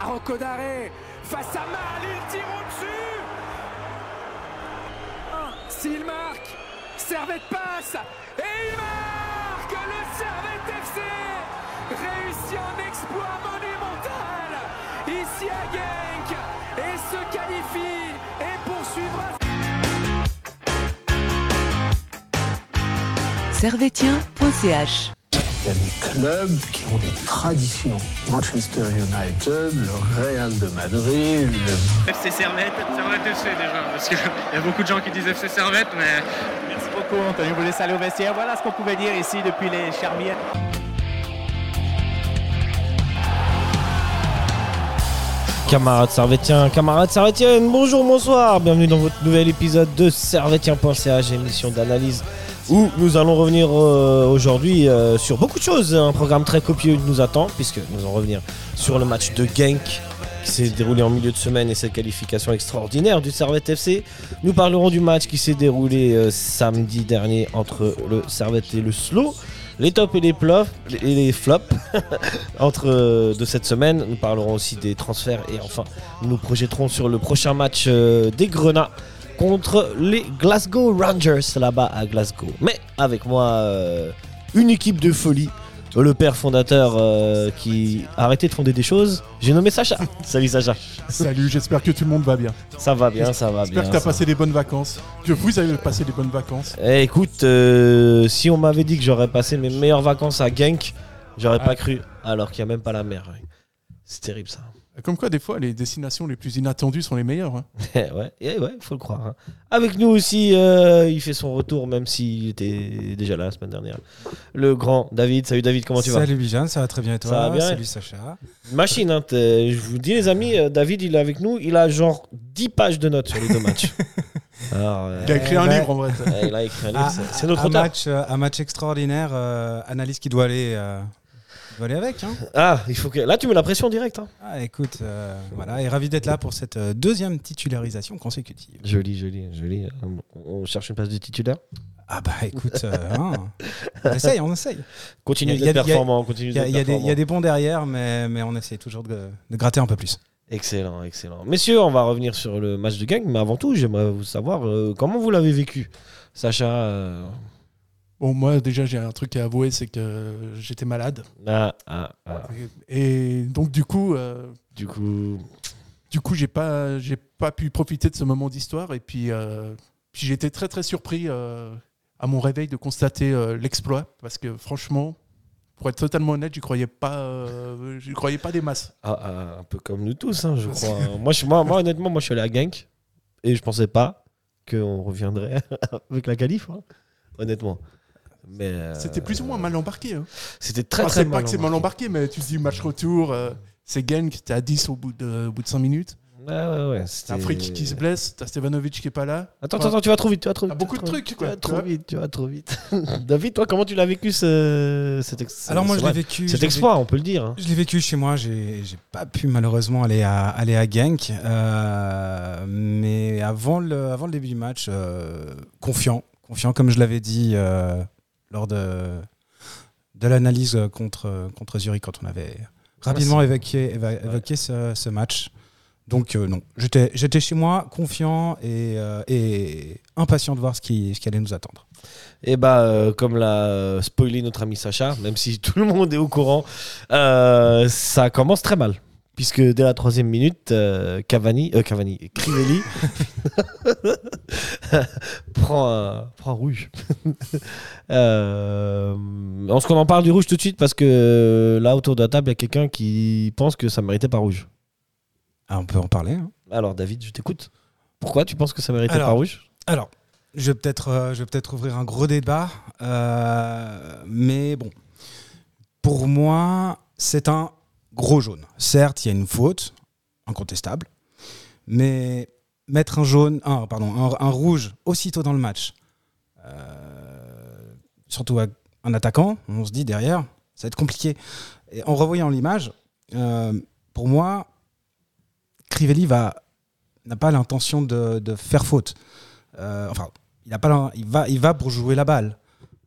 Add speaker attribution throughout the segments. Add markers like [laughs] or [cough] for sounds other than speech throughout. Speaker 1: Rocco Daré face à Mal, il tire au-dessus Ah, S'il marque, Servette passe et il marque Le Servette FC réussit un exploit monumental ici à Genk et se qualifie et poursuivra
Speaker 2: servetien.ch
Speaker 3: Il y a des clubs qui ont des traditions. Manchester United, le Real de Madrid, le-
Speaker 4: FC Servette. Servette FC déjà, parce qu'il y a beaucoup de gens qui disent FC Servette, mais. Merci beaucoup, Anthony. Vous laissez aller au vestiaire. Voilà ce qu'on pouvait dire ici depuis les Charmières.
Speaker 5: Camarades servétiens, camarades servétiennes, bonjour, bonsoir, bienvenue dans votre nouvel épisode de servétien.ch, émission d'analyse où nous allons revenir euh, aujourd'hui euh, sur beaucoup de choses. Un programme très copieux nous attend, puisque nous allons revenir sur le match de Genk qui s'est déroulé en milieu de semaine et cette qualification extraordinaire du Servette FC. Nous parlerons du match qui s'est déroulé euh, samedi dernier entre le Servette et le Slow. Les tops et les plops, et les flops entre euh, de cette semaine. Nous parlerons aussi des transferts et enfin nous nous projetterons sur le prochain match euh, des Grenats contre les Glasgow Rangers là-bas à Glasgow. Mais avec moi euh, une équipe de folie. Le père fondateur euh, qui a arrêté de fonder des choses, j'ai nommé
Speaker 6: [laughs]
Speaker 5: Sacha. Salut Sacha.
Speaker 6: Salut, j'espère que tout le monde va bien.
Speaker 5: Ça va bien, ça va Ah, bien.
Speaker 6: J'espère que t'as
Speaker 5: ça
Speaker 6: passé des bonnes vacances. Que vous avez passé des bonnes vacances.
Speaker 5: Eh, écoute, euh, si on m'avait dit que j'aurais passé mes meilleures vacances à Genk, j'aurais
Speaker 6: Ah.
Speaker 5: pas cru. Alors qu'il n'y a même pas la mer. C'est terrible ça.
Speaker 6: Comme quoi, des fois, les destinations les plus inattendues sont les meilleures. hein.
Speaker 5: Eh ouais, eh ouais, faut le croire. hein. Avec nous aussi, euh, il fait son retour, même s'il était déjà là la semaine dernière. Le grand David. Salut David, comment tu vas
Speaker 7: Salut Bijan, ça va très bien et toi
Speaker 5: Ça va bien.
Speaker 7: Salut Sacha.
Speaker 5: Machine, hein, t'es- je vous dis les amis, euh, David il est avec nous, il a genre 10 pages de notes sur les deux
Speaker 7: [laughs]
Speaker 5: matchs. Alors, euh,
Speaker 6: Il a écrit un
Speaker 7: ouais.
Speaker 6: livre en vrai. ça.
Speaker 5: eh, il a écrit un livre,
Speaker 7: Ah,
Speaker 5: c'est- c'est
Speaker 7: un,
Speaker 5: notre table.
Speaker 7: match, euh, un match extraordinaire, euh, analyse qui doit aller, euh, qui doit aller avec. hein.
Speaker 5: Ah, il faut que... Là tu mets la pression directe. hein.
Speaker 7: Ah, écoute, euh, voilà, et ravi d'être là pour cette euh, deuxième titularisation consécutive.
Speaker 5: Joli, joli, joli. On on cherche une place de titulaire.
Speaker 7: Ah bah écoute, euh, hein, on essaye, on essaye.
Speaker 5: Continue
Speaker 7: Il y a-
Speaker 5: d'être
Speaker 7: il y a-
Speaker 5: performant, continue
Speaker 7: Il y, a-
Speaker 5: d'être
Speaker 7: il y a des- il y
Speaker 5: performant.
Speaker 7: a des bons derrière, mais, mais on essaye toujours de, de gratter un peu plus.
Speaker 5: Excellent, excellent. Messieurs, on va revenir sur le match de gang, mais avant tout, j'aimerais vous savoir euh, comment vous l'avez vécu. Sacha, euh,
Speaker 6: Bon, moi, déjà, j'ai un truc à avouer, c'est que j'étais malade.
Speaker 5: ah, ah, ah.
Speaker 6: Et donc, du coup, euh,
Speaker 5: du coup,
Speaker 6: du coup, j'ai pas, j'ai pas pu profiter de ce moment d'histoire. Et puis, euh, puis j'ai été très très surpris euh, à mon réveil de constater euh, l'exploit, parce que franchement, pour être totalement honnête, je croyais pas, euh, j'y croyais pas des masses.
Speaker 5: ah, ah, un peu comme nous tous, hein,
Speaker 6: [laughs]
Speaker 5: je crois. moi, je, moi, moi, honnêtement, moi, je suis allé à gang et je pensais pas qu'on reviendrait [laughs] avec la calife, hein, honnêtement. Mais euh,
Speaker 6: C'était plus ou moins mal embarqué. hein.
Speaker 5: C'était très
Speaker 6: Ah,
Speaker 5: très
Speaker 6: c'est pas que c'est mal embarqué, mais tu te dis match retour, euh, c'est Genk, t'es à 10 au bout de, au bout de 5 minutes.
Speaker 5: Ouais, ouais, ouais.
Speaker 6: T'as
Speaker 5: c'était-
Speaker 6: un fric qui se blesse, t'as Stevanovic qui est pas là.
Speaker 5: Attends, attends,
Speaker 6: Enfin,
Speaker 5: attends, tu vas trop vite, tu vas trop
Speaker 6: T'as
Speaker 5: vite.
Speaker 6: beaucoup
Speaker 5: tu vas
Speaker 6: de
Speaker 5: trop-
Speaker 6: trucs,
Speaker 5: tu
Speaker 6: quoi,
Speaker 5: vas
Speaker 6: tu
Speaker 5: trop
Speaker 6: vois.
Speaker 5: vite, tu vas trop vite. [laughs] David, toi, comment tu l'as vécu ce, cet ex-
Speaker 7: Alors moi,
Speaker 5: ce
Speaker 7: je l'ai
Speaker 5: match
Speaker 7: vécu. je
Speaker 5: Cet
Speaker 7: l'ai
Speaker 5: exploit, on peut le dire. hein.
Speaker 7: Je l'ai vécu chez moi, j'ai j'ai pas pu malheureusement aller à, aller à Genk, euh, mais avant le, avant le début du match, euh, confiant, confiant comme je l'avais dit euh, lors de, de l'analyse contre, contre Zurich quand on avait rapidement évoqué, éva- évoqué ce, ce match. Donc euh, non, j'étais j'étais chez moi, confiant et, euh, et impatient de voir ce qui, ce qui allait nous attendre.
Speaker 5: Et bah, euh, comme l'a euh, spoilé notre ami Sacha, même si [laughs] tout le monde est au courant, euh, ça commence très mal. Puisque dès la troisième minute, euh, Cavani, euh, Cavani, Crivelli [laughs] prend, un- prend un rouge. [laughs] euh, on qu'on en parle du rouge tout de suite parce que là autour de la table, il y a quelqu'un qui pense que ça méritait pas rouge.
Speaker 7: Ah, on peut en parler. hein.
Speaker 5: Alors David, je t'écoute. Pourquoi tu penses que ça méritait
Speaker 7: Alors,
Speaker 5: pas rouge
Speaker 7: Alors, je vais peut-être euh, je vais peut-être ouvrir un gros débat, euh, mais bon, pour moi, c'est un gros jaune. Certes, il y a une faute incontestable, mais mettre un jaune, ah, pardon, un, un rouge aussitôt dans le match, euh, surtout à un attaquant, on se dit derrière, ça va être compliqué. Et en revoyant l'image, euh, pour moi, Crivelli va n'a pas l'intention de, de faire faute. Euh, enfin, il, a pas l'in- il, va, il va pour jouer la balle.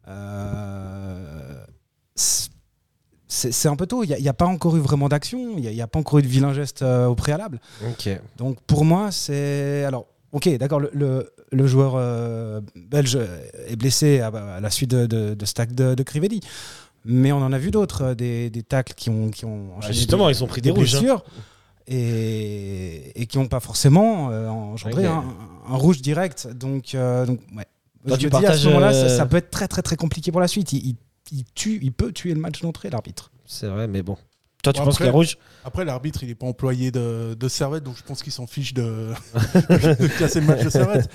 Speaker 7: Euh, c'est- c'est c'est un peu tôt. Il n'y a, pas encore eu vraiment d'action. Il n'y a, pas encore eu de vilain geste euh, au préalable.
Speaker 5: Ok.
Speaker 7: Donc pour moi, c'est. Alors, ok, d'accord, le, le- le joueur euh, belge est blessé à, à la suite de, de, de ce tacle de, de Crivelli. Mais on en a vu d'autres, euh, des, des tacles qui ont, qui ont enchaîné
Speaker 5: justement,
Speaker 7: des-
Speaker 5: ils ont pris des rouges, hein.
Speaker 7: blessures et, et qui n'ont pas forcément euh, engendré
Speaker 5: Ouais,
Speaker 7: un, un rouge direct. Donc, euh, donc ouais.
Speaker 5: Toi, tu
Speaker 7: je me dis à
Speaker 5: partages,
Speaker 7: ce moment-là, ça,
Speaker 5: euh,
Speaker 7: ça peut être très très très compliqué pour la suite. Il, il, il tue, il peut tuer le match d'entrée, l'arbitre.
Speaker 5: C'est vrai, mais bon. Toi, tu
Speaker 6: Bon,
Speaker 5: penses
Speaker 6: après-
Speaker 5: qu'il est rouge
Speaker 6: Après, l'arbitre, il n'est pas employé de, de servette, donc je pense qu'il s'en fiche de, [laughs] de casser le match de servette.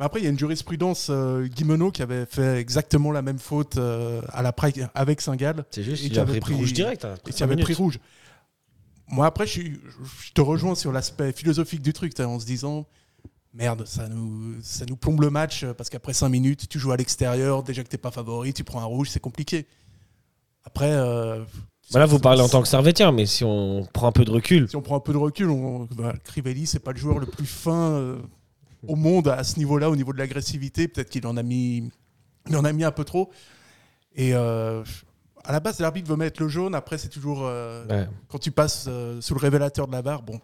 Speaker 6: Mais après, il y a une jurisprudence, euh, Guimeno, qui avait fait exactement la même faute euh, à la Prague avec Saint-Gall
Speaker 5: C'est juste,
Speaker 6: Et
Speaker 5: il
Speaker 6: qui
Speaker 5: a
Speaker 6: avait
Speaker 5: pris,
Speaker 6: pris-
Speaker 5: rouge direct. hein,
Speaker 6: et qui
Speaker 5: 5
Speaker 6: avait
Speaker 5: minutes.
Speaker 6: pris rouge. Moi, après, je, suis- je te rejoins sur l'aspect philosophique du truc, t'as, en se disant merde, ça nous, ça nous plombe le match, euh, parce qu'après 5 minutes, tu joues à l'extérieur, déjà que t'es pas favori, tu prends un rouge, c'est compliqué. Après. euh,
Speaker 5: Bah là, vous parlez en tant que servetien, mais si on prend un peu de recul,
Speaker 6: si on prend un peu de recul, on, bah, Crivelli, c'est pas le joueur le plus fin euh, au monde à ce niveau-là, au niveau de l'agressivité. Peut-être qu'il en a mis, il en a mis un peu trop. Et euh, à la base, l'arbitre veut mettre le jaune. Après, c'est toujours euh,
Speaker 5: ouais.
Speaker 6: quand tu passes euh, sous le révélateur de la barre. Bon,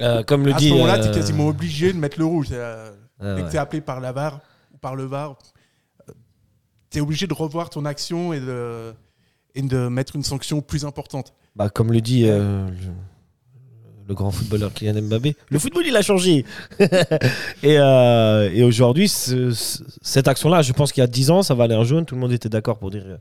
Speaker 5: Euh, comme le
Speaker 6: à
Speaker 5: dit.
Speaker 6: ce moment-là, tu es
Speaker 5: euh,
Speaker 6: quasiment obligé de mettre le rouge. Euh,
Speaker 5: ah,
Speaker 6: Dès que
Speaker 5: ouais.
Speaker 6: tu es appelé par la barre ou par le VAR, tu es obligé de revoir ton action et de, et de mettre une sanction plus importante.
Speaker 5: Bah, comme le dit euh, le- le grand footballeur Kylian Mbappé, le football il a changé. [laughs] et euh, et aujourd'hui, ce- ce- cette action-là, je pense qu'il y a 10 ans, ça valait un jaune. Tout le monde était d'accord pour dire euh,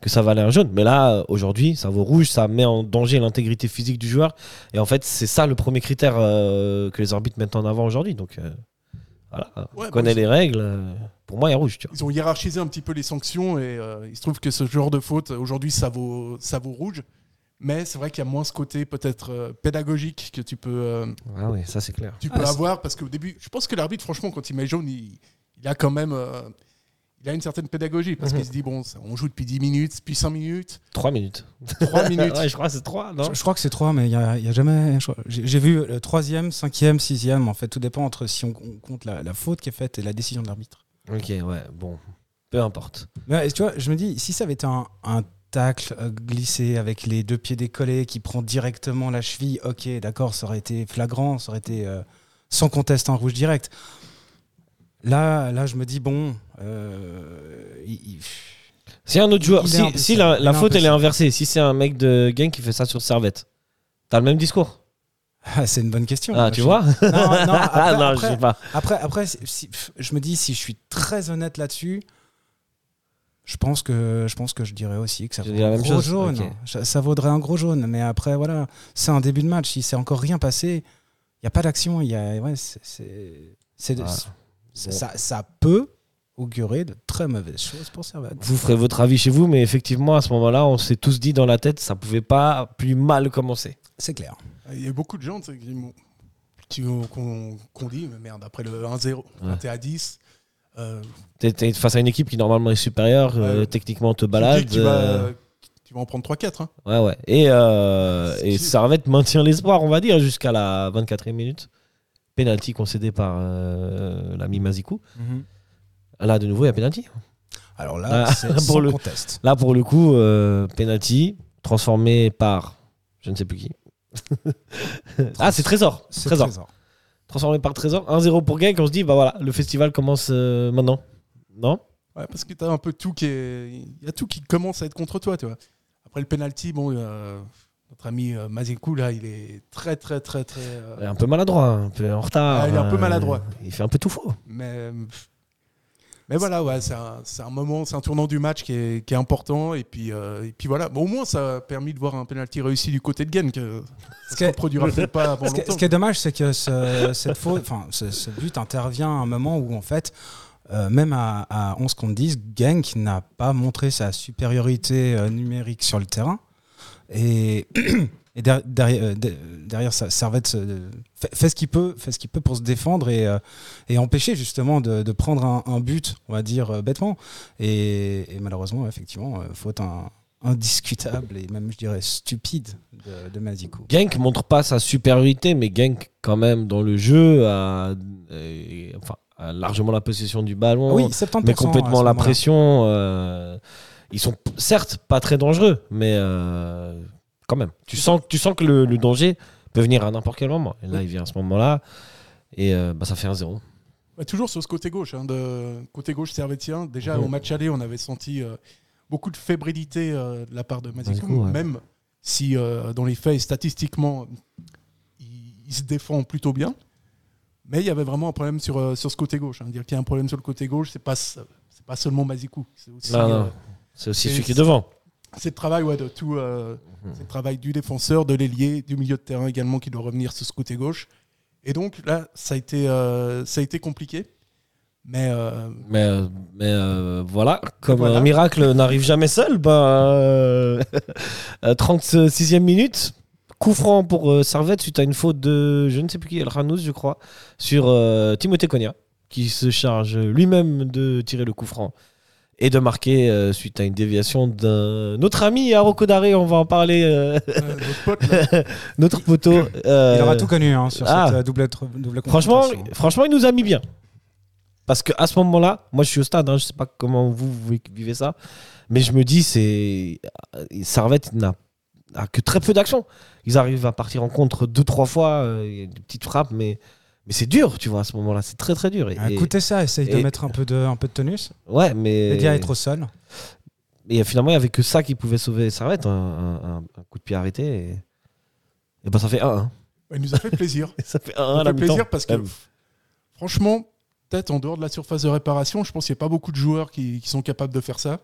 Speaker 5: que ça valait un jaune. Mais là, euh, aujourd'hui, ça vaut rouge, ça met en danger l'intégrité physique du joueur. Et en fait, c'est ça le premier critère euh, que les arbitres mettent en avant aujourd'hui. Donc euh, voilà,
Speaker 6: Ouais,
Speaker 5: on connaît
Speaker 6: bah,
Speaker 5: les règles. euh, Pour moi, il y a rouge. Tu vois.
Speaker 6: ils ont hiérarchisé un petit peu les sanctions et euh, il se trouve que ce genre de faute aujourd'hui ça vaut ça vaut rouge mais c'est vrai qu'il y a moins ce côté peut-être euh, pédagogique que tu peux euh,
Speaker 5: Ah ouais, ça c'est clair.
Speaker 6: tu
Speaker 7: Ah,
Speaker 6: peux
Speaker 7: c'est-
Speaker 6: avoir parce qu'au début je pense que l'arbitre franchement quand il met jaune il, il a quand même euh, il a une certaine pédagogie parce
Speaker 5: Mhm.
Speaker 6: qu'il se dit bon ça, on joue depuis 10 minutes puis 5
Speaker 5: [laughs]
Speaker 6: minutes
Speaker 5: 3 minutes.
Speaker 6: 3
Speaker 5: [laughs]
Speaker 6: minutes
Speaker 5: Ouais, je crois que c'est 3, non
Speaker 7: Je, je crois que c'est trois, mais il n'y a, il y a jamais. je crois- J'ai j'ai vu le troisième, cinquième, sixième. En fait, tout dépend entre si on, on compte la, la faute qui est faite et la décision de l'arbitre.
Speaker 5: Ok, ouais, bon. Peu importe.
Speaker 7: Mais ouais, tu vois, je me dis, si ça avait été un, un tacle euh, glissé avec les deux pieds décollés qui prend directement la cheville, ok, d'accord, ça aurait été flagrant, ça aurait été euh, sans conteste un rouge direct. Là, là, je me dis, bon, euh, il- il-
Speaker 5: Si un autre
Speaker 7: Il-
Speaker 5: joueur,
Speaker 7: il est
Speaker 5: si,
Speaker 7: un peu
Speaker 5: si
Speaker 7: seul.
Speaker 5: la,
Speaker 7: Il
Speaker 5: la
Speaker 7: est un
Speaker 5: faute
Speaker 7: peu
Speaker 5: elle est
Speaker 7: seul.
Speaker 5: inversée, si c'est un mec de gang qui fait ça sur servette, t'as le même discours
Speaker 7: ah, c'est une bonne question.
Speaker 5: Ah, tu
Speaker 7: Je-
Speaker 5: vois
Speaker 7: [laughs] Non, non,
Speaker 5: [laughs] Ah
Speaker 7: après-
Speaker 5: non,
Speaker 7: après-
Speaker 5: je sais pas.
Speaker 7: Après, après si- si- pff, je me dis, si je suis très honnête là-dessus, je pense que je pense que je dirais aussi que ça
Speaker 5: Tu
Speaker 7: vaut
Speaker 5: dirais
Speaker 7: un
Speaker 5: la même
Speaker 7: gros
Speaker 5: chose,
Speaker 7: jaune.
Speaker 5: ok.
Speaker 7: Ça, ça vaudrait un gros jaune, mais après voilà, c'est un début de match. Il s'est encore rien passé. Il y a pas d'action. Il y a ouais, c'est c'est- c'est-
Speaker 5: Ah,
Speaker 7: c'est-
Speaker 5: bon.
Speaker 7: ça, ça peut augurer de très mauvaises choses pour Servette.
Speaker 5: Vous ferez votre avis chez vous, mais effectivement, à ce moment-là, on s'est tous dit dans la tête, ça pouvait pas plus mal commencer.
Speaker 7: C'est clair.
Speaker 6: il y a beaucoup de gens tu sais, qui m'ont- qui m'ont- qu'on qu'on dit mais merde après le 1-0
Speaker 5: Ouais.
Speaker 6: t'es à 10 euh,
Speaker 5: T'es t'es face à une équipe qui normalement est supérieure, euh,
Speaker 6: Ouais.
Speaker 5: techniquement te
Speaker 6: tu
Speaker 5: balade.
Speaker 6: dis que tu vas,
Speaker 5: euh,
Speaker 6: tu vas en prendre 3-4 hein.
Speaker 5: Ouais, ouais. Et, euh,
Speaker 6: C'est
Speaker 5: et
Speaker 6: qui
Speaker 5: Servette maintient l'espoir, on va dire, jusqu'à la 24e minute. Penalty concédé par euh, l'ami Mazikou. Là, de nouveau, il y a penalty.
Speaker 7: Alors là,
Speaker 5: Ah, [laughs]
Speaker 7: c'est
Speaker 5: pour
Speaker 7: sans
Speaker 5: le-
Speaker 7: conteste.
Speaker 5: Là, pour le coup, euh, penalty transformé par je ne sais
Speaker 6: [laughs]
Speaker 5: plus qui. ah, c'est Trésor.
Speaker 7: C'est
Speaker 5: Trésor.
Speaker 7: trésor.
Speaker 5: Transformé par Trésor. 1-0 pour Genk. On se dit, bah voilà, le festival commence euh, maintenant. Non
Speaker 6: Ouais, parce que t'as un peu tout qui est... Il y a tout qui commence à être contre toi, tu vois. Après le penalty, bon, euh, notre ami euh, Mazekou, là, il est très, très, très, très... euh,
Speaker 5: Ouais, Un peu maladroit, un peu en retard.
Speaker 6: Ah, il est un peu
Speaker 5: euh,
Speaker 6: maladroit.
Speaker 5: il fait un peu tout faux.
Speaker 6: Mais, mais voilà, ouais, c'est un, c'est un moment, c'est un tournant du match qui est, qui est important. Et puis, euh, et puis voilà, Bon, au moins, ça a permis de voir un penalty réussi du côté de Genk. euh, que
Speaker 7: Ce
Speaker 6: Ça
Speaker 7: qui
Speaker 6: ne
Speaker 7: est-
Speaker 6: reproduira peut-être pas avant
Speaker 7: Ce qui,
Speaker 6: longtemps.
Speaker 7: ce qui est dommage, c'est que ce, cette faute, enfin, ce, ce but intervient à un moment où, en fait, euh, même à, à 11 contre 10, Genk n'a pas montré sa supériorité euh, numérique sur le terrain. Et, et der- derrière, euh, de- derrière ça, Servette se- euh, fait, fait ce qu'il peut, fait ce qu'il peut pour se défendre et, euh, et empêcher justement de, de prendre un, un but, on va dire euh, bêtement. Et, et malheureusement, effectivement, euh, faute un- indiscutable et même, je dirais, stupide de, de Mazikou.
Speaker 5: Genk montre pas sa supériorité, mais Genk, quand même, dans le jeu, a, euh, enfin, a largement la possession du ballon.
Speaker 7: Oui, 70%.
Speaker 5: mais
Speaker 7: à ce
Speaker 5: complètement la
Speaker 7: moment-là.
Speaker 5: pression. euh, Ils sont p- certes pas très dangereux, mais euh, quand même. Tu sens, tu sens que le, le danger peut venir à n'importe quel moment. Et là, il vient à ce moment-là. Et euh, bah, ça fait un zéro.
Speaker 6: Bah, toujours sur ce côté gauche, hein, de côté gauche servétien. Déjà
Speaker 5: Ouais.
Speaker 6: au match aller, on avait senti euh, beaucoup de fébrilité euh, de la part de Mazikou,
Speaker 5: Mazikou, ouais.
Speaker 6: même si euh, dans les faits statistiquement, il, il se défend plutôt bien. Mais il y avait vraiment un problème sur, euh, sur ce côté gauche. hein. Dire qu'il y a un problème sur le côté gauche, c'est pas c'est pas seulement Mazikou, c'est aussi
Speaker 5: Ah, Non, non.
Speaker 6: euh,
Speaker 5: C'est aussi
Speaker 6: Et
Speaker 5: celui qui est
Speaker 6: c'est-
Speaker 5: devant.
Speaker 6: c'est le travail ouais, de tout. euh,
Speaker 5: Mhm.
Speaker 6: c'est le travail du défenseur, de l'ailier, du milieu de terrain également qui doit revenir sur ce côté gauche. Et donc là, ça a été, euh, ça a été compliqué. Mais
Speaker 5: [laughs]
Speaker 6: euh,
Speaker 5: Mais, euh, mais euh, voilà, comme
Speaker 6: Voilà.
Speaker 5: un miracle n'arrive jamais seul, bah, euh, à 36e minute, coup franc pour euh, Servette suite à une faute de je ne sais plus qui, El Hanous, je crois, sur euh, Timothée Cogna, qui se charge lui-même de tirer le coup franc et de marquer euh, suite à une déviation d'un notre ami Aroko Daré, on va en parler, euh, [laughs]
Speaker 6: euh, notre pote, là,
Speaker 5: notre poteau.
Speaker 7: Il
Speaker 5: euh,
Speaker 7: aura tout connu hein, sur
Speaker 5: ah.
Speaker 7: cette euh, double, tr- double
Speaker 5: Franchement,
Speaker 7: confrontation.
Speaker 5: franchement, il nous a mis bien. Parce que à ce moment-là, moi je suis au stade, hein, je sais pas comment vous, vous vivez ça, mais je me dis, c'est. euh, Servette n'a a que très peu d'actions. Ils arrivent à partir en contre deux, trois fois, euh, il y a des petites frappes, mais, mais c'est dur, tu vois, à ce moment-là, c'est très très dur. Et-
Speaker 6: Ah,
Speaker 5: et-
Speaker 7: Ah, Écoutez ça, essaye de
Speaker 5: et-
Speaker 7: mettre un peu de, un peu de tonus.
Speaker 5: ouais, mais.
Speaker 7: Et dire être au sol.
Speaker 5: Et finalement, il n'y avait que ça qui pouvait sauver Servette, un, un- un coup de pied arrêté. Et, et ben ça fait 1-1.
Speaker 6: il nous a fait plaisir.
Speaker 5: [laughs] Ça fait
Speaker 6: Ça
Speaker 5: 1-1 à Ah, la
Speaker 6: fait
Speaker 5: mi-temps.
Speaker 6: plaisir parce que,
Speaker 5: Même.
Speaker 6: franchement, peut-être en dehors de la surface de réparation, je pense qu'il n'y a pas beaucoup de joueurs qui, qui sont capables de
Speaker 5: [laughs]
Speaker 6: faire ça.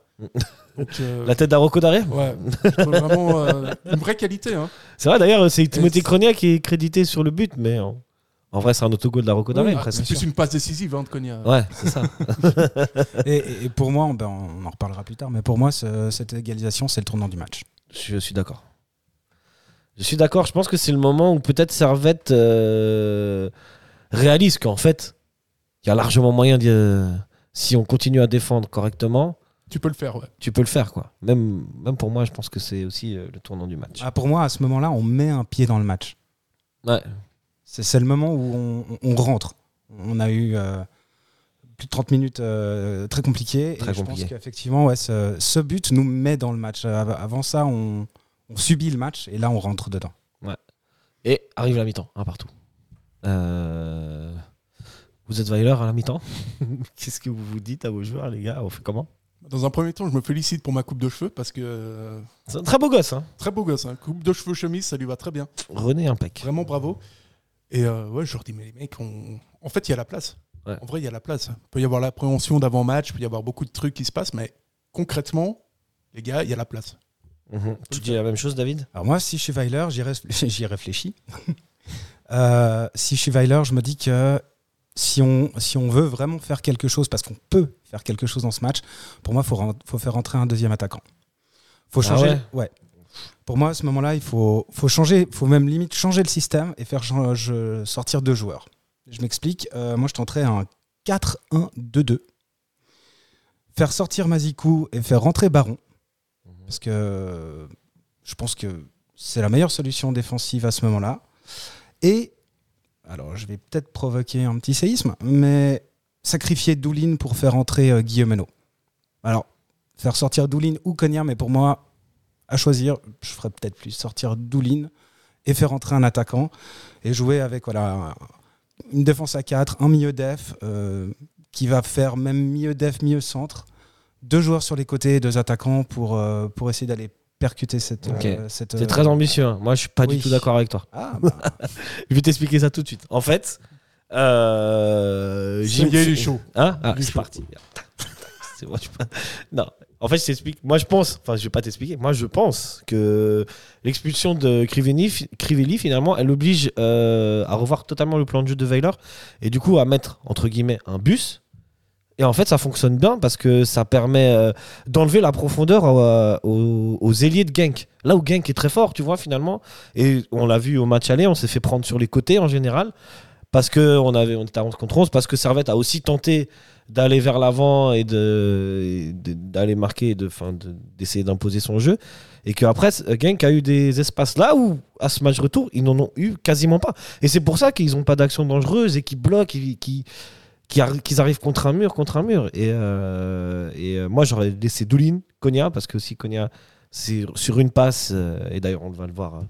Speaker 6: Donc, euh,
Speaker 5: La tête d'Aroko derrière
Speaker 6: ouais, je trouve vraiment euh, une vraie qualité. hein.
Speaker 5: C'est vrai d'ailleurs, c'est Timothée Cronia qui est crédité sur le but, mais en, en vrai, c'est un autogol de la Rocco
Speaker 6: Ah,
Speaker 5: presque.
Speaker 6: c'est plus une passe décisive hein, de Konya.
Speaker 5: Ouais, c'est ça.
Speaker 7: Et, et- et pour moi, ben, on en reparlera plus tard, mais pour moi, ce- cette égalisation, c'est le tournant du match.
Speaker 5: Je suis d'accord. Je suis d'accord. Je pense que c'est le moment où peut-être Servette euh, réalise qu'en fait, il y a largement moyen de. euh, si on continue à défendre correctement,
Speaker 6: Tu peux le faire, ouais.
Speaker 5: tu peux le faire, quoi. Même, même pour moi, je pense que c'est aussi euh, le tournant du match.
Speaker 7: Ah, pour moi, à ce moment-là, on met un pied dans le match.
Speaker 5: Ouais.
Speaker 7: C'est c'est le moment où on, on- on rentre. On a eu euh, plus de 30 minutes euh, très compliquées.
Speaker 5: Très
Speaker 7: et je
Speaker 5: compliquées.
Speaker 7: pense qu'effectivement, ouais, ce, ce but nous met dans le match. Euh, av- Avant ça, on, on subit le match et là, on rentre dedans.
Speaker 5: Et arrive la mi-temps, un partout. Euh, Vous êtes Weiler à la mi-temps [laughs] Qu'est-ce que vous vous dites à vos joueurs, les gars On fait comment
Speaker 6: Dans un premier temps, je me félicite pour ma coupe de cheveux parce que euh,
Speaker 5: C'est un très beau gosse, hein
Speaker 6: Très beau gosse, hein. coupe de cheveux chemise, ça lui va très bien.
Speaker 5: René Impec.
Speaker 6: Vraiment bravo. Et euh, ouais, je leur dis, mais les mecs, on- en fait, il y a la place.
Speaker 5: Ouais.
Speaker 6: En vrai, il y a la place. Il peut y avoir l'appréhension d'avant-match, il peut y avoir beaucoup de trucs qui se passent, mais concrètement, les gars, il y a la place.
Speaker 5: Mhm. Tu dis la même chose, David
Speaker 7: Alors moi, si je suis Weiler, j'y res- [laughs] j'y réfléchis. Euh, si je suis Weiler, je me dis que si on, si on veut vraiment faire quelque chose, parce qu'on peut faire quelque chose dans ce match, pour moi, il faut, ren- faut faire entrer un deuxième attaquant. faut
Speaker 5: Ah
Speaker 7: changer.
Speaker 5: ouais
Speaker 7: ouais. Pour moi, à ce moment-là, il faut, faut changer, faut même limite changer le système et faire chan- je- sortir deux joueurs. Je m'explique. Euh, moi, je tenterais un 4-1-2-2. Faire sortir Mazikou et faire rentrer Baron. Parce que euh, je pense que c'est la meilleure solution défensive à ce moment-là. Et, alors je vais peut-être provoquer un petit séisme, mais sacrifier Doulin pour faire entrer euh, Guillaume Henault. Alors, faire sortir Doulin ou Cognard, mais pour moi, à choisir, je ferais peut-être plus sortir Doulin et faire entrer un attaquant et jouer avec voilà, une défense à 4, un milieu def euh, qui va faire même milieu def, milieu centre, deux joueurs sur les côtés et deux attaquants pour, euh, pour essayer d'aller percuter cette.
Speaker 5: Ok.
Speaker 7: euh, cette
Speaker 5: C'est
Speaker 7: euh,
Speaker 5: très ambitieux. hein. Moi, je suis pas
Speaker 7: oui.
Speaker 5: du tout d'accord avec toi.
Speaker 7: Ah, bah,
Speaker 5: [laughs] Je vais t'expliquer ça tout de suite. En fait, euh,
Speaker 6: Ça y est, il est chaud.
Speaker 5: Hein Ah,
Speaker 6: Il est
Speaker 5: c'est
Speaker 6: chaud.
Speaker 5: parti. [laughs] C'est bon, je- Non. En fait, je t'explique. Moi, je pense. Enfin, je vais pas t'expliquer. Moi, je pense que l'expulsion de Crivelli, fi- Crivelli, finalement, elle oblige euh, à revoir totalement le plan de jeu de Weiler et du coup à mettre entre guillemets un bus. Et en fait, ça fonctionne bien parce que ça permet euh, d'enlever la profondeur euh, aux, aux ailiers de Genk. Là où Genk est très fort, tu vois, finalement. Et on l'a vu au match aller, on s'est fait prendre sur les côtés en général. Parce que on avait, on était à 11 contre 11, parce que Servette a aussi tenté d'aller vers l'avant et de- et de- d'aller marquer, et de- 'fin, de- d'essayer d'imposer son jeu. Et qu'après, Genk a eu des espaces là où, à ce match retour, ils n'en ont eu quasiment pas. Et c'est pour ça qu'ils n'ont pas d'action dangereuse et qu'ils bloquent, et qu'ils qui arri- qu'ils arrivent contre un mur, contre un mur. Et, euh, et euh, moi, j'aurais laissé Doulin, Konya, parce que si Konya, c'est sur une passe, euh, et d'ailleurs, on va le voir hein,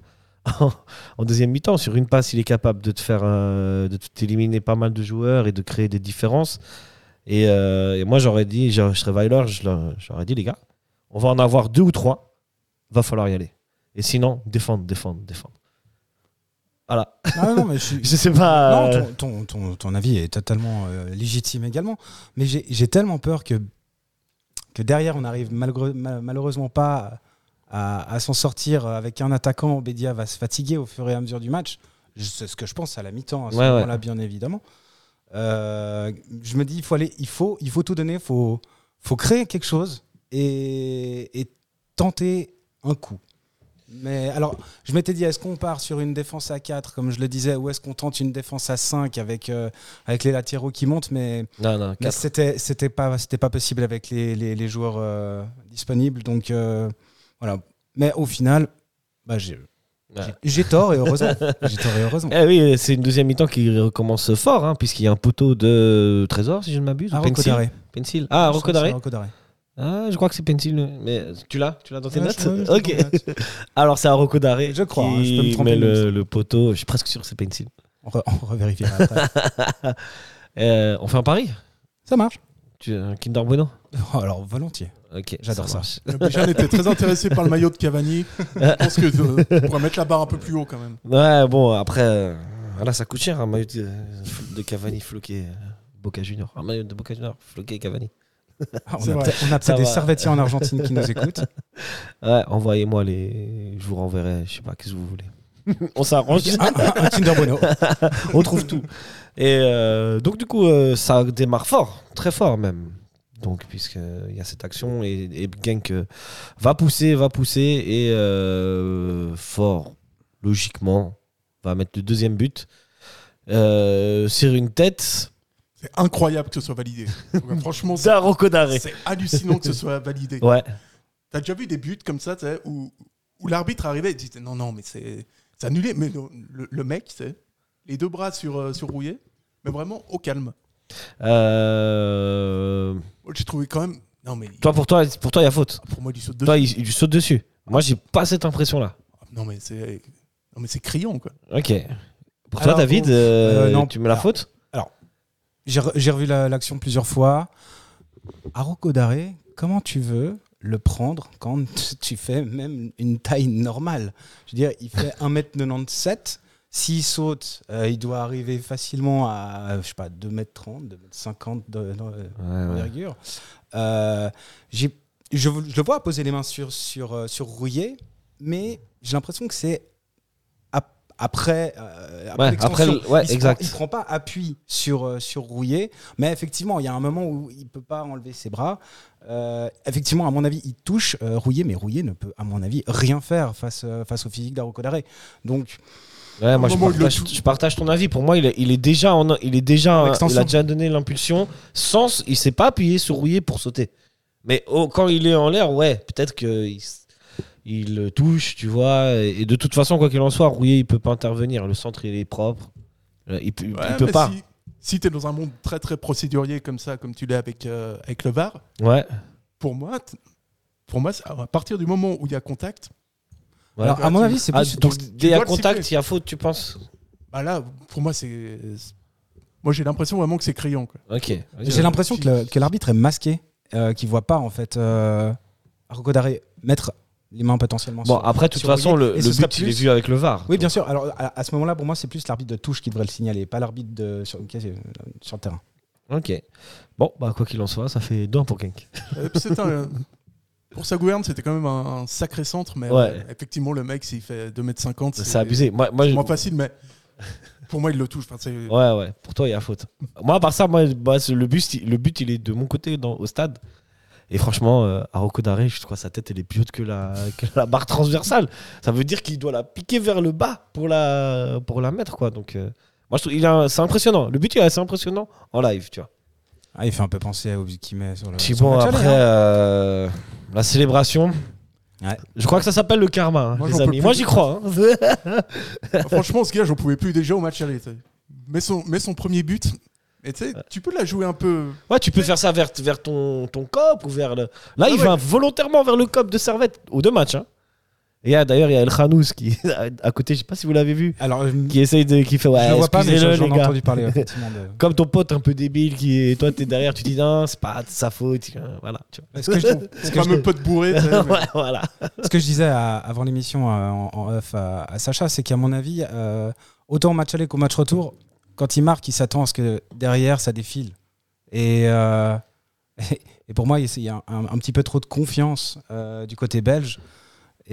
Speaker 5: [laughs] en, en deuxième mi-temps, sur une passe, il est capable de te faire, euh, de t'éliminer pas mal de joueurs et de créer des différences. Et, euh, et moi, j'aurais dit, je, je serais Weiler, je leur- j'aurais dit, les gars, on va en avoir deux ou trois, va falloir y aller. Et sinon, défendre, défendre, défendre. Voilà.
Speaker 7: Ah Non, non, mais je
Speaker 5: [laughs]
Speaker 7: suis-
Speaker 5: Je sais pas.
Speaker 7: Non,
Speaker 5: euh,
Speaker 7: ton, ton- ton- ton avis est totalement euh, légitime également. Mais j'ai j'ai tellement peur que, que derrière, on n'arrive malheureusement pas à, à s'en sortir avec un attaquant. Bédia va se fatiguer au fur et à mesure du match. Je- C'est ce que je pense à la mi-temps, à ce
Speaker 5: Ouais, ouais.
Speaker 7: moment-là, bien évidemment. Euh, je me dis, il faut, aller, il faut, il faut tout donner, il faut, faut créer quelque chose et, et tenter un coup. Mais alors, je m'étais dit, est-ce qu'on part sur une défense à 4, comme je le disais, ou est-ce qu'on tente une défense à 5 avec, euh, avec les latéraux qui montent Mais,
Speaker 5: Non, non,
Speaker 7: mais
Speaker 5: quatre.
Speaker 7: c'était c'était pas, c'était pas possible avec les, les- les joueurs euh, disponibles. Donc, euh, voilà. Mais au final, bah, j'ai j'ai- j'ai tort et
Speaker 5: [laughs]
Speaker 7: heureusement. j'ai tort et heureusement.
Speaker 5: Eh oui, c'est une deuxième mi-temps qui recommence fort, hein, puisqu'il y a un poteau de Trésor, si je ne m'abuse.
Speaker 7: Ah,
Speaker 5: ou
Speaker 7: Rocco
Speaker 5: Pencil.
Speaker 7: Daré.
Speaker 5: Pencil. Ah,
Speaker 7: Je
Speaker 5: Rocco
Speaker 7: crois que c'est
Speaker 5: Daré.
Speaker 7: Rocco Daré.
Speaker 5: Ah, je crois que c'est Pencil. Mais tu l'as Tu l'as dans tes
Speaker 7: Ouais,
Speaker 5: notes
Speaker 7: Ah, je- ouais, je
Speaker 5: Ok.
Speaker 7: l'ai dans mes
Speaker 5: [laughs] Alors, c'est un Rocco Daré.
Speaker 7: Je crois, hein,
Speaker 5: qui
Speaker 7: je peux me tromper,
Speaker 5: met
Speaker 7: mais il me
Speaker 5: le, le poteau. Je suis presque sûr que c'est Pencil.
Speaker 7: On, re- on revérifiera
Speaker 5: [laughs]
Speaker 7: après.
Speaker 5: Euh, on fait un pari
Speaker 7: ça marche.
Speaker 5: tu, un Kinder Bueno
Speaker 7: Oh, alors, volontiers.
Speaker 5: Ok.
Speaker 7: J'adore ça.
Speaker 5: marche.
Speaker 6: Jeanne était très intéressé par le maillot de Cavani. Je pense que euh, on pourrait mettre la barre un peu plus haut quand même.
Speaker 5: Ouais, bon, après, euh, voilà, ça coûte cher un maillot de, de Cavani floqué. euh, Boca Junior. Un maillot de Boca Junior floqué Cavani.
Speaker 7: Ah, on
Speaker 6: C'est
Speaker 7: a
Speaker 6: vrai.
Speaker 7: peut-être on a
Speaker 5: Ça
Speaker 7: peut-être des
Speaker 5: va.
Speaker 7: servettiers en
Speaker 5: [laughs]
Speaker 7: Argentine qui nous écoutent.
Speaker 5: Ouais, envoyez-moi les. Je vous renverrai, je sais pas, qu'est-ce que vous
Speaker 7: [laughs]
Speaker 5: voulez. on s'arrange,
Speaker 7: Un, Ah, un- un Kinder Bueno.
Speaker 5: [laughs] on trouve tout. Et euh, donc, du coup, euh, ça démarre fort, très fort même. Donc, puisqu'il y a cette action, et, et Genk euh, va pousser, va pousser, et euh, fort, logiquement, va mettre le deuxième but. Euh, sur une tête
Speaker 6: C'est incroyable que ce soit validé. Ouais, Franchement, c'est
Speaker 5: d'un Rocco Daré.
Speaker 6: c'est hallucinant que ce soit validé.
Speaker 5: Ouais,
Speaker 6: T'as déjà vu des buts comme ça, tu sais, où, où l'arbitre arrivait et disait non, non, mais c'est c'est annulé. Mais non, le, le mec, tu sais, les deux bras sur, euh, sur Rouillet, mais vraiment au calme.
Speaker 5: Euh,
Speaker 6: J'ai trouvé quand même. Non, mais il-
Speaker 5: toi, pour toi, pour toi, il y a faute.
Speaker 6: pour moi, du saut de.
Speaker 5: Toi, il, il lui saute dessus. Moi, j'ai pas cette impression-là.
Speaker 6: Non, mais c'est. Non, mais c'est criant, quoi.
Speaker 5: Ok. Pour
Speaker 7: Alors,
Speaker 5: toi, David,
Speaker 7: bon,
Speaker 5: euh,
Speaker 7: euh, non.
Speaker 5: tu mets la
Speaker 7: Alors,
Speaker 5: faute
Speaker 7: J'ai re- j'ai revu la- l'action plusieurs fois. À Rocco Daré, comment tu veux le prendre quand [laughs] tu fais même une taille normale Je veux dire, il fait 1m97. S'il saute, euh, il doit arriver facilement à je sais pas, 2m30, 2m50 de, dans- euh, d'envergure. Euh, j'ai- je, je le vois poser les mains sur, sur, euh, sur Rouillet, mais j'ai l'impression que c'est ap- après, euh, après
Speaker 5: Ouais,
Speaker 7: l'extension.
Speaker 5: après le- ouais,
Speaker 7: il, se
Speaker 5: exact.
Speaker 7: Prend, il prend pas appui sur, euh, sur Rouillet, mais effectivement, il y a un moment où il peut pas enlever ses bras. Euh, effectivement, à mon avis, il touche euh, Rouillet, mais Rouillet ne peut, à mon avis, rien faire face, euh, face au physique d'Arocco Daré. Donc,
Speaker 5: Ouais, moi,
Speaker 6: au
Speaker 5: je
Speaker 6: moment où il le
Speaker 5: partage,
Speaker 6: touche-
Speaker 5: je partage ton avis. Pour moi, il est, il est déjà, en, il est
Speaker 7: En
Speaker 5: déjà, il
Speaker 7: extension.
Speaker 5: a déjà donné l'impulsion. Sans, s- il s'est pas appuyé sur rouillé pour sauter. Mais oh, quand il est en l'air, ouais, peut-être que il, s- il le touche, tu vois. Et et de toute façon, quoi qu'il en soit, rouillé, il peut pas intervenir. Le centre, il est propre. Euh, Il, peut- il
Speaker 6: Ouais,
Speaker 5: peut
Speaker 6: mais
Speaker 5: pas.
Speaker 6: Si, tu es dans un monde très, très procédurier comme ça, comme tu l'es avec, euh, avec le VAR,
Speaker 5: Ouais.
Speaker 6: pour moi, t- pour moi c'est- à partir du moment où il y a contact,
Speaker 5: ouais.
Speaker 7: alors, à mon avis, c'est
Speaker 5: Ah,
Speaker 7: plus-
Speaker 5: donc, dès
Speaker 6: dois
Speaker 5: à
Speaker 6: le
Speaker 5: contact,
Speaker 6: siffler.
Speaker 5: il y a faute, tu penses
Speaker 6: bah là, pour moi, c'est. Moi, j'ai l'impression vraiment que c'est criant, quoi.
Speaker 5: Ok. ok.
Speaker 7: J'ai l'impression que le- que l'arbitre est masqué, euh, qu'il voit pas en fait euh, Rocco Daré mettre les mains potentiellement.
Speaker 5: Bon,
Speaker 7: sur-
Speaker 5: après, de toute
Speaker 7: sur Rouillet.
Speaker 5: façon, le,
Speaker 7: Et
Speaker 5: le
Speaker 7: ce serait
Speaker 5: but, il est
Speaker 7: plus-
Speaker 5: vu avec le VAR.
Speaker 7: Oui, bien sûr. Alors à, à ce moment-là, pour moi, c'est plus l'arbitre de touche qui devrait le signaler, pas l'arbitre de sur, qui est sur le terrain.
Speaker 5: Ok. Bon, bah, quoi qu'il en soit, ça fait 2 pour Genk.
Speaker 6: Euh, puis c'est un- pour sa gouverne, c'était quand même un, un sacré centre, mais
Speaker 5: Ouais.
Speaker 6: euh, effectivement, le mec, s'il fait 2m50,
Speaker 5: C'est abusé. Moi, moi, je-
Speaker 6: moins facile, mais pour moi, il le touche. Enfin, c'est-
Speaker 5: Ouais, ouais. Pour toi, il y a faute. Moi, à part ça, moi, bah, c'est le, but, il- le but, il est de mon côté dans, au stade. Et franchement, euh, à Rocco Daré, je crois que sa tête, elle est plus haute que la, [laughs] que la barre transversale. Ça veut dire qu'il doit la piquer vers le bas pour la, pour la mettre, quoi. Donc, euh, moi, je trouve, il a, c'est impressionnant. Le but, il est assez impressionnant en live, tu vois.
Speaker 7: Ah, il fait un peu penser au but qu'il met sur le.
Speaker 5: Puis
Speaker 7: sur le
Speaker 5: bon,
Speaker 7: match aller,
Speaker 5: après,
Speaker 7: hein.
Speaker 5: euh, la célébration.
Speaker 7: Ouais.
Speaker 5: Je crois que ça s'appelle le karma, hein,
Speaker 6: Moi, j'en
Speaker 5: les
Speaker 6: peux
Speaker 5: amis.
Speaker 6: plus.
Speaker 5: Moi, j'y crois.
Speaker 7: [laughs]
Speaker 5: hein.
Speaker 6: Franchement, ce gars, j'en pouvais plus déjà au match aller. tu sais. Mais son, mais son premier but, Et tu sais, tu peux la jouer un peu.
Speaker 5: Ouais, tu peux faire ça vers, vers ton, ton cop ou vers le. Là,
Speaker 6: Ah
Speaker 5: il
Speaker 6: ouais.
Speaker 5: va volontairement vers le cop de Servette aux deux matchs. hein. Et il y a- d'ailleurs, il y a El Khanouz qui [laughs] est à- à côté, je sais pas si vous l'avez vu,
Speaker 7: Alors, euh, je
Speaker 5: qui essaye de. qui fait ouais,
Speaker 7: ne vois pas, mais
Speaker 5: excusez-le,
Speaker 7: j'en ai
Speaker 5: les gars.
Speaker 7: entendu parler. effectivement,
Speaker 5: [laughs]
Speaker 7: de-
Speaker 5: Comme ton pote un peu débile qui est. Toi, t'es derrière, tu dis non, c'est pas de sa faute. euh, Voilà. Tu vois.
Speaker 7: Est-ce que je-
Speaker 6: Ce
Speaker 7: que je
Speaker 6: fameux
Speaker 7: t'ai-
Speaker 6: pote bourré. tu sais, mais-
Speaker 5: [laughs] Ouais, voilà.
Speaker 7: Ce que je disais à- avant l'émission euh, en, en off à, à Sacha, c'est qu'à mon avis, euh, autant au match aller qu'au match retour, quand il marque, il s'attend à ce que derrière, ça défile. Et, euh, [laughs] et pour moi, il y a un, un petit peu trop de confiance euh, du côté belge.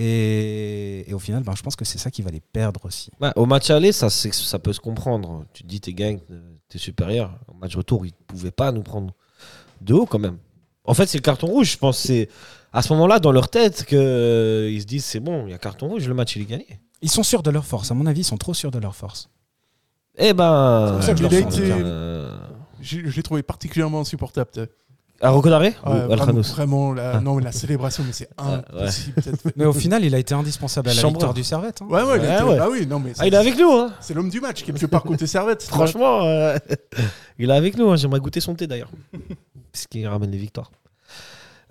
Speaker 7: Et, et au final, ben, je pense que c'est ça qui va les perdre aussi.
Speaker 5: Ouais, au match aller, ça, c'est- ça peut se comprendre. Tu te dis, t'es gang, euh, t'es supérieur. Au match retour, ils ne pouvaient pas nous prendre de haut quand même. En fait, c'est le carton rouge, je pense. C'est à ce moment-là, dans leur tête, qu'ils se disent, c'est bon, il y a carton rouge, le match, il est gagné.
Speaker 7: Ils sont sûrs de leur force. À mon avis, ils sont trop sûrs de leur force.
Speaker 5: Eh ben.
Speaker 6: C'est pour ça qu'il
Speaker 5: euh,
Speaker 6: a été-
Speaker 5: euh,
Speaker 6: Je je l'ai trouvé particulièrement insupportable. tu sais.
Speaker 5: à Rocodaré ou
Speaker 6: Ouais,
Speaker 5: Al
Speaker 6: vraiment,
Speaker 5: Khanos
Speaker 6: vraiment, la, non, mais la célébration,
Speaker 5: [laughs]
Speaker 6: mais c'est impossible. cette fête. [laughs]
Speaker 7: Mais au final, il a été indispensable à la
Speaker 5: Chambre.
Speaker 7: victoire du Servette. hein.
Speaker 6: Ouais, ouais, il était-
Speaker 5: Ouais, ouais.
Speaker 6: bah oui, non, mais
Speaker 5: Ah, il est avec nous, hein
Speaker 6: c'est l'homme du match, quelque part côté servette. c'est vrai.
Speaker 5: Franchement, euh, [laughs] il est avec nous. hein. J'aimerais goûter son thé
Speaker 6: [laughs]
Speaker 5: d'ailleurs. Parce qu'il ramène les victoires.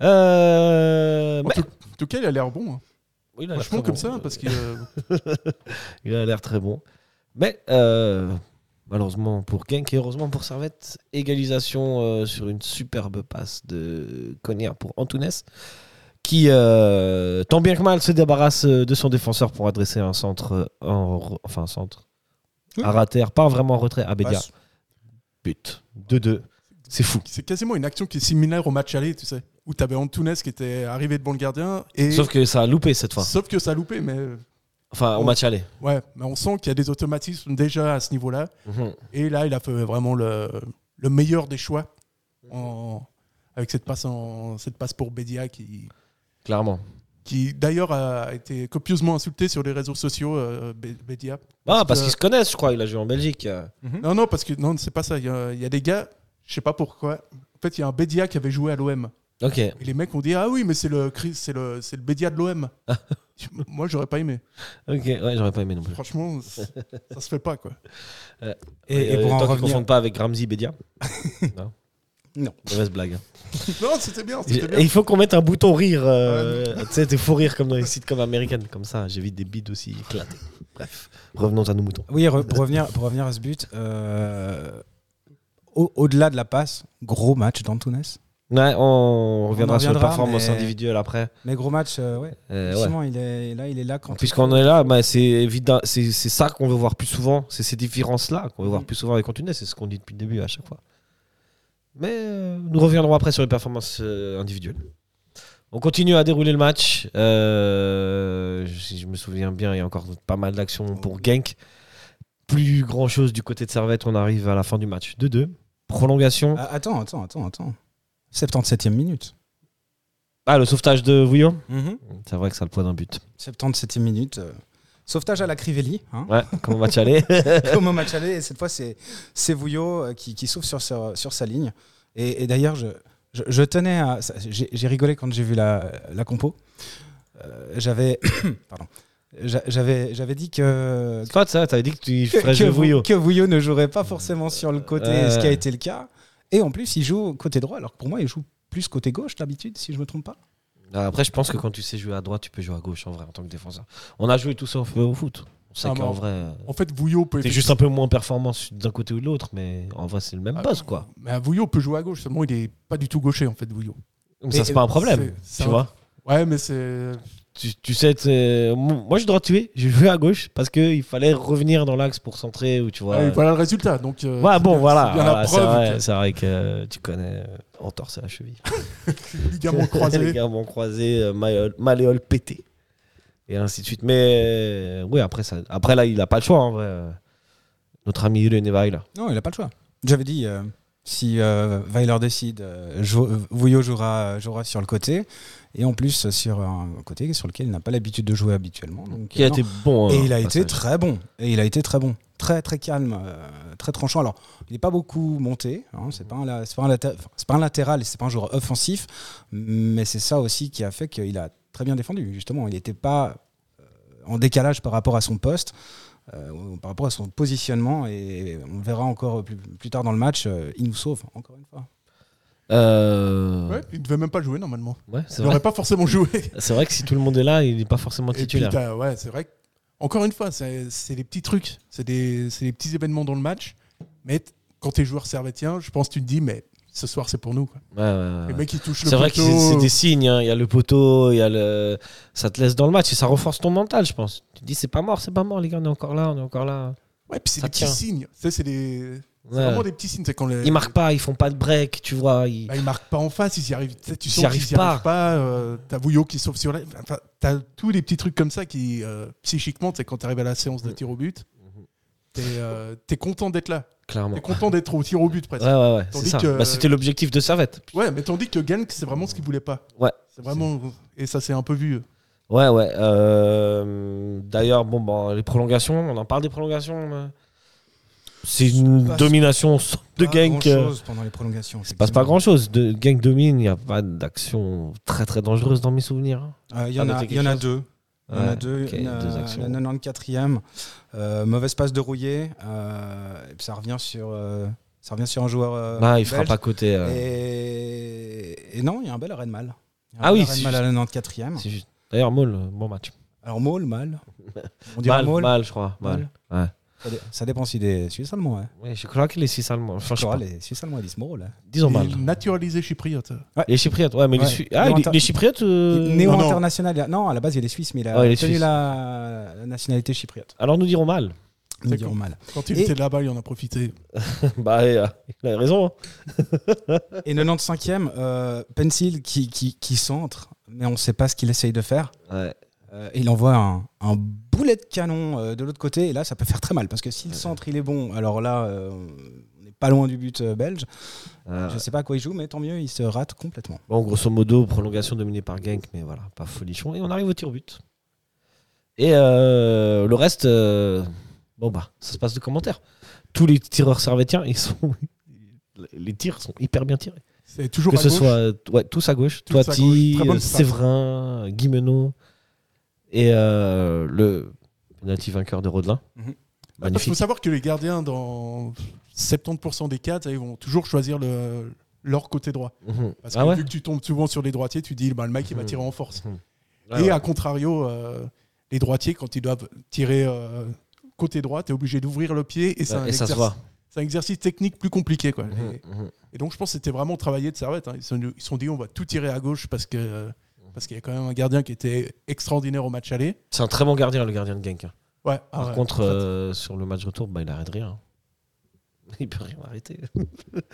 Speaker 5: Euh, mais-
Speaker 6: En tout cas, il a l'air bon. hein.
Speaker 5: Oui, il a l'air
Speaker 6: Franchement,
Speaker 5: très
Speaker 6: comme
Speaker 5: bon.
Speaker 6: ça, parce qu'il. euh,
Speaker 5: Il a l'air très bon. Mais euh, malheureusement pour Genk et heureusement pour Servette, égalisation euh, sur une superbe passe de Cognac pour Antunes, qui euh, tant bien que mal se débarrasse euh, de son défenseur pour adresser un centre, euh, en re- enfin un centre,
Speaker 7: Oui.
Speaker 5: à terre, pas vraiment en retrait, à Bédia.
Speaker 7: Passe.
Speaker 5: But 2-2. C'est fou.
Speaker 6: C'est quasiment une action qui est similaire au match aller, tu sais, où t'avais Antunes qui était arrivé devant le gardien et
Speaker 5: Sauf que ça a loupé cette fois.
Speaker 6: sauf que ça a loupé, mais euh,
Speaker 5: Enfin, au
Speaker 6: on-
Speaker 5: match aller.
Speaker 6: ouais, mais on sent qu'il y a des automatismes déjà à ce niveau-là.
Speaker 5: Mhm.
Speaker 6: Et là, il a fait vraiment le, le meilleur des choix en- avec cette passe en cette passe pour Bedia qui
Speaker 5: Clairement.
Speaker 6: qui d'ailleurs a été copieusement insulté sur les réseaux sociaux. euh, Be- Bedia.
Speaker 5: Ah, parce
Speaker 6: que-
Speaker 5: qu'ils se connaissent, je crois. Il a joué en Belgique. euh.
Speaker 6: Non, non, parce que non, c'est pas ça. Il y, a- il y a des gars, je sais pas pourquoi. En fait, il y a un Bedia qui avait joué à l'OM.
Speaker 5: Ok.
Speaker 6: Et les mecs ont dit Ah oui, mais c'est le, Chris- c'est le, c'est le Bédia de [laughs] l'OM. Moi, j'aurais pas aimé.
Speaker 5: Ok. Ouais, j'aurais pas aimé non plus.
Speaker 6: Franchement, c'est- ça se fait pas, quoi.
Speaker 7: Et, et pour en
Speaker 5: ne
Speaker 7: revenir.
Speaker 5: confondent pas avec Ramzi
Speaker 7: [laughs]
Speaker 5: Bedia. non.
Speaker 7: Non.
Speaker 5: Mauvaise blague.
Speaker 6: [laughs]
Speaker 5: hein.
Speaker 6: Non, c'était bien, c'était bien.
Speaker 5: Et il faut qu'on mette un bouton rire. euh,
Speaker 7: Ah,
Speaker 5: [laughs] tu sais, des faux rires comme dans les sites comme américaines. Comme ça, j'évite des bides aussi éclatées. Bref, revenons à nos moutons.
Speaker 7: Oui, re- pour revenir, pour revenir à ce but, euh, au- au-delà de la passe, gros match d'Antunes.
Speaker 5: Ouais, on reviendra sur les
Speaker 7: reviendra,
Speaker 5: performances
Speaker 7: mais-
Speaker 5: individuelles après.
Speaker 7: Mais gros match, euh, ouais.
Speaker 5: Euh, ouais.
Speaker 7: Effectivement, il est là, il est là quand.
Speaker 5: Puisqu'on est là, bah, c'est évident, c'est c'est ça qu'on veut voir plus souvent, c'est ces différences-là qu'on veut voir plus souvent avec Antunes, c'est ce qu'on dit depuis le début à chaque fois. Mais euh, nous reviendrons après sur les performances euh, individuelles. On continue à dérouler le match. Euh, si je me souviens bien, il y a encore pas mal d'actions pour Genk. Plus grand chose du côté de Servette, on arrive à la fin du match. 2-2. Prolongation.
Speaker 7: Ah, attends, attends, attends, attends. 77e minute.
Speaker 5: Ah, le sauvetage de Vouillon. C'est vrai que ça a le poids d'un but.
Speaker 7: 77e minute. euh, sauvetage à la Crivelli, hein,
Speaker 5: Ouais, comme au match aller.
Speaker 7: comme au match aller. Et cette fois, c'est c'est Vouillot euh, qui, qui s'ouvre sur, sur, sur sa ligne. Et, et d'ailleurs, je, je, je tenais à. ça- J'ai j'ai rigolé quand j'ai vu la, la compo. Euh, J'avais. [coughs] pardon. J'a- J'avais j'avais dit que
Speaker 5: Toi, ça, t'avais dit que tu
Speaker 7: que,
Speaker 5: ferais
Speaker 7: que
Speaker 5: jouer
Speaker 7: Vou-
Speaker 5: Vouillot.
Speaker 7: que Vouillot ne jouerait pas forcément sur le côté,
Speaker 5: Euh,
Speaker 7: ce qui a
Speaker 5: ouais.
Speaker 7: été le cas. Et en plus, il joue côté droit, alors que pour moi, il joue plus côté gauche d'habitude, si je me trompe pas.
Speaker 5: Ah, Après, je pense que quand tu sais jouer à droite, tu peux jouer à gauche en vrai en tant que défenseur. On a joué tout ça au foot. On sait
Speaker 6: Ah,
Speaker 5: qu'en
Speaker 6: bon.
Speaker 5: vrai, euh,
Speaker 6: En fait, Vouillot peut.
Speaker 5: t'es juste un peu moins en performance d'un côté ou de l'autre, mais en vrai, c'est le même
Speaker 6: Ah,
Speaker 5: poste quoi.
Speaker 6: Mais Vouillot peut jouer à gauche, seulement il est pas du tout gaucher, en fait, Vouillot.
Speaker 5: Donc, ça,
Speaker 6: et-
Speaker 5: c'est pas un problème.
Speaker 6: c'est- c'est
Speaker 5: Tu
Speaker 6: un-
Speaker 5: vois
Speaker 6: Ouais, mais c'est.
Speaker 5: tu, tu sais, t'es- moi, je dois tuer. J'ai joué à gauche parce qu'il fallait revenir dans l'axe pour centrer ou tu vois.
Speaker 6: Ah, et voilà le résultat. Donc, euh,
Speaker 5: Ouais,
Speaker 6: c'est
Speaker 5: bon,
Speaker 6: bien-
Speaker 5: voilà.
Speaker 6: C'est bien
Speaker 5: Voilà,
Speaker 6: la
Speaker 5: C'est vrai,
Speaker 6: preuve
Speaker 5: c'est vrai que euh, tu connais euh, entorse à la cheville.
Speaker 6: que les
Speaker 5: [laughs]
Speaker 6: ligaments
Speaker 5: les
Speaker 6: croisés.
Speaker 5: gars m'ont croisé, euh, maillol- malléole pété. Et ainsi de suite. Mais euh, oui, après, ça, après là, il a pas le choix. en vrai. Euh, Notre ami Irene Weiler.
Speaker 7: Non, il n'a pas le choix. J'avais dit, euh, si euh, Weiler décide, euh, Jo- euh, Vouillot jouera, jouera sur le côté, et en plus euh, sur un côté sur lequel il n'a pas l'habitude de jouer habituellement. Donc,
Speaker 5: Qui a
Speaker 7: euh, non.
Speaker 5: été bon.
Speaker 7: Et
Speaker 5: hein,
Speaker 7: il a
Speaker 5: au
Speaker 7: été
Speaker 5: passage.
Speaker 7: très bon. Et il a été très bon. Très, très calme, euh, très tranchant. Alors, il n'est pas beaucoup monté. hein, c'est pas, un la- c'est pas, un laté- enfin, c'est pas un latéral, c'est pas un joueur offensif. Mais c'est ça aussi qui a fait qu'il a très bien défendu, justement. Il n'était pas euh, en décalage par rapport à son poste. euh, par rapport à son positionnement. Et on le verra encore plus, plus tard dans le match. euh, il nous sauve, encore une fois.
Speaker 5: Euh,
Speaker 6: Ouais, il ne devait même pas jouer normalement.
Speaker 5: ouais, c'est
Speaker 6: Il
Speaker 5: vrai.
Speaker 6: n'aurait pas
Speaker 5: [laughs]
Speaker 6: forcément joué.
Speaker 5: C'est vrai que si tout le monde est là, il n'est pas forcément
Speaker 6: Et puis,
Speaker 5: titulaire.
Speaker 6: t'as- ouais, c'est vrai. que- Encore une fois, c'est c'est des petits trucs, c'est des, c'est des petits événements dans le match. Mais t- quand t'es joueur servétien, je pense que tu te dis, mais ce soir, c'est pour nous. Quoi.
Speaker 5: Ouais, ouais, ouais.
Speaker 6: Les mecs, ils touchent le
Speaker 5: C'est vrai que c'est
Speaker 6: poteau.
Speaker 5: c'est des signes. hein. Il y a le poteau, il y a le... ça te laisse dans le match et ça renforce ton mental, je pense. Tu te dis, c'est pas mort, c'est pas mort, les gars, on est encore là, on est encore là.
Speaker 6: Ouais, puis c'est
Speaker 5: ça
Speaker 6: des petits
Speaker 5: tient.
Speaker 6: signes. Tu sais, C'est des... c'est
Speaker 5: Ouais.
Speaker 6: vraiment des petits signes. c'est Quand les...
Speaker 5: Ils marquent pas, ils font pas de break, tu vois. ils-
Speaker 6: Bah, ils marquent pas en face, ils y arrivent. Tu, sais, tu
Speaker 5: Ils
Speaker 6: sens
Speaker 5: y
Speaker 6: qu'ils
Speaker 5: arrivent
Speaker 6: y arrivent pas. euh, t'as Vouillot qui sauve sur la. Enfin, t'as tous les petits trucs comme ça qui, euh, psychiquement, tu sais, quand t'arrives à la séance
Speaker 5: Mm.
Speaker 6: de tir au but,
Speaker 5: Mm-hmm.
Speaker 6: t'es euh, t'es content d'être là.
Speaker 5: Clairement.
Speaker 6: T'es content d'être au tir au but presque.
Speaker 5: Ouais, ouais, ouais. c'est
Speaker 6: Tandis
Speaker 5: ça.
Speaker 6: que-
Speaker 5: Bah,
Speaker 7: euh,
Speaker 5: C'était l'objectif de Servette.
Speaker 6: Ouais, mais tandis que Gank, c'est vraiment ce qu'il voulait pas.
Speaker 5: Ouais.
Speaker 6: C'est vraiment. Et ça, c'est un peu vu.
Speaker 5: Ouais, ouais. euh, D'ailleurs, bon, bah, les prolongations, on en parle des prolongations. mais C'est une
Speaker 7: passe
Speaker 5: domination de
Speaker 7: Pas
Speaker 5: Genk. euh,
Speaker 7: grand-chose pendant les prolongations.
Speaker 5: Il se passe pas grand chose. De gang domine, il n'y a pas d'action très très dangereuse dans mes souvenirs. hein.
Speaker 7: Euh, Il y en
Speaker 5: T'as
Speaker 7: a-
Speaker 5: noté
Speaker 7: il y en a
Speaker 5: quelque
Speaker 7: deux. Il y en a
Speaker 5: Ouais,
Speaker 7: deux,
Speaker 5: ok,
Speaker 7: il y en a
Speaker 5: deux actions.
Speaker 7: la 94e, euh, mauvaise passe de Rouillé, euh, et puis ça revient sur, euh, ça revient sur un joueur. euh,
Speaker 5: Bah, il
Speaker 7: belge.
Speaker 5: fera pas côté. euh,
Speaker 7: Et... et non, il y a un bel arrêt de mal. Il y a un
Speaker 5: Ah
Speaker 7: bel
Speaker 5: oui,
Speaker 7: arrêt de
Speaker 5: c'est
Speaker 7: mal à la 94e.
Speaker 5: c'est juste. D'ailleurs, Maul, euh, bon match.
Speaker 7: Alors
Speaker 5: [laughs]
Speaker 7: Maul, mal. On dirait
Speaker 5: Mal,
Speaker 7: Maul.
Speaker 5: mal, je crois. Mal. Ouais.
Speaker 7: Ça dé- Ça dépend si des Suisses allemands. Ouais.
Speaker 5: Ouais, je crois que les Suisses allemands. Enfin, je sais
Speaker 7: Encore,
Speaker 5: pas.
Speaker 7: les Suisses allemands ils disent Maul. hein.
Speaker 5: Disons mal.
Speaker 6: Il naturalisé chypriote.
Speaker 5: Les Chypriotes, ouais, mais les
Speaker 7: Ouais.
Speaker 5: Su- Ah,
Speaker 7: Néo-
Speaker 5: les, les Chypriotes. euh,
Speaker 7: Néo
Speaker 6: non, non.
Speaker 7: international. il a- Non, à la base il est Suisse, mais il a
Speaker 5: Ouais, il est
Speaker 7: tenu
Speaker 5: Suisse.
Speaker 7: la... la nationalité chypriote.
Speaker 5: Alors nous dirons mal.
Speaker 7: Nous
Speaker 6: C'est
Speaker 7: dirons
Speaker 6: con.
Speaker 7: mal.
Speaker 6: Quand il
Speaker 7: Et-
Speaker 6: était là-bas, il en a profité.
Speaker 5: [laughs] bah, euh, il a raison. hein.
Speaker 7: Et 95e, euh, Pencil qui, qui, qui centre, mais on ne sait pas ce qu'il essaye de faire.
Speaker 5: Ouais.
Speaker 7: Euh, il envoie un, un boulet de canon euh, de l'autre côté, et là, ça peut faire très mal, parce que si le centre, il est bon, alors là, euh, on n'est pas loin du but euh, belge.
Speaker 5: Ah,
Speaker 7: Je ne sais pas à quoi il joue, mais tant mieux, il se rate complètement.
Speaker 5: Bon, grosso modo, prolongation dominée par Genk, mais voilà, pas folichon. Et on arrive au tir au but. Et euh, le reste, euh, bon bah, ça se passe de commentaires. Tous les tireurs servétiens, ils sont, [laughs] les tirs sont hyper bien tirés.
Speaker 6: C'est toujours
Speaker 5: que
Speaker 6: à
Speaker 5: ce
Speaker 6: gauche.
Speaker 5: soit euh, ouais, tous à gauche,
Speaker 6: Tous à gauche.
Speaker 5: Toiti,
Speaker 6: Très bonne
Speaker 5: euh,
Speaker 6: frappe.
Speaker 5: Séverin, Guimeno et euh, le penalty vainqueur de Rodelin.
Speaker 6: Bah,
Speaker 7: Mhm.
Speaker 6: Parce qu'il faut
Speaker 5: Magnifique.
Speaker 6: savoir que les gardiens, dans 70% des cas, ils vont toujours choisir le- leur côté droit.
Speaker 5: Mhm.
Speaker 6: Parce que
Speaker 5: Ah ouais
Speaker 6: vu que tu tombes souvent sur les droitiers, tu dis, bah, le mec, il va
Speaker 5: Mhm.
Speaker 6: tirer en force.
Speaker 5: Ouais,
Speaker 6: et
Speaker 5: Ah ouais.
Speaker 6: à contrario, euh, les droitiers, quand ils doivent tirer euh, côté droit, tu es obligé d'ouvrir le pied. Et c'est un,
Speaker 5: Bah, Et ça se
Speaker 6: exercice-
Speaker 5: voit.
Speaker 6: c'est un exercice technique plus compliqué. Quoi.
Speaker 5: Mhm,
Speaker 6: Et,
Speaker 5: mhm.
Speaker 6: et donc, je pense que c'était vraiment travaillé de servette. hein. Ils se ils se sont dit, on va tout tirer à gauche parce que. euh, parce qu'il y a quand même un gardien qui était extraordinaire au match aller.
Speaker 5: C'est un très bon gardien, le gardien de Genk. hein.
Speaker 6: Ouais, ah
Speaker 5: Par
Speaker 6: ouais.
Speaker 5: contre, euh, sur le match retour, bah, il arrête rien. [laughs] Il peut rien arrêter.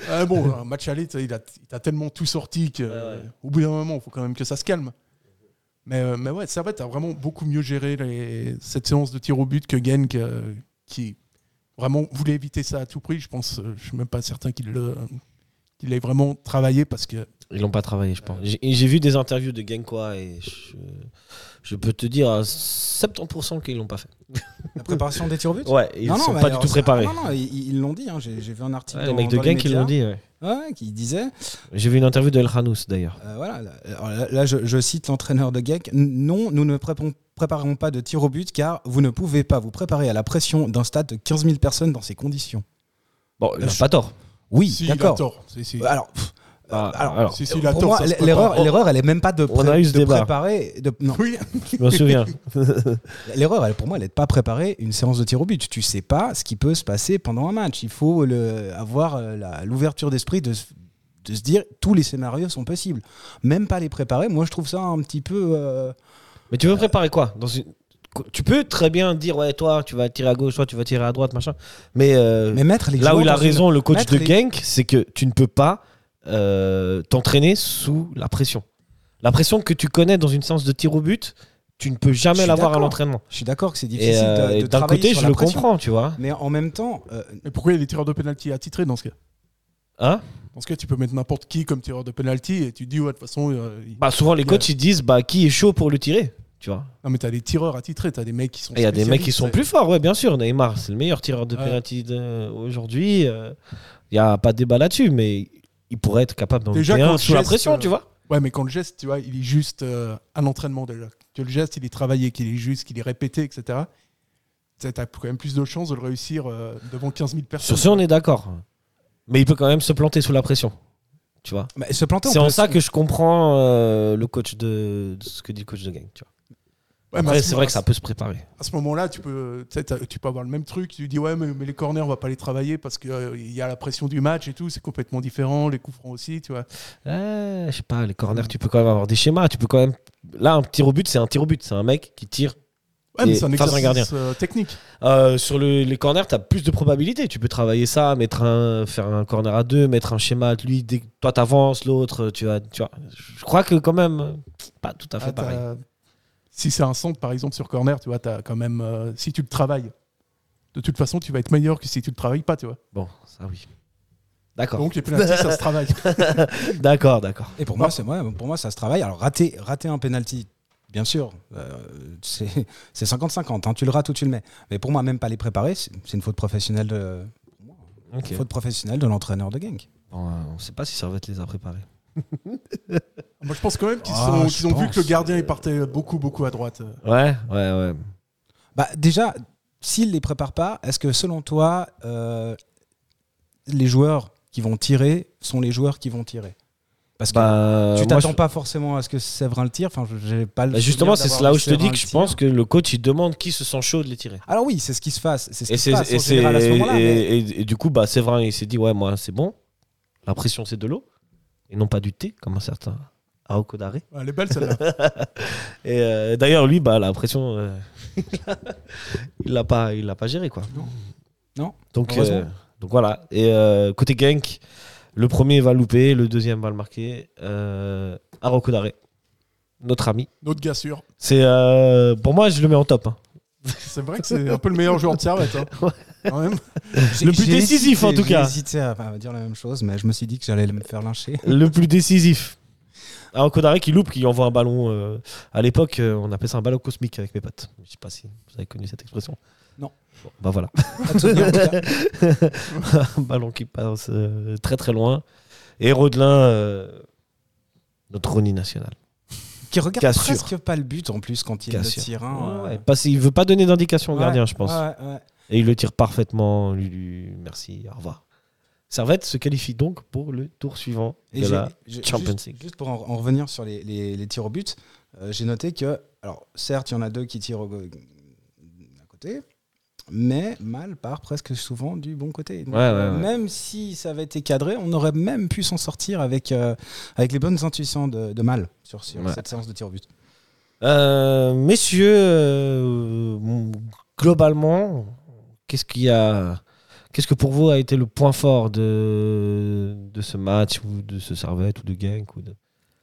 Speaker 6: Ah bon, un match aller, tu sais, il a, il a tellement tout sorti qu'au
Speaker 5: Ouais, ouais.
Speaker 6: bout d'un moment, il faut quand même que ça se calme. Mais, euh, mais ouais, Servette a vraiment beaucoup mieux géré les- cette séance de tir au but que Genk, euh, qui vraiment voulait éviter ça à tout prix. Je pense, euh, je suis même pas certain qu'il le- qu'il l'ait vraiment travaillé parce que
Speaker 5: Ils l'ont pas travaillé, je pense. J'ai j'ai vu des interviews de Genkois et je, je peux te dire à 70% qu'ils l'ont pas fait.
Speaker 7: La préparation des tirs au but
Speaker 5: Ouais, ils
Speaker 7: Non, non,
Speaker 5: sont
Speaker 7: mais
Speaker 5: pas du
Speaker 7: alors,
Speaker 5: tout
Speaker 7: ça-
Speaker 5: préparés.
Speaker 7: Non, non, ils ils l'ont dit, hein, j'ai j'ai vu un article.
Speaker 5: Ouais, les
Speaker 7: dans-
Speaker 5: mecs de
Speaker 7: dans les
Speaker 5: Genk, ils
Speaker 7: médias,
Speaker 5: l'ont dit. ouais.
Speaker 7: ouais, qui disait
Speaker 5: J'ai vu une interview de El Hanouz d'ailleurs.
Speaker 7: Euh, voilà, là, alors là- là, je, je cite l'entraîneur de Geek. Non, nous ne préparons, préparerons pas de tir au but car vous ne pouvez pas vous préparer à la pression d'un stade de 15 000 personnes dans ces conditions.
Speaker 5: Bon, il a
Speaker 7: je-
Speaker 5: pas tort.
Speaker 7: Oui,
Speaker 6: si, il a
Speaker 7: d'accord. Euh,
Speaker 6: tort. Si, si.
Speaker 7: Alors, pff,
Speaker 5: Bah,
Speaker 7: alors,
Speaker 5: alors,
Speaker 6: Si, si, il a
Speaker 7: Euh, pour
Speaker 6: tort,
Speaker 7: moi,
Speaker 6: ça se
Speaker 7: l-
Speaker 6: peut
Speaker 7: l'erreur,
Speaker 6: pas.
Speaker 7: l'erreur, elle est même pas de,
Speaker 5: On a eu ce
Speaker 7: de
Speaker 5: débat.
Speaker 7: préparer. de- non,
Speaker 6: Oui,
Speaker 5: je m'en [laughs] souviens.
Speaker 7: [laughs] l'erreur, elle, pour moi, elle est de pas préparer une séance de tir au but. Tu sais pas ce qui peut se passer pendant un match. Il faut le- avoir euh, la- l'ouverture d'esprit de, se- de se dire tous les scénarios sont possibles. Même pas les préparer. Moi, je trouve ça un petit peu. euh,
Speaker 5: Mais tu veux préparer quoi dans une... qu- Tu peux très bien dire, ouais, toi, tu vas tirer à gauche, toi, tu vas tirer à droite, machin. Mais, euh,
Speaker 7: mais mettre les
Speaker 5: là où
Speaker 7: joueurs
Speaker 5: il a
Speaker 7: dans une-
Speaker 5: raison, le coach
Speaker 7: mettre
Speaker 5: de
Speaker 7: les-
Speaker 5: Genk, c'est que tu ne peux pas euh, t'entraîner sous la pression. La pression que tu connais dans une séance de tir au but, tu ne peux
Speaker 7: Je
Speaker 5: jamais
Speaker 7: suis
Speaker 5: l'avoir à
Speaker 7: d'accord.
Speaker 5: l'entraînement.
Speaker 7: Je suis d'accord que c'est
Speaker 5: Et
Speaker 7: difficile
Speaker 5: euh,
Speaker 7: de,
Speaker 5: et
Speaker 7: de
Speaker 5: d'un
Speaker 7: travailler
Speaker 5: côté,
Speaker 7: sur
Speaker 5: je
Speaker 7: la
Speaker 5: le
Speaker 7: pression.
Speaker 5: comprends, tu vois.
Speaker 7: Mais en même temps, euh,
Speaker 6: Mais pourquoi il y a des tireurs de pénalty attitrés dans ce cas
Speaker 5: Hein
Speaker 6: Dans ce cas, tu peux mettre n'importe qui comme tireur de pénalty et tu dis, ouais, de toute façon, euh, il-
Speaker 5: bah, souvent, les coachs, ils disent, bah, qui est chaud pour le tirer tu vois.
Speaker 6: non, mais t'as des tireurs attitrés, t'as des mecs qui sont.
Speaker 5: Et Il y a des mecs qui sont
Speaker 6: spécialistes.
Speaker 5: plus forts, ouais, bien sûr. Neymar, c'est le meilleur tireur de
Speaker 6: Ouais.
Speaker 5: penalty de- aujourd'hui. Il n'y a pas de débat là-dessus, mais il pourrait être capable d'en
Speaker 6: Déjà,
Speaker 5: tirer un
Speaker 6: quand
Speaker 5: sous la
Speaker 6: Chest,
Speaker 5: pression,
Speaker 6: euh,
Speaker 5: tu vois.
Speaker 6: Ouais, mais quand le geste, tu vois, il est juste euh, à l'entraînement déjà. Que le geste, il est travaillé, qu'il est juste, qu'il est répété, etc. t'as t'as quand même plus de chances de le réussir euh, devant 15 000
Speaker 5: Sur
Speaker 6: personnes.
Speaker 5: ce, on est d'accord. Mais il peut quand même se planter sous la pression. Tu vois
Speaker 7: Bah, se planter, on
Speaker 5: C'est
Speaker 7: peut
Speaker 5: en
Speaker 7: le-
Speaker 5: ça que je comprends euh, le coach de, de ce que dit le coach de gang. Tu vois.
Speaker 6: Ouais, mais à
Speaker 5: Après,
Speaker 6: ce-
Speaker 5: c'est vrai que ça peut se préparer.
Speaker 6: À ce moment-là, tu peux, tu sais, t'as- tu peux avoir le même truc. Tu dis, ouais, mais, mais les corners, on va pas les travailler parce qu'il y a la pression du match et tout. C'est complètement différent. Les coups francs aussi, tu vois.
Speaker 5: Euh, je sais pas, les corners, tu peux quand même avoir des schémas. Tu peux quand même. Là, un tir au but, c'est un tir au but. C'est un mec qui tire.
Speaker 6: Ouais, mais
Speaker 5: Et
Speaker 6: c'est un
Speaker 5: face à un
Speaker 6: exercice
Speaker 5: gardien.
Speaker 6: euh, technique.
Speaker 5: Euh, sur le- les corners, t'as plus de probabilités. Tu peux travailler ça, mettre un, faire un corner à deux, mettre un schéma. Lui, dès que toi t'avances, l'autre, tu vois, tu vois. Je crois que quand même, euh, pas tout à fait
Speaker 6: Ah, t'as-
Speaker 5: pareil.
Speaker 6: si c'est un centre, par exemple, sur corner, tu vois, t'as quand même. euh, si tu le travailles, de toute façon, tu vas être meilleur que si tu le travailles pas, tu vois.
Speaker 5: Bon, ça oui. D'accord.
Speaker 6: Donc les pénaltys, ça se travaille.
Speaker 5: D'accord, d'accord.
Speaker 7: Et pour moi, c'est moi, pour moi, ça se travaille. Alors rater, rater un penalty, bien sûr, euh, c'est c'est 50-50. hein. tu le rates ou tu le mets. Mais pour moi, même pas les préparer, c'est c'est une faute professionnelle de,
Speaker 5: Ok.
Speaker 7: faute professionnelle de l'entraîneur de gang.
Speaker 5: Bon, euh, on sait pas si Servette les a préparés.
Speaker 6: Moi, je pense quand même qu'ils
Speaker 7: Ah,
Speaker 6: sont-
Speaker 7: je
Speaker 6: qu'ils ont vu
Speaker 7: pense.
Speaker 6: que le gardien, il partait beaucoup, beaucoup à droite. Euh,
Speaker 5: Ouais, ouais, ouais.
Speaker 7: Bah déjà, s'ils les préparent pas, est-ce que selon toi, euh, les joueurs qui vont tirer sont les joueurs qui vont tirer Parce que
Speaker 5: Bah,
Speaker 7: tu
Speaker 5: moi,
Speaker 7: t'attends
Speaker 5: je-
Speaker 7: pas forcément à ce que Séverin le tire. Enfin, je- j'ai pas le
Speaker 5: Bah, justement,
Speaker 7: souvenir
Speaker 5: c'est là
Speaker 7: d'avoir
Speaker 5: où
Speaker 7: vu
Speaker 5: je te dis
Speaker 7: Séverin
Speaker 5: que
Speaker 7: le
Speaker 5: je
Speaker 7: tirer.
Speaker 5: pense que le coach il demande qui se sent chaud de les tirer.
Speaker 7: Alors oui, c'est ce qui se passe. C'est ce
Speaker 5: Et,
Speaker 7: qui
Speaker 5: c'est,
Speaker 7: se passe en
Speaker 5: et, c'est-
Speaker 7: général à ce moment-là. mais-
Speaker 5: et- et- et du coup, bah, Séverin, il s'est dit Ouais, moi, c'est bon. La pression, c'est de l'eau. Et non pas du thé, comme un certain Aoko Dare.
Speaker 6: Ah, Elle est belle, celle-là.
Speaker 5: Et
Speaker 7: [laughs]
Speaker 5: euh, d'ailleurs, lui, bah, la pression, euh, [laughs] il l'a pas, il l'a pas géré, quoi.
Speaker 7: Non. Non.
Speaker 5: Donc,
Speaker 7: Heureusement.
Speaker 5: euh, donc voilà. Et euh, côté Genk, le premier va le louper, le deuxième va le marquer. Euh, Aroko Dare, notre ami.
Speaker 6: Notre gars sûr.
Speaker 5: C'est euh, pour moi, je le mets en top. hein.
Speaker 6: C'est vrai que c'est un peu le meilleur joueur de Servette.
Speaker 7: [laughs]
Speaker 6: hein.
Speaker 5: Ouais.
Speaker 6: Quand même.
Speaker 7: J'ai-
Speaker 5: Le plus
Speaker 7: j'ai
Speaker 5: décisif,
Speaker 7: hésité,
Speaker 5: en tout
Speaker 7: j'ai
Speaker 5: cas.
Speaker 7: hésité à, à dire la même chose, mais je me suis dit que j'allais me faire lyncher. [laughs]
Speaker 5: le plus décisif. Aroko Dare qui loupe, qui envoie un ballon. euh, à l'époque, euh, on appelait ça un ballon cosmique avec mes potes. Je sais pas si vous avez connu cette expression.
Speaker 7: Non.
Speaker 5: Bon, bah
Speaker 7: [laughs]
Speaker 5: voilà.
Speaker 7: Pas
Speaker 5: [laughs]
Speaker 7: de souvenir, en tout cas.
Speaker 5: un ballon qui passe euh, très très loin. Et Rodelin, euh, notre Rony national.
Speaker 7: Qui regarde
Speaker 5: Cassure.
Speaker 7: presque pas le but en plus quand il
Speaker 5: Cassure.
Speaker 7: le tire. hein, euh.
Speaker 5: Ouais, parce qu'il veut pas donner d'indication au
Speaker 7: Ouais,
Speaker 5: gardien, je pense.
Speaker 7: ouais, ouais.
Speaker 5: Et il le tire parfaitement. Lui, lui, merci, au revoir. Servette se qualifie donc pour le tour suivant.
Speaker 7: Et
Speaker 5: de
Speaker 7: j'ai-
Speaker 5: la-
Speaker 7: j'ai-
Speaker 5: Champions
Speaker 7: juste,
Speaker 5: League.
Speaker 7: juste pour en, en revenir sur les, les- les tirs au but, euh, j'ai noté que, alors certes, il y en a deux qui tirent au go- à côté, mais Mal part presque souvent du bon côté. Donc,
Speaker 5: Ouais, ouais,
Speaker 7: euh,
Speaker 5: ouais.
Speaker 7: Même si ça avait été cadré, on aurait même pu s'en sortir avec, euh, avec les bonnes intuitions de, de Mal sur, sur
Speaker 5: Ouais.
Speaker 7: cette séance de tirs au but.
Speaker 5: Euh, messieurs, euh, bon, globalement, qu'est-ce qu'il y a Qu'est-ce que pour vous a été le point fort de, de ce match ou de ce Servette ou de Genk ou de...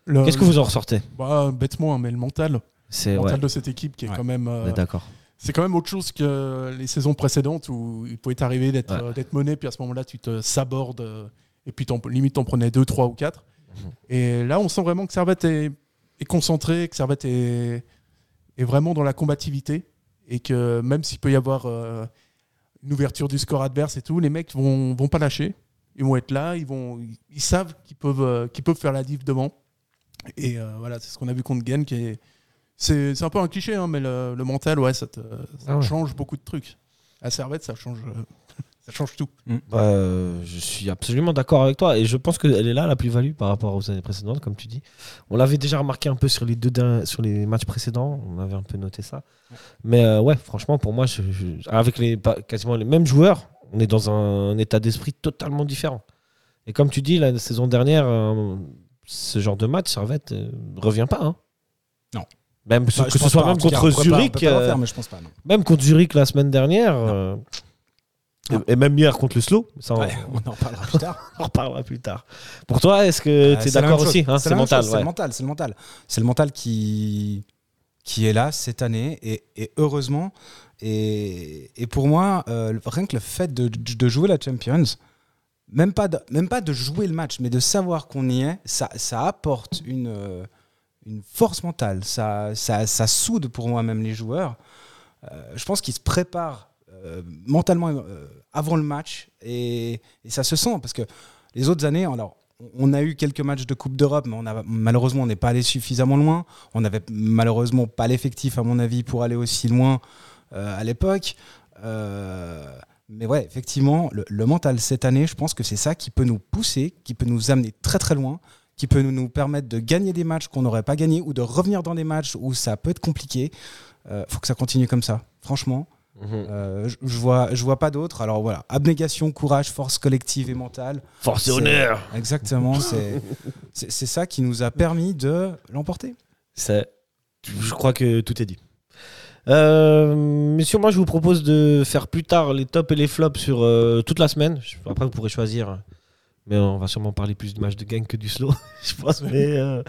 Speaker 6: Le-
Speaker 5: Qu'est-ce que vous en ressortez
Speaker 6: bah, Bêtement, hein, mais le mental.
Speaker 5: C'est
Speaker 6: Le
Speaker 5: ouais,
Speaker 6: mental de cette équipe qui est
Speaker 7: Ouais.
Speaker 6: quand même. euh,
Speaker 5: on est d'accord.
Speaker 6: C'est quand même autre chose que les saisons précédentes où il pouvait t'arriver d'être
Speaker 5: Ouais.
Speaker 6: euh, d'être mené, puis à ce moment-là, tu te sabordes, euh, et puis t'en- limite, t'en prenais deux, trois ou quatre. Et là, on sent vraiment que Servette est, est concentré, que Servette est, est vraiment dans la combativité, et que même s'il peut y avoir euh, une ouverture du score adverse et tout, les mecs vont, vont pas lâcher. Ils vont être là, ils, vont, ils savent qu'ils peuvent, euh, qu'ils peuvent faire la diff devant. Et euh, voilà, c'est ce qu'on a vu contre Genk. et C'est c'est un peu un cliché, hein, mais le, le mental, ouais, ça, te- ça
Speaker 5: Ah ouais.
Speaker 6: change beaucoup de trucs. À Servette, ça change, [laughs] euh, ça change tout.
Speaker 5: Bah, euh, je suis absolument d'accord avec toi et je pense qu'elle est là la plus-value par rapport aux années précédentes, comme tu dis. On l'avait déjà remarqué un peu sur les, deux derni- sur les matchs précédents, on avait un peu noté ça. Mais euh, ouais, franchement, pour moi, je- je- avec les, pas- quasiment les mêmes joueurs, on est dans un, état d'esprit totalement différent. Et comme tu dis, la saison dernière, euh, ce genre de match, Servette, euh, revient pas. hein.
Speaker 7: Non.
Speaker 5: Même,
Speaker 7: Bah, je
Speaker 5: que ce
Speaker 7: pense
Speaker 5: soit
Speaker 7: pas, en
Speaker 5: même
Speaker 7: tout cas,
Speaker 5: contre
Speaker 7: on peut pas- on peut
Speaker 5: Zurich.
Speaker 7: pas le
Speaker 5: euh,
Speaker 7: faire, mais je pense pas, non.
Speaker 5: même contre Zurich la semaine dernière, euh, et-
Speaker 7: Non.
Speaker 5: et, même hier contre le Slow, ça on-
Speaker 7: Ouais, on en parlera plus tard.
Speaker 5: [laughs] on en reparlera plus tard. Pour toi, est-ce que
Speaker 7: Euh,
Speaker 5: tu es
Speaker 7: c'est la
Speaker 5: d'accord
Speaker 7: même chose.
Speaker 5: aussi hein,
Speaker 7: C'est
Speaker 5: C'est
Speaker 7: la même
Speaker 5: mental,
Speaker 7: chose,
Speaker 5: ouais.
Speaker 7: C'est le mental, c'est le mental. C'est le mental qui, qui est là cette année et, et heureusement. Et, et pour moi, euh, le- rien que le fait de, de jouer la Champions, même pas, de, même pas de jouer le match, mais de savoir qu'on y est, ça, ça apporte une, euh, une force mentale. Ça, ça, ça soude pour moi même les joueurs. Euh, je pense qu'ils se préparent euh, mentalement euh, avant le match et, et ça se sent parce que les autres années, alors on a eu quelques matchs de Coupe d'Europe, mais on a, malheureusement on n'est pas allé suffisamment loin. On n'avait malheureusement pas l'effectif, à mon avis, pour aller aussi loin euh, à l'époque. Euh, mais ouais, effectivement, le, le mental cette année, je pense que c'est ça qui peut nous pousser, qui peut nous amener très très loin, qui peut nous, nous permettre de gagner des matchs qu'on n'aurait pas gagnés ou de revenir dans des matchs où ça peut être compliqué. Euh, faut que ça continue comme ça, franchement.
Speaker 5: Mhm.
Speaker 7: Euh, je- je vois, je vois pas d'autre. Alors voilà, abnégation, courage, force collective et mentale.
Speaker 5: Force et
Speaker 7: C'est-
Speaker 5: honneur. Ah.
Speaker 7: Exactement, c'est c'est c'est ça qui nous a permis de l'emporter.
Speaker 5: Ça, je crois que tout est dit. Euh, messieurs, moi je vous propose de faire plus tard les tops et les flops sur euh, toute la semaine. Je- Après, vous pourrez choisir. hein. Mais on va sûrement parler plus de match de gang que du slow, [laughs] je pense. Mais euh,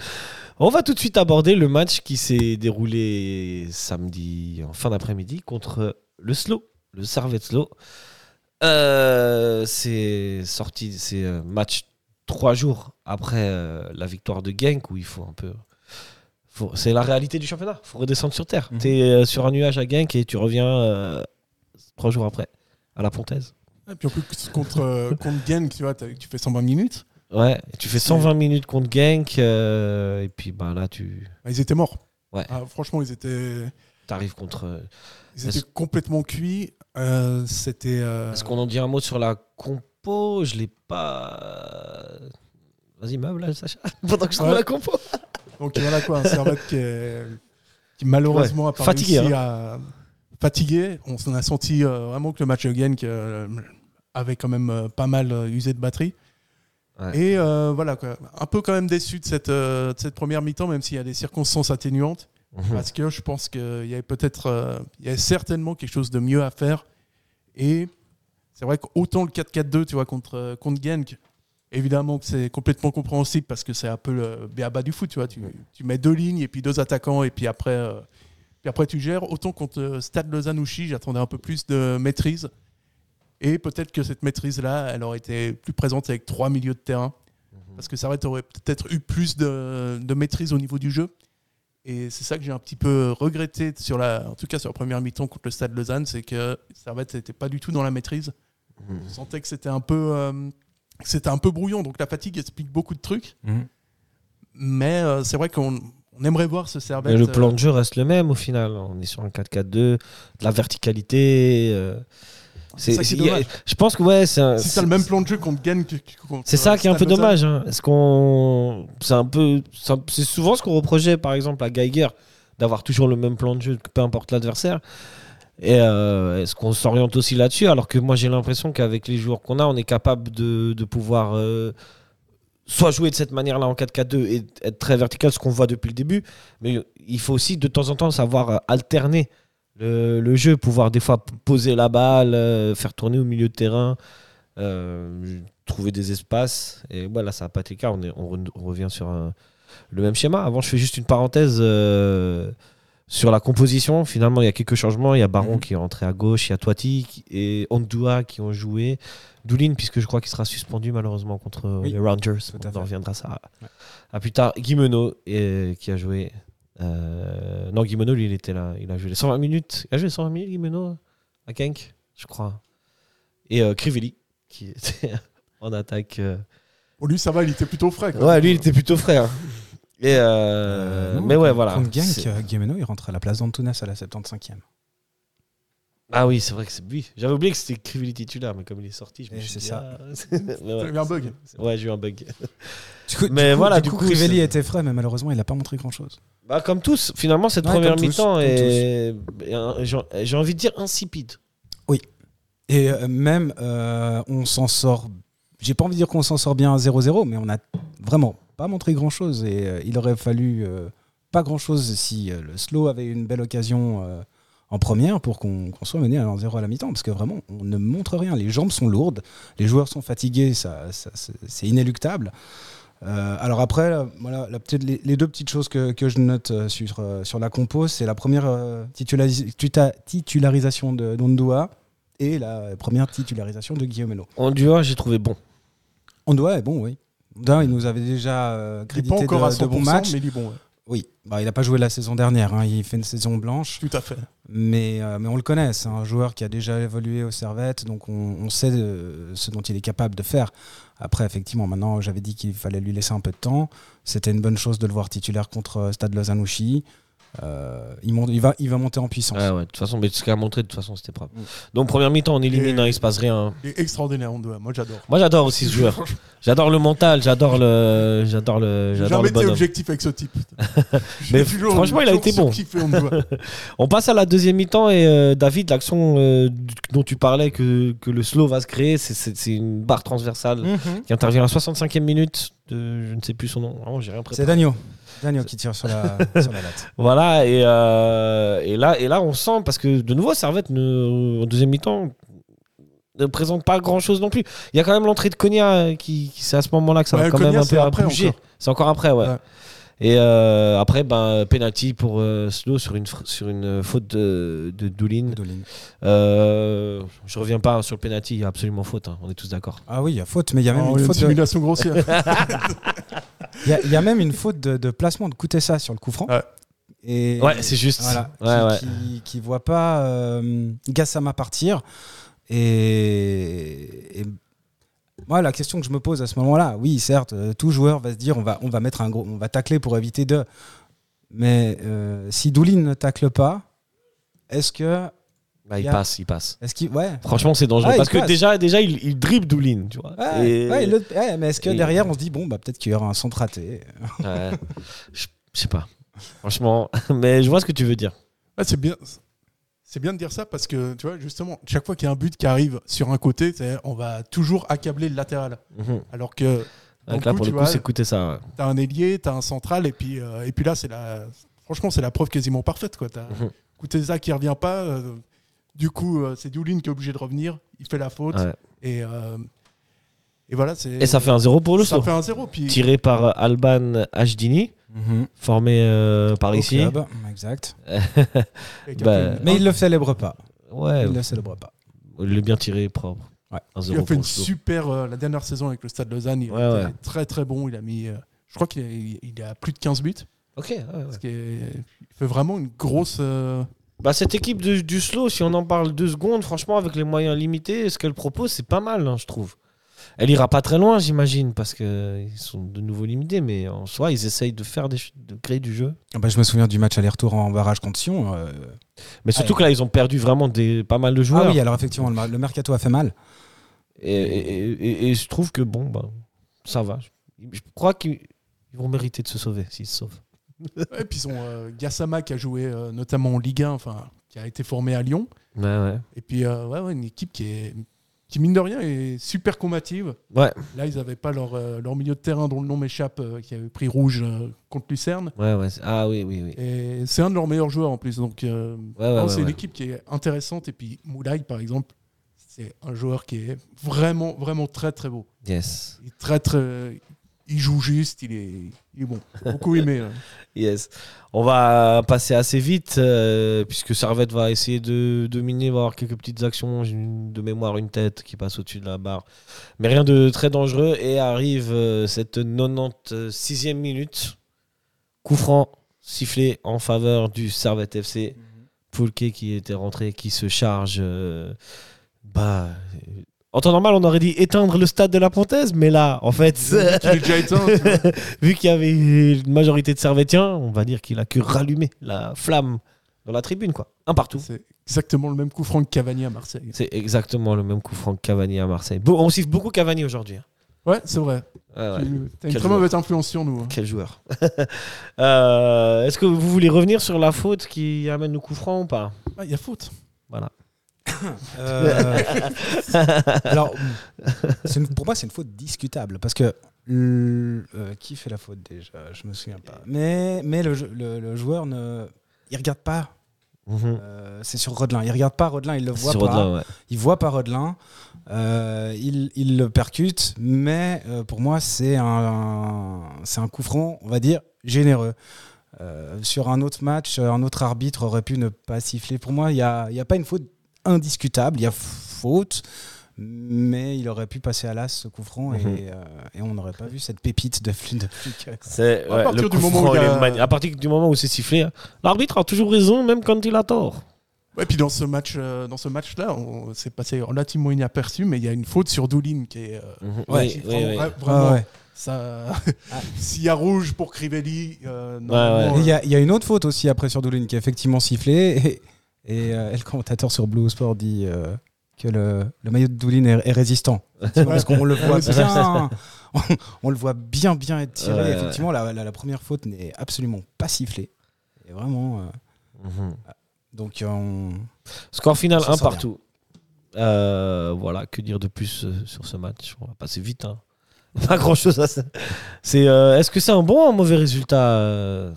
Speaker 5: on va tout de suite aborder le match qui s'est déroulé samedi en fin d'après-midi contre le slow, le Servette slow. Euh, c'est sorti, c'est un match trois jours après euh, la victoire de Genk où il faut un peu faut- c'est la réalité du championnat. faut redescendre sur terre.
Speaker 7: Mhm.
Speaker 5: Tu es sur un nuage à Genk et tu reviens euh, trois jours après à la Pontaise.
Speaker 6: Et puis en plus, contre, euh, contre Genk, tu vois, t'as- tu fais 120 minutes,
Speaker 5: Ouais, et tu fais 120 minutes contre Genk euh, et puis bah, là tu
Speaker 6: Ah, ils étaient morts.
Speaker 5: Ouais.
Speaker 6: Ah, franchement, ils étaient,
Speaker 5: arrives contre. euh,
Speaker 6: ils
Speaker 5: Est-ce-
Speaker 6: étaient complètement cuits. Euh, C'était. euh,
Speaker 5: Est-ce qu'on en dit un mot sur la compo Je l'ai pas. euh, Vas-y, meuble là, Sacha, [laughs] pendant que je trouve
Speaker 6: Ouais.
Speaker 5: la compo.
Speaker 6: Donc voilà quoi, un Servette qui, est- qui malheureusement
Speaker 5: Ouais,
Speaker 6: a pas
Speaker 5: fatigué,
Speaker 6: réussi à fatigué. On s'en a senti euh, vraiment que le match Hogan avait quand même euh, pas mal euh, usé de batterie.
Speaker 5: Ouais.
Speaker 6: Et euh, voilà quoi, un peu quand même déçu de cette, euh, de cette première mi-temps, même s'il y a des circonstances atténuantes, parce que je pense qu'il y avait peut-être, euh, il y avait certainement quelque chose de mieux à faire. Et c'est vrai qu'autant le 4-4-2, tu vois, contre, euh, contre Genk, évidemment que c'est complètement compréhensible parce que c'est un peu le béaba du foot, tu vois. Tu, tu mets deux lignes et puis deux attaquants et puis après, euh, puis après tu gères. Autant contre euh, Stade Lozanouchi, j'attendais un peu plus de maîtrise. Et peut-être que cette maîtrise-là, elle aurait été plus présente avec trois milieux de terrain. Parce que ça aurait- aurait peut-être eu plus de, de maîtrise au niveau du jeu. Et c'est ça que j'ai un petit peu regretté, sur la, en tout cas sur la première mi-temps contre le Stade Lausanne, c'est que Servette n'était pas du tout dans la maîtrise. On sentait que c'était un peu, euh, que c'était un peu brouillon. Donc la fatigue explique beaucoup de trucs.
Speaker 7: Mhm.
Speaker 6: Mais euh, c'est vrai qu'on on aimerait voir ce Servette.
Speaker 5: Mais le
Speaker 6: euh,
Speaker 5: plan de jeu reste le même au final. On est sur un 4-4-2, de la verticalité. euh,
Speaker 6: C'est ça qui est
Speaker 5: il y a-
Speaker 6: dommage.
Speaker 5: je pense que ouais, Euh, c'est un-
Speaker 6: Si t'as le même plan de jeu qu'on te gagne, que- que- contre,
Speaker 5: C'est ça
Speaker 6: euh,
Speaker 5: qui est un peu
Speaker 6: Stade Lausanne.
Speaker 5: dommage. hein. Est-ce qu'on, c'est un peu, c'est un- c'est souvent ce qu'on reprochait par exemple à Geiger d'avoir toujours le même plan de jeu, peu importe l'adversaire. Et euh, est-ce qu'on s'oriente aussi là-dessus Alors que moi j'ai l'impression qu'avec les joueurs qu'on a, on est capable de, de pouvoir euh, soit jouer de cette manière-là en 4-4-2 et être très vertical, ce qu'on voit depuis le début. Mais il faut aussi de temps en temps savoir euh, alterner le, le jeu, pouvoir des fois p- poser la balle, euh, faire tourner au milieu de terrain. euh, trouver des espaces. Et voilà, ça n'a pas été le cas. On, est, on, re- on revient sur un- le même schéma. Avant, je fais juste une parenthèse euh, sur la composition. Finalement, il y a quelques changements. Il y a Baron
Speaker 7: Mhm.
Speaker 5: qui est rentré à gauche, il y a Toiti qui- et Ondua qui ont joué. Doulin, puisque je crois qu'il sera suspendu malheureusement contre
Speaker 7: Oui,
Speaker 5: les Rangers.
Speaker 7: tout à
Speaker 5: On
Speaker 7: fait.
Speaker 5: en reviendra ça
Speaker 7: Ouais.
Speaker 5: à plus tard. Guimeno et, qui a joué. euh, non, Guimeno, lui, il était là. Il a joué les 120 minutes. Il a joué les 120 minutes, Guimeno, à Genk, je crois. Et euh, Crivelli, qui était [laughs] en attaque. euh.
Speaker 6: Pour lui, ça va, il était plutôt frais. quoi.
Speaker 5: Ouais, lui, il était plutôt frère. Et euh,
Speaker 7: Euh, non,
Speaker 5: mais ouais,
Speaker 7: contre-
Speaker 5: voilà.
Speaker 7: Contre Genk,
Speaker 5: C'est-
Speaker 7: euh, Guimeno, il rentre à la place d'Antunas à la 75e.
Speaker 5: Ah oui, c'est vrai que c'est lui. J'avais oublié que c'était Crivelli titulaire, mais comme il est sorti, je me
Speaker 7: Eh,
Speaker 5: suis
Speaker 7: c'est
Speaker 5: dit.
Speaker 7: ça. [laughs]
Speaker 5: ah. Mais
Speaker 6: Il y
Speaker 5: ouais,
Speaker 6: avait un bug.
Speaker 5: ouais, j'ai eu un bug.
Speaker 7: Du coup,
Speaker 5: Mais
Speaker 7: du coup-
Speaker 5: voilà,
Speaker 7: du
Speaker 5: du
Speaker 7: coup,
Speaker 5: coup,
Speaker 7: Crivelli
Speaker 5: c'est-
Speaker 7: était frais, mais malheureusement, il n'a pas montré grand-chose.
Speaker 5: Bah, comme tous, finalement, cette
Speaker 7: Ouais,
Speaker 5: première
Speaker 7: comme tous,
Speaker 5: mi-temps
Speaker 7: comme
Speaker 5: est. est un- J'ai j'ai envie de dire insipide.
Speaker 7: Et euh, même, euh, on s'en sort. J'ai pas envie de dire qu'on s'en sort bien à 0-0, mais on n'a vraiment pas montré grand-chose. Et euh, il aurait fallu euh, pas grand-chose si euh, le slow avait une belle occasion euh, en première pour qu'on qu'on soit mené à 1-0 à la mi-temps. Parce que vraiment, on ne montre rien. Les jambes sont lourdes, les joueurs sont fatigués, ça, ça- c'est c'est inéluctable. Euh, alors après, euh, voilà, la petite- les, les deux petites choses que, que je note euh, sur, euh, sur la compo, c'est la première euh, titularis- tuta- titularisation de d'Ondoa et la première titularisation de Guillaume Hénault.
Speaker 5: En duo, j'ai trouvé bon.
Speaker 7: Ondoa est eh bon, oui. Ondoa, il nous avait déjà
Speaker 6: Il
Speaker 7: euh,
Speaker 6: n'est pas
Speaker 7: crédité
Speaker 6: encore à
Speaker 7: de,
Speaker 6: 100%,
Speaker 7: de bons matchs.
Speaker 6: mais il est bon. ouais.
Speaker 7: Oui, Bah, il n'a pas joué la saison dernière, hein. il fait une saison blanche.
Speaker 6: Tout à fait.
Speaker 7: Mais, euh, mais on le connaît, c'est un joueur qui a déjà évolué au Servette, donc on, on sait euh, ce dont il est capable de faire. Après, effectivement, maintenant, j'avais dit qu'il fallait lui laisser un peu de temps. C'était une bonne chose de le voir titulaire contre euh, Stade Lozanouchi. euh, il, monte- il va, il va monter en puissance.
Speaker 5: Ah ouais, de toute façon, mais ce qu'il a montré, de toute façon, c'était propre.
Speaker 7: Mm.
Speaker 5: Donc, première mi-temps, on élimine,
Speaker 6: Et-
Speaker 5: hein, il se passe rien.
Speaker 6: Il est extraordinaire, on doit. Moi, j'adore.
Speaker 5: Moi, j'adore aussi ce joueur.
Speaker 7: [laughs]
Speaker 6: Franchement,
Speaker 5: J'adore le mental, j'adore le, j'adore le,
Speaker 6: J'ai
Speaker 5: j'adore
Speaker 6: jamais
Speaker 5: le
Speaker 6: été
Speaker 5: bonhomme.
Speaker 6: objectif avec ce type. J'ai
Speaker 5: Mais
Speaker 6: toujours-
Speaker 5: franchement, il a
Speaker 6: toujours
Speaker 5: été bon.
Speaker 6: surkiffé,
Speaker 5: [laughs]
Speaker 6: on doit.
Speaker 5: On passe à la deuxième mi-temps et euh, David, l'action euh, du- dont tu parlais que, que le slow va se créer, c'est- c'est c'est une barre transversale
Speaker 6: Mhm.
Speaker 5: qui intervient à la 65e minute de, je ne sais plus son nom, vraiment j'ai rien préparé.
Speaker 7: C'est Dagno. Dagno qui tire sur la, sur
Speaker 6: [laughs]
Speaker 7: la latte.
Speaker 5: Voilà, et, euh, et, là, et là on sent, parce que de nouveau, Servette, ne, en deuxième mi-temps, ne présente pas grand-chose non plus. Il y a quand même l'entrée de Konya euh, qui, qui- c'est à ce moment-là que ça
Speaker 6: Ouais,
Speaker 5: va quand
Speaker 6: Konya,
Speaker 5: même un
Speaker 6: c'est
Speaker 5: peu
Speaker 6: après
Speaker 5: bouger.
Speaker 6: encore.
Speaker 5: C'est encore après, ouais.
Speaker 6: Ouais.
Speaker 5: Et euh, après, ben, penalty pour euh, Snow sur une, fr- sur une faute de, de Doulin.
Speaker 7: Dolin.
Speaker 5: Euh, je reviens pas sur le penalty, il y a absolument faute, hein, on est tous d'accord.
Speaker 7: Ah oui, il y a faute, mais il y a même
Speaker 6: Oh,
Speaker 7: une
Speaker 6: une
Speaker 7: faute. de-
Speaker 5: [laughs]
Speaker 6: simulation grossière.
Speaker 7: Il y, a- il y a même une faute de, de placement de Koutessa sur le coup franc.
Speaker 6: Ouais.
Speaker 7: Et
Speaker 5: Ouais, c'est juste.
Speaker 7: voilà,
Speaker 5: Ouais, ouais.
Speaker 7: qui, qui- qui voit pas euh, Gassama partir. Et, et moi, la question que je me pose à ce moment-là, oui, certes, euh, tout joueur va se dire, on va, on va mettre un gros, on va tacler pour éviter de. Mais euh, si Doulin ne tacle pas, est-ce que,
Speaker 5: Bah, il
Speaker 7: y a-
Speaker 5: passe, il passe.
Speaker 7: est-ce qu'il, ouais,
Speaker 5: Franchement, c'est dangereux.
Speaker 7: Ah, il
Speaker 5: parce que
Speaker 7: passe.
Speaker 5: déjà, déjà il, il dribble Doulin, tu vois.
Speaker 7: ouais,
Speaker 5: Et-
Speaker 7: ouais, le- ouais, mais est-ce que
Speaker 5: et-
Speaker 7: derrière, on se dit, bon, bah peut-être qu'il y aura un centre raté.
Speaker 5: Ouais. je je sais pas. Franchement, [laughs] mais je vois ce que tu veux dire.
Speaker 6: Ah, c'est bien. C'est bien de dire ça parce que, tu vois, justement, chaque fois qu'il y a un but qui arrive sur un côté, c'est- on va toujours accabler le latéral.
Speaker 5: Mhm.
Speaker 6: Alors que
Speaker 5: Donc
Speaker 6: Donc,
Speaker 5: là,
Speaker 6: coup,
Speaker 5: pour le
Speaker 6: tu
Speaker 5: coup,
Speaker 6: vois,
Speaker 5: c'est écouter ça. ouais.
Speaker 6: t'as un ailier, t'as un central, et puis, euh, et puis là, c'est la. Franchement, c'est la preuve quasiment parfaite, quoi. T'as
Speaker 5: [laughs] Mhm.
Speaker 6: Kuteza qui revient pas. euh, du coup, euh, c'est Doulin qui est obligé de revenir. Il fait la faute.
Speaker 5: Ouais.
Speaker 6: Et, euh, et voilà, c'est.
Speaker 5: Et ça fait un zéro pour le
Speaker 6: ça
Speaker 5: slow.
Speaker 6: fait un zéro. Puis
Speaker 5: Tiré par euh, Alban Hdini, Mhm. formé euh, par
Speaker 7: Au
Speaker 5: ici.
Speaker 7: club, exact.
Speaker 5: bah,
Speaker 6: et Captain-
Speaker 7: Mais il le célèbre pas.
Speaker 5: Ouais,
Speaker 7: Il le célèbre pas.
Speaker 5: il est bien tiré, propre.
Speaker 7: Ouais.
Speaker 5: Un
Speaker 6: Il a
Speaker 5: zéro
Speaker 6: fait
Speaker 5: pour
Speaker 6: une
Speaker 5: le slow.
Speaker 6: super. euh, la dernière saison avec le Stade Lausanne, il
Speaker 5: Ouais,
Speaker 6: était
Speaker 5: ouais.
Speaker 6: très très bon. Il a mis. euh, je crois qu'il a, il a plus de 15 buts.
Speaker 5: Ok, ouais, ouais.
Speaker 6: Ce qui est- il fait vraiment une grosse.
Speaker 5: [laughs]
Speaker 6: euh,
Speaker 5: Bah, cette équipe de- du slow, si on en parle deux secondes, franchement, avec les moyens limités, ce qu'elle propose, c'est pas mal, hein, je trouve. Elle ira pas très loin, j'imagine, parce qu'ils sont de nouveau limités, mais en soi, ils essayent de faire des ch- de créer du jeu.
Speaker 7: Ah bah, je me souviens du match aller-retour en barrage contre Sion. euh.
Speaker 5: Mais surtout
Speaker 7: Ouais.
Speaker 5: que là, ils ont perdu vraiment des, pas mal de joueurs.
Speaker 7: Ah oui, alors effectivement, le, mar- le mercato a fait mal.
Speaker 5: et, et- et- et je trouve que bon, bah, ça va. Je, je crois qu'ils ils vont mériter de se sauver s'ils se sauvent.
Speaker 6: Et puis ils ont euh, Gassama qui a joué euh, notamment en Ligue 1, enfin, qui a été formé à Lyon.
Speaker 5: Ouais, ouais.
Speaker 6: Et puis, euh, ouais, ouais, une équipe qui est qui mine de rien est super combative.
Speaker 5: Ouais,
Speaker 6: Là, ils n'avaient pas leur, euh, leur milieu de terrain dont le nom m'échappe, euh, qui avait pris rouge euh, contre Lucerne.
Speaker 5: ouais, ouais. c'est- Ah oui, oui, oui.
Speaker 6: Et c'est un de leurs meilleurs joueurs en plus. Donc, euh,
Speaker 5: Ouais, ouais,
Speaker 6: non,
Speaker 5: ouais,
Speaker 6: c'est
Speaker 5: ouais.
Speaker 6: une équipe qui est intéressante. Et puis, Moulay, par exemple, c'est un joueur qui est vraiment, vraiment très, très beau.
Speaker 5: Yes.
Speaker 6: Il, est très, très, il joue juste, il est, il est bon. J'ai Beaucoup
Speaker 5: [laughs]
Speaker 6: aimé. hein.
Speaker 5: Yes. On va passer assez vite, euh, puisque Servette va essayer de dominer, va avoir quelques petites actions, j'ai une- de mémoire une tête qui passe au-dessus de la barre. Mais rien de très dangereux. Et arrive euh, cette 96e minute. Coup franc sifflé en faveur du Servette FC. Poulquet qui était rentré, qui se charge. euh, bah. euh, En temps normal, on aurait dit éteindre le stade de la Pontaise, mais là, en fait,
Speaker 6: Tu l'as déjà éteint, tu vois.
Speaker 5: [laughs] vu qu'il y avait une majorité de Servétiens, on va dire qu'il a que rallumé la flamme dans la tribune, quoi. Un partout.
Speaker 6: C'est exactement le même coup franc que Cavani à Marseille.
Speaker 5: C'est exactement le même coup franc que Cavani à Marseille. Beau- on siffle beaucoup Cavani aujourd'hui. hein.
Speaker 6: Ouais, c'est vrai.
Speaker 5: Ah ouais.
Speaker 6: Tu- T'as une
Speaker 5: Quel
Speaker 6: très mauvaise influence sur nous. hein.
Speaker 5: Quel joueur. [laughs] Euh, Est-ce que vous voulez revenir sur la faute qui amène le coup franc ou pas
Speaker 6: Ah, il y a faute.
Speaker 5: [laughs]
Speaker 7: Euh, alors, c'est une- pour moi, c'est une faute discutable parce que le- euh, qui fait la faute déjà Je me souviens pas. Mais, mais le, jeu- le- le joueur ne, il regarde pas.
Speaker 5: Mhm.
Speaker 7: euh, c'est sur Rodelin. Il regarde pas Rodelin. Il le voit
Speaker 5: Sur
Speaker 7: pas.
Speaker 5: Rodelin, ouais.
Speaker 7: Il voit pas Rodelin. euh, il, il le percute, mais euh, pour moi, c'est un, un- c'est un coup franc, on va dire, généreux. Euh, sur un autre match, un autre arbitre aurait pu ne pas siffler. Pour moi, il n'y a, il y a pas une faute indiscutable. Il y a faute, mais il aurait pu passer à l'as ce coup franc et,
Speaker 5: Mhm.
Speaker 7: euh, et on n'aurait pas vu cette pépite de flûte de flic.
Speaker 5: C'est-
Speaker 6: À
Speaker 5: ouais,
Speaker 6: partir
Speaker 5: le
Speaker 6: du
Speaker 5: coup
Speaker 6: moment
Speaker 5: franc,
Speaker 6: où il y
Speaker 5: il
Speaker 6: a-
Speaker 5: est magn- à partir du moment où c'est sifflé, hein, l'arbitre a toujours raison, même quand il a tort.
Speaker 6: Ouais, puis dans ce match, euh, dans ce match-là, on s'est passé relativement inaperçu, mais il y a une faute sur Doulin qui est. euh,
Speaker 5: Ouais,
Speaker 6: qui,
Speaker 5: Mm-hmm. oui,
Speaker 6: vraiment,
Speaker 5: oui. Ah.
Speaker 6: vra- vraiment,
Speaker 7: Ah ouais.
Speaker 6: ça. [laughs] S'il y a rouge pour Crivelli, euh, normalement,
Speaker 5: Ouais.
Speaker 7: Et Il y, a- il y a une autre faute aussi après sur Doulin qui est effectivement sifflée. [laughs] Et, et, euh, et le commentateur sur Blue Sport dit euh, que le, le maillot de Doulin est, est résistant. Effectivement, Parce qu'on le voit bien. [laughs] On, on le voit bien, bien être tiré.
Speaker 5: Ouais, ouais.
Speaker 7: effectivement, la, la- la première faute n'est absolument pas sifflée. Et vraiment. euh,
Speaker 5: Mhm.
Speaker 7: donc, euh, on-
Speaker 5: Score final
Speaker 7: Ça
Speaker 5: 1
Speaker 7: sent bien.
Speaker 5: partout. Euh, voilà, que dire de plus euh, sur ce match On va passer vite. hein. [laughs] Pas grand chose à ça. C'est, euh, est-ce que c'est un bon ou un mauvais résultat euh,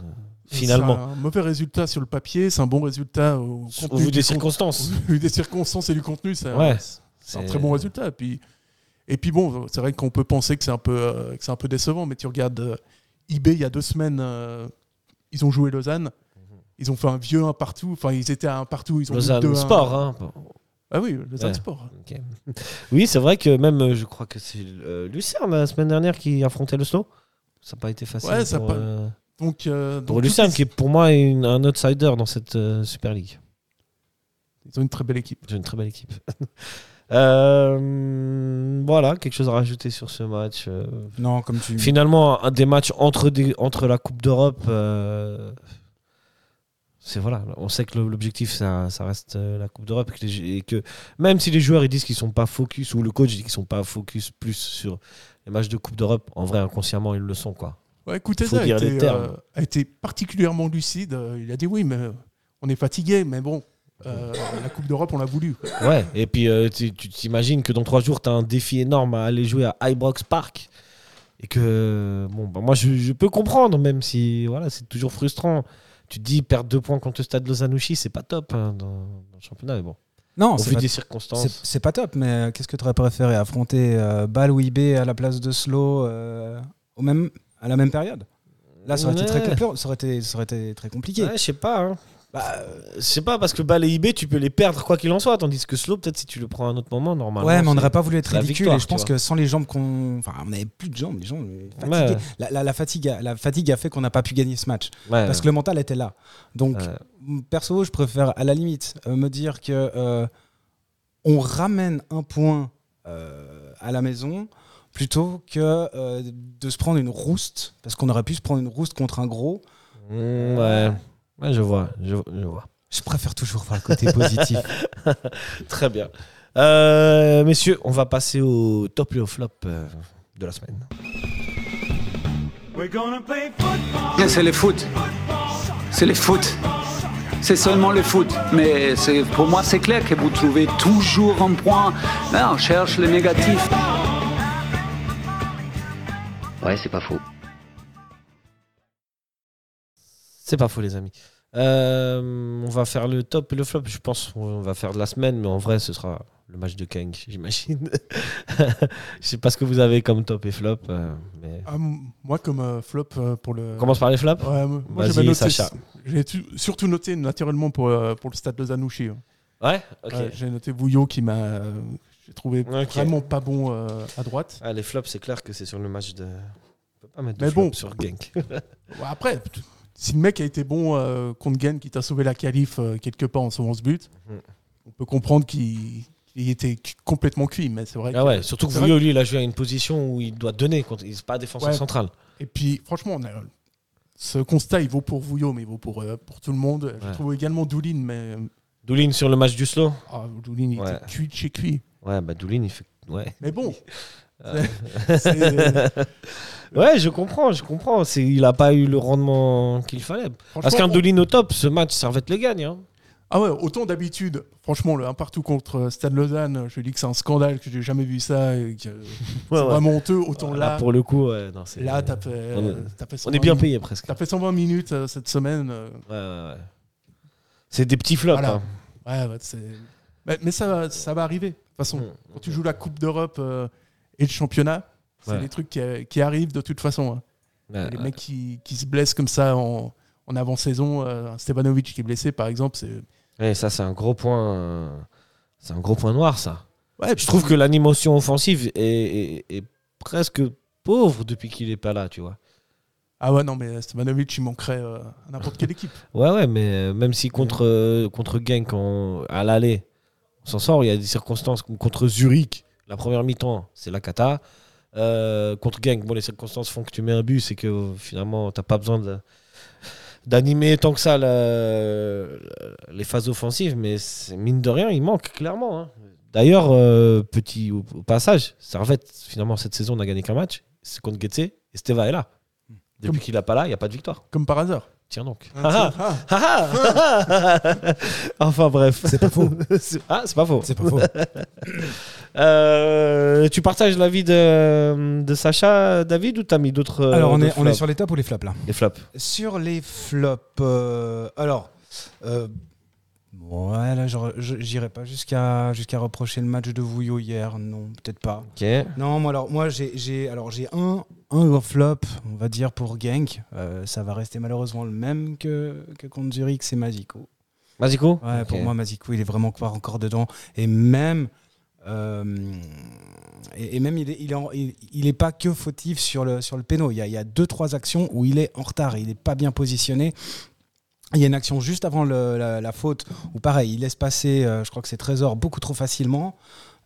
Speaker 5: finalement
Speaker 6: c'est un mauvais résultat sur le papier, c'est un bon résultat au,
Speaker 5: Au
Speaker 6: contenu
Speaker 5: vu
Speaker 6: du
Speaker 5: des
Speaker 6: con-
Speaker 5: circonstances.
Speaker 6: [laughs] Au vu des circonstances et du contenu, c'est un-
Speaker 5: Ouais.
Speaker 6: c'est un très bon résultat. Puis, et puis bon, c'est vrai qu'on peut penser que c'est un, peu, euh, que c'est un peu décevant, mais tu regardes euh, eBay il y a deux semaines, euh, ils ont joué Lausanne. Ils ont fait un vieux un partout, enfin ils étaient à un partout, ils ont mis deux,
Speaker 5: Mhm. Lausanne
Speaker 6: un.
Speaker 5: Sport. hein.
Speaker 6: Ah oui, Lausanne
Speaker 5: Ouais.
Speaker 6: Sport.
Speaker 5: Ok. Oui, c'est vrai que même, euh, je crois que c'est euh, Lucerne la semaine dernière qui affrontait le Snow. Ça n'a pas été facile
Speaker 6: Ouais, ça
Speaker 5: pour,
Speaker 6: a pas-
Speaker 5: euh,
Speaker 6: Donc, euh, donc
Speaker 5: pour
Speaker 6: toutes
Speaker 5: Lucerne,
Speaker 6: les-
Speaker 5: qui est pour moi une- un outsider dans cette euh, Super League.
Speaker 6: ils ont une très belle équipe.
Speaker 5: J'ai une très belle équipe. [laughs] Euh, voilà, quelque chose à rajouter sur ce match. euh.
Speaker 7: non, comme tu.
Speaker 5: Finalement, un des matchs entre, des- entre la Coupe d'Europe. euh, c'est voilà, on sait que le- l'objectif ça, ça reste euh, la Coupe d'Europe et que, les- et que même si les joueurs ils disent qu'ils sont pas focus ou le coach dit qu'ils sont pas focus plus sur les matchs de Coupe d'Europe, en vrai inconsciemment ils le sont quoi.
Speaker 6: Ouais,
Speaker 5: Faut
Speaker 6: Kuteza a,
Speaker 5: dire les
Speaker 6: été,
Speaker 5: termes.
Speaker 6: euh, a été particulièrement lucide. Euh, Il a dit oui, mais euh, on est fatigué, mais bon, euh, la Coupe d'Europe, on l'a voulu.
Speaker 5: Ouais, et puis euh, tu tu t'imagines que dans trois jours, tu as un défi énorme à aller jouer à Ibrox Park. Et que, bon, bah, moi, je, je peux comprendre, même si voilà, c'est toujours frustrant. Tu te dis, perdre deux points contre le stade Lozanouchi, c'est pas top hein, dans, dans le championnat. Mais bon,
Speaker 7: Non,
Speaker 5: au
Speaker 7: c'est
Speaker 5: vu
Speaker 7: pas,
Speaker 5: des
Speaker 7: c'est-
Speaker 5: circonstances.
Speaker 7: c'est pas top, mais euh, qu'est-ce que tu aurais préféré Affronter euh, Bâle ou IB à la place de Slow euh, au même, à la même période Là, ça aurait, été très
Speaker 5: Ouais.
Speaker 7: compli- ça, aurait été, ça aurait été très compliqué.
Speaker 5: Ouais, je sais pas. hein. Bah, euh, je sais pas, parce que Bâle et IB, tu peux les perdre quoi qu'il en soit. Tandis que Slow, peut-être si tu le prends à un autre moment, normalement.
Speaker 7: Ouais, mais on
Speaker 5: c'est-
Speaker 7: n'aurait pas voulu être
Speaker 5: la
Speaker 7: ridicule.
Speaker 5: victoire,
Speaker 7: et je pense
Speaker 5: tu vois.
Speaker 7: que sans les jambes qu'on. Enfin, on n'avait plus de jambes, les jambes. euh, fatiguées.
Speaker 5: Ouais.
Speaker 7: La, la- la fatigue a, la fatigue a fait qu'on n'a pas pu gagner ce match.
Speaker 5: Ouais,
Speaker 7: Parce que le mental était là. Donc,
Speaker 5: ouais.
Speaker 7: perso, je préfère à la limite euh, me dire que euh, on ramène un point euh, à la maison plutôt que euh, de se prendre une rouste. Parce qu'on aurait pu se prendre une rouste contre un gros.
Speaker 5: Mm, ouais. Ouais, je vois. Je, je vois.
Speaker 7: Je préfère toujours voir le
Speaker 5: [laughs]
Speaker 7: côté positif.
Speaker 5: Très bien. Euh, messieurs, on va passer au top et au flop euh, de la semaine.
Speaker 8: C'est le foot. C'est le foot. C'est seulement le foot. Mais c'est- pour moi, c'est clair que vous trouvez toujours un point. Hein, on cherche le négatif.
Speaker 9: Ouais, c'est pas faux.
Speaker 5: C'est pas faux, les amis. Euh, on va faire le top et le flop. Je pense qu'on va faire de la semaine, mais en vrai, ce sera le match de Kang, [laughs] j'imagine. Je sais pas ce que vous avez comme top et flop. euh, mais...
Speaker 6: Ah, m- moi, comme euh, flop euh, pour le.
Speaker 5: On commence par les flops
Speaker 6: Ouais, m- moi,
Speaker 5: Vas-y,
Speaker 6: j'ai bien noté-
Speaker 5: Sacha.
Speaker 6: J'ai tu- surtout noté naturellement pour, euh, pour le stade de Zanouchi. hein.
Speaker 5: Ouais Ok.
Speaker 6: Ouais, j'ai noté Vouillot qui m'a. euh, j'ai trouvé
Speaker 5: Ok.
Speaker 6: vraiment pas bon euh, à droite.
Speaker 5: Ah, les flops, c'est clair que c'est sur le match de. On peut pas mettre de
Speaker 6: Mais
Speaker 5: flop
Speaker 6: bon.
Speaker 5: sur
Speaker 6: [laughs]
Speaker 5: Genk.
Speaker 6: Ouais, Après, t- si le mec a été bon euh, contre Gann qui t'a sauvé la qualif euh, quelque part en sauvant ce but,
Speaker 5: Mhm.
Speaker 6: on peut comprendre qu'il qu'il était cu- complètement cuit. Mais c'est vrai
Speaker 5: ah
Speaker 6: que-
Speaker 5: ouais, surtout que
Speaker 6: C'est vrai
Speaker 5: Vouillot, lui, il a joué à une position où il doit donner. contre- Il n'est pas défenseur
Speaker 6: Ouais.
Speaker 5: central.
Speaker 6: Et puis, franchement, on a- ce constat, il vaut pour Vouillot, mais il vaut pour, euh, pour tout le monde. Je
Speaker 5: Ouais.
Speaker 6: trouve également Doulin, mais euh,
Speaker 5: Doulin sur le match du slow
Speaker 6: ah, Doulin, il
Speaker 5: Ouais.
Speaker 6: était cuit de chez cuit.
Speaker 5: Ouais, bah Doulin, il fait. Ouais.
Speaker 6: Mais bon,
Speaker 5: [laughs] Euh.
Speaker 6: c'est- c'est-
Speaker 5: Ouais, je comprends, je comprends. C'est, il a pas eu le rendement qu'il fallait. Parce
Speaker 6: franchement,
Speaker 5: qu'un Doulin au top, ce match, Servette le gagne. hein.
Speaker 6: Ah ouais, autant d'habitude, franchement, le 1 partout contre euh, Stade Lausanne, je dis que c'est un scandale, que j'ai jamais vu ça, et que c'est vraiment honteux. Autant
Speaker 5: Là,
Speaker 6: là,
Speaker 5: Ah, pour le coup, ouais, non, c'est-
Speaker 6: là, t'as fait, euh,
Speaker 5: on est-
Speaker 6: t'as fait 120
Speaker 5: on est bien
Speaker 6: minutes.
Speaker 5: payé presque.
Speaker 6: T'as fait 120 minutes euh, cette semaine. euh,
Speaker 5: Ouais, ouais, ouais. C'est des petits flops.
Speaker 6: Voilà.
Speaker 5: hein.
Speaker 6: ouais, ouais, c'est- mais, mais ça, va- ça va arriver. De toute façon, quand tu joues la Coupe d'Europe euh, et le championnat, c'est
Speaker 5: Ouais.
Speaker 6: des trucs qui, euh, qui arrivent de toute façon. hein.
Speaker 5: Ouais,
Speaker 6: les
Speaker 5: ouais.
Speaker 6: mecs qui, qui se blessent comme ça en, en avant-saison, euh, Stevanovic qui est blessé par exemple, c'est.
Speaker 5: Ouais, Eh, ça, c'est un gros point. euh, C'est un gros point noir, ça.
Speaker 6: Ouais,
Speaker 5: Je trouve que l'animation offensive est, est- est presque pauvre depuis qu'il est pas là, tu vois.
Speaker 6: Ah ouais, non, mais Stamanovic, il manquerait euh, à n'importe quelle équipe.
Speaker 5: Ouais, ouais, mais euh, même si contre, euh, contre Genk en- à l'aller, on s'en sort, il y a des circonstances. comme Contre Zurich, la première mi-temps, hein, c'est la cata. Euh, contre Genk, bon, les circonstances font que tu mets un but, c'est que euh, finalement, t'as pas besoin de- d'animer tant que ça la- les phases offensives, mais c'est- mine de rien, il manque clairement. hein. D'ailleurs, euh, petit au, au passage, Servette, finalement, cette saison, n'a gagné qu'un match, c'est contre Getse, et Steva est là. Depuis
Speaker 6: Comme-
Speaker 5: qu'il n'est pas là, il n'y a pas de victoire.
Speaker 6: Comme par hasard.
Speaker 5: Tiens donc.
Speaker 6: Ah, tiens. Ah.
Speaker 5: Ah, ah, ah. enfin bref.
Speaker 7: C'est pas faux.
Speaker 5: [laughs] C'est- ah, c'est pas faux.
Speaker 7: C'est pas faux.
Speaker 5: Euh, tu partages l'avis de, de Sacha, David, ou t'as mis d'autres. euh,
Speaker 7: Alors, on est,
Speaker 5: d'autres
Speaker 7: on est
Speaker 5: flops
Speaker 7: sur les tops ou les flops là
Speaker 5: les flops.
Speaker 7: Sur les flops, euh, alors. euh, Ouais, là, genre, je- j'irai pas jusqu'à jusqu'à reprocher le match de Vouillot hier, non, peut-être pas.
Speaker 5: Ok.
Speaker 7: Non, moi, alors, moi, j'ai- j'ai alors j'ai un, un gros flop, on va dire, pour Genk. Euh, ça va rester malheureusement le même que, que contre Zurich, c'est Magico.
Speaker 5: Maziko
Speaker 7: Ouais, pour
Speaker 5: Ok.
Speaker 7: moi, Mazikou, il est vraiment encore, encore dedans. Et même. euh, et, et même, il est, il, est en- il- il est pas que fautif sur le, sur le péno. Il y, a, il y a deux, trois actions où il est en retard, il n'est pas bien positionné. Il y a une action juste avant le- la, la faute où, pareil, il laisse passer, euh, je crois que c'est Trésor, beaucoup trop facilement.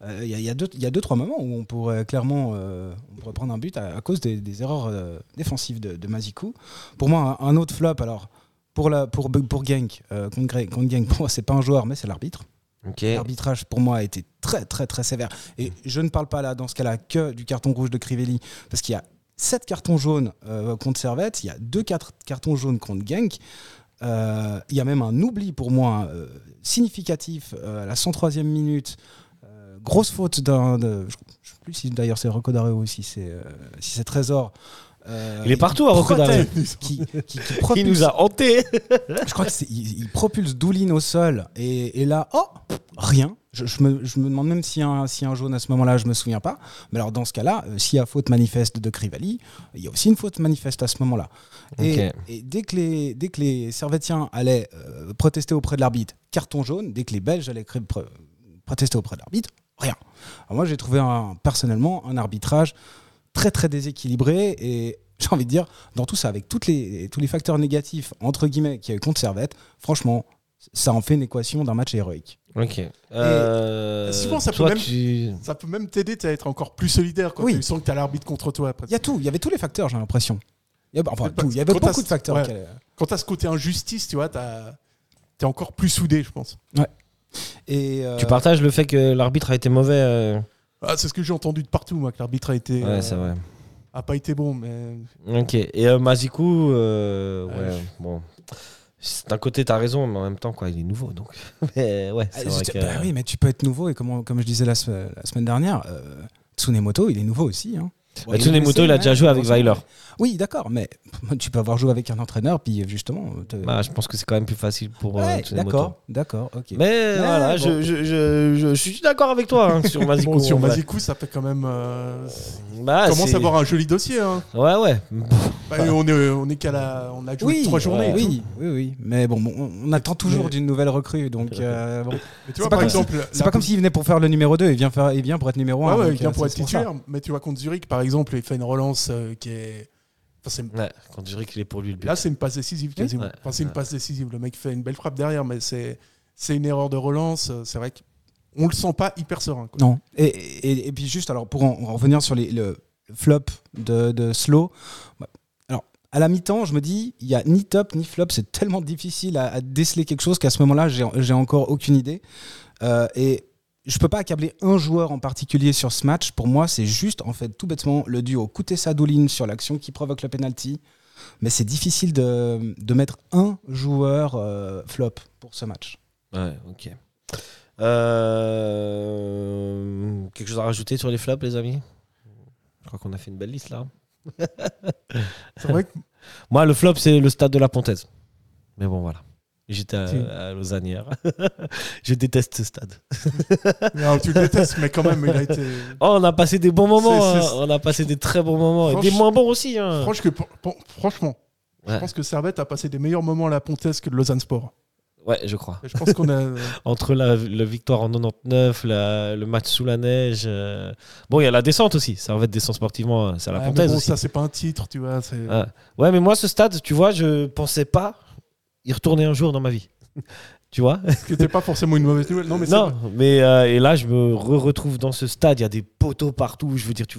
Speaker 7: Euh, Il y, a, il y a deux, il y a deux, trois moments où on pourrait clairement euh, on pourrait prendre un but à, à cause des, des erreurs euh, défensives de, de Mazikou. Pour moi, un, un autre flop, alors, pour, la, pour, pour Genk, euh, contre, Greg- contre Genk, pour moi, c'est pas un joueur, mais c'est l'arbitre.
Speaker 5: Ok.
Speaker 7: L'arbitrage, pour moi, a été très, très, très sévère. Et je ne parle pas là, dans ce cas-là, que du carton rouge de Crivelli, parce qu'il y a 7 cartons jaunes euh, contre Servette, il y a 2 cartons jaunes contre Genk. Euh, il y a même un oubli, pour moi, euh, significatif euh, à la 103e minute. Euh, Grosse faute d'un. de- Je je sais plus si d'ailleurs c'est Rocco Dareo ou si c'est euh, si c'est Trésor. Euh,
Speaker 5: Il est partout à Rocco
Speaker 7: protège-
Speaker 5: Dareo.
Speaker 7: Qui, qui, qui
Speaker 5: [laughs] Il
Speaker 7: propulse-
Speaker 5: nous a
Speaker 7: [laughs]
Speaker 5: hantés.
Speaker 7: je crois qu'il propulse Doulin au sol et, et là, oh, rien. Je, je me, je me demande même s'il y, a un- s'il y a un jaune à ce moment-là, je me souviens pas. Mais alors dans ce cas-là, euh, s'il y a faute manifeste de Crivelli, il y a aussi une faute manifeste à ce moment-là. Et,
Speaker 5: Ok.
Speaker 7: et dès, que les, dès que les Servetiens allaient euh, protester auprès de l'arbitre, carton jaune, dès que les Belges allaient cré- pr- protester auprès de l'arbitre, rien. Alors moi j'ai trouvé un- personnellement un arbitrage très très déséquilibré et [laughs] j'ai envie de dire, dans tout ça, avec toutes les, tous les facteurs négatifs, entre guillemets, qu'il y a eu contre Servette, franchement, ça en fait une équation d'un match héroïque.
Speaker 5: Ok. Euh,
Speaker 6: souvent, ça peut
Speaker 5: toi,
Speaker 6: même-
Speaker 5: tu-
Speaker 6: Ça peut même t'aider à être encore plus solidaire quand
Speaker 7: Oui.
Speaker 6: tu sens que t'as l'arbitre contre toi. après.
Speaker 7: Il y a tout, il y avait tous les facteurs, j'ai l'impression. Il y a- Enfin,
Speaker 6: Mais pas-
Speaker 7: tout, il y avait
Speaker 6: quand t'as-
Speaker 7: beaucoup de facteurs.
Speaker 6: ouais.
Speaker 7: qui allaient-
Speaker 6: Quand t'as ce côté injustice, tu vois, t'as- t'es encore plus soudé, je pense.
Speaker 7: Et, euh,
Speaker 5: tu partages le fait que l'arbitre a été mauvais. euh,
Speaker 6: Ah, c'est ce que j'ai entendu de partout, moi, que l'arbitre a été, euh,
Speaker 5: Ouais, c'est vrai.
Speaker 6: a pas été bon, mais
Speaker 5: Ok. Et euh, Mazikou, euh, ouais,
Speaker 6: Euh,
Speaker 5: bon. C'est- D'un côté, t'as raison, mais en même temps, quoi, il est nouveau, donc. [laughs] Mais ouais, c'est
Speaker 7: euh,
Speaker 5: vrai
Speaker 7: je-
Speaker 5: que-
Speaker 7: bah oui, mais tu peux être nouveau, et comme, on- comme je disais la, se- la semaine dernière, euh, Tsunemoto, il est nouveau aussi. Hein. Bon,
Speaker 5: Bah,
Speaker 7: est
Speaker 5: Tsunemoto,
Speaker 7: blessé,
Speaker 5: il a
Speaker 7: mais-
Speaker 5: déjà joué avec Weiler.
Speaker 7: Oui, d'accord, mais [laughs] tu peux avoir joué avec un entraîneur, puis euh, justement. te-
Speaker 5: Bah, je pense que c'est quand même plus facile pour euh,
Speaker 7: ouais,
Speaker 5: Tsunemoto.
Speaker 7: d'accord, d'accord, ok.
Speaker 5: Mais voilà,
Speaker 7: bon.
Speaker 5: je, je, je, je suis d'accord avec toi hein, [laughs] sur Mazikou.
Speaker 6: bon, sur
Speaker 5: en vrai.
Speaker 6: Mazikou, ça fait quand même. euh,
Speaker 5: Bah,
Speaker 6: commence
Speaker 5: c'est-
Speaker 6: à avoir un joli dossier. hein.
Speaker 5: Ouais, ouais.
Speaker 6: Bah, on est, on est qu'à la, on a joué que trois journées. et tout.
Speaker 7: Oui, oui, oui. Mais bon, bon, on, on attend toujours
Speaker 6: Mais-
Speaker 7: d'une nouvelle recrue, donc euh, bon.
Speaker 6: Mais tu vois,
Speaker 7: pas
Speaker 6: par
Speaker 7: comme si-
Speaker 6: exemple,
Speaker 7: C'est
Speaker 6: la-
Speaker 7: pas comme s'il venait pour faire le numéro 2, il vient, faire, il vient pour être numéro euh, 1.
Speaker 6: Ouais, ouais, il vient pour être titulaire. Mais tu vois, contre Zurich, par exemple, il fait une relance euh, qui est. Enfin, c'est-
Speaker 5: Ouais, quand je dirais qu'il est pour lui le but.
Speaker 6: Là, c'est une passe décisive quasiment.
Speaker 5: Ouais.
Speaker 6: Enfin, c'est une
Speaker 5: Ouais.
Speaker 6: passe décisive. Le mec fait une belle frappe derrière, mais c'est c'est une erreur de relance. C'est vrai qu'on le sent pas hyper serein. quoi.
Speaker 7: Non. Et, et, et puis juste, alors pour en, en revenir sur les, le le flop de, de Slow, bah, alors à la mi-temps, je me dis, il n'y a ni top ni flop, c'est tellement difficile à, à déceler quelque chose qu'à ce moment-là, j'ai j'ai encore aucune idée. Euh, et je peux pas accabler un joueur en particulier sur ce match. Pour moi, c'est juste, en fait, tout bêtement, le duo Koutessa-Doulin sur l'action qui provoque le penalty. Mais c'est difficile de, de mettre un joueur euh, flop pour ce match.
Speaker 5: Ouais, ok. Euh, Quelque chose à rajouter sur les flops, les amis Je crois qu'on a fait une belle liste [laughs] là.
Speaker 6: C'est vrai que
Speaker 5: [laughs] Moi, le flop, c'est le stade de la Pontaise. Mais bon, voilà. J'étais
Speaker 6: Si.
Speaker 5: à, à Lausanne hier. [laughs] je déteste ce stade.
Speaker 6: [laughs] non, tu le détestes, mais quand même, il a [laughs] été.
Speaker 5: Oh, on a passé des bons moments.
Speaker 6: C'est-
Speaker 5: hein.
Speaker 6: c'est-
Speaker 5: On a passé des très bons moments. Et des
Speaker 6: Franch-
Speaker 5: moins bons aussi. hein.
Speaker 6: Franche que- pour- pour- franchement,
Speaker 5: Ouais.
Speaker 6: je pense que Servette a passé des meilleurs moments à la Pontaise que le Lausanne Sport.
Speaker 5: Ouais, Ouais, je crois.
Speaker 6: Je pense
Speaker 5: [laughs]
Speaker 6: qu'on a. euh,
Speaker 5: Entre la, la victoire en 99, la- le match sous la neige. euh, Bon, il y a la descente aussi. Ça va être descend sportivement, ça la
Speaker 6: Ouais, mais
Speaker 5: Pontaise
Speaker 6: bon,
Speaker 5: aussi.
Speaker 6: ça, c'est pas un titre, tu vois. c'est-
Speaker 5: Ah. Ouais, mais moi, ce stade, tu vois, je pensais pas y retourner un jour dans ma vie. [laughs] tu vois
Speaker 6: Ce qui n'était pas forcément une mauvaise nouvelle. Non,
Speaker 5: [laughs]
Speaker 6: mais c'est
Speaker 5: Non,
Speaker 6: vrai.
Speaker 5: mais euh, et là, je me re- retrouve dans ce stade. Il y a des poteaux partout. Je veux dire, tu,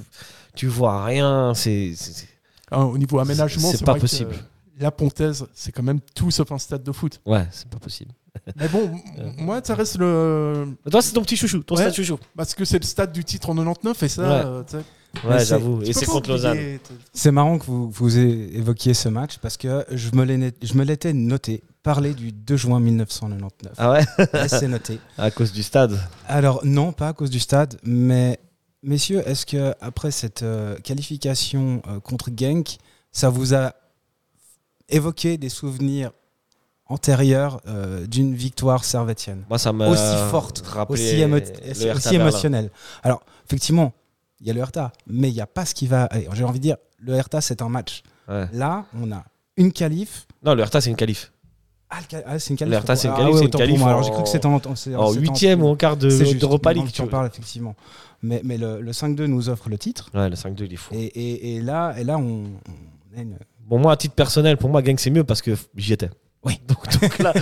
Speaker 5: tu vois rien. C'est. c'est- c'est-
Speaker 6: Ah, au niveau aménagement,
Speaker 5: C'est pas
Speaker 6: vrai que,
Speaker 5: possible.
Speaker 6: euh, la Pontaise, c'est quand même tout sauf un stade
Speaker 5: [laughs]
Speaker 6: de foot.
Speaker 5: Ouais, c'est pas possible.
Speaker 6: Mais bon, m- moi, ça reste le.
Speaker 5: Toi, c'est ton petit chouchou, ton
Speaker 6: Ouais.
Speaker 5: stade chouchou.
Speaker 6: Parce que c'est le stade du titre en 99, et ça,
Speaker 5: Ouais.
Speaker 6: euh, tu sais,
Speaker 7: Mais
Speaker 5: Ouais,
Speaker 7: c'est-
Speaker 5: j'avoue.
Speaker 6: tu
Speaker 5: Et
Speaker 6: peux
Speaker 5: c'est
Speaker 6: pas
Speaker 5: contre Lausanne.
Speaker 6: oublier, t'as-
Speaker 7: C'est marrant que vous, vous é- évoquiez ce match parce que je me l'ai- je me l'étais noté. Parler du 2 juin 1999.
Speaker 5: [laughs] Ah ouais
Speaker 7: Et C'est noté.
Speaker 5: À cause du stade.
Speaker 7: Alors non, pas à cause du stade, mais messieurs, est-ce que après cette euh, qualification euh, contre Genk, ça vous a évoqué des souvenirs antérieurs euh, d'une victoire servétienne
Speaker 5: Moi, ça m'a
Speaker 7: Aussi forte,
Speaker 5: rappelé
Speaker 7: aussi, émo-
Speaker 5: Euh, le
Speaker 7: aussi-
Speaker 5: Hertha
Speaker 7: aussi
Speaker 5: Berlin.
Speaker 7: émotionnelle Alors effectivement, il y a le Hertha, mais il n'y a pas ce qui va. allez, J'ai envie de dire, le Hertha c'est un match.
Speaker 5: Ouais.
Speaker 7: Là, on a une qualif.
Speaker 5: Non, le Hertha, c'est une qualif.
Speaker 7: Ah, le ca- ah, c'est une qualif.
Speaker 5: Le Hertha, c'est une
Speaker 7: Ah
Speaker 5: qualif,
Speaker 7: ouais,
Speaker 5: c'est une
Speaker 7: autant pour
Speaker 5: qualif
Speaker 7: moi. Alors
Speaker 5: en-
Speaker 7: j'ai cru que c'était en, en- c'est-
Speaker 5: En
Speaker 7: c'est
Speaker 5: huitième ou en quart de
Speaker 7: c'est juste,
Speaker 5: d'Europa
Speaker 7: maintenant
Speaker 5: League.
Speaker 7: que
Speaker 5: tu
Speaker 7: t'en
Speaker 5: vois.
Speaker 7: parles, effectivement. Mais, mais le, le 5-2 nous offre le titre.
Speaker 5: Ouais, le 5-2, il est fou.
Speaker 7: Et, et- et là, et là, on. on a une-
Speaker 5: Bon, moi, à titre personnel, pour moi, Gang, c'est mieux parce que j'y étais.
Speaker 7: Oui.
Speaker 5: Donc,
Speaker 7: [laughs]
Speaker 5: donc là,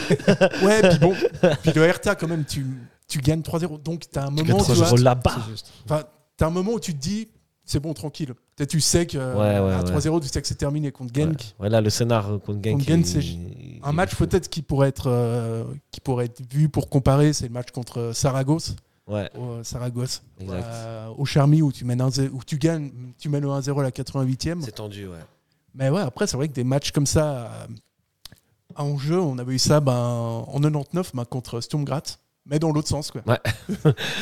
Speaker 6: Ouais, puis bon, puis le Hertha, quand même, tu, tu gagnes 3-0. Donc, t'as un
Speaker 5: le
Speaker 6: moment, tu vois,
Speaker 5: gros là-bas.
Speaker 6: enfin, t'as un moment où tu te dis, c'est bon, tranquille. Peut-être Tu sais que euh,
Speaker 5: Ouais, ouais,
Speaker 6: à
Speaker 5: ouais.
Speaker 6: 3-0, tu sais que c'est terminé contre Genk.
Speaker 5: Ouais, ouais, là, le scénar euh, contre Gang.
Speaker 6: Contre Genk, c'est Un match peut-être qui pourrait être euh, qui pourrait être vu pour comparer, c'est le match contre euh, Saragosse,
Speaker 5: Ouais,
Speaker 6: au, euh, Saragosse,
Speaker 5: exact.
Speaker 6: euh, au Charmy où tu mènes un zé- où tu gagnes, tu mènes au 1-0 à la 88e.
Speaker 5: C'est tendu, ouais.
Speaker 6: Mais ouais, après c'est vrai que des matchs comme ça euh, à enjeu, on avait eu ça ben, en 99 ben, contre Sturmgrat, mais dans l'autre sens quoi.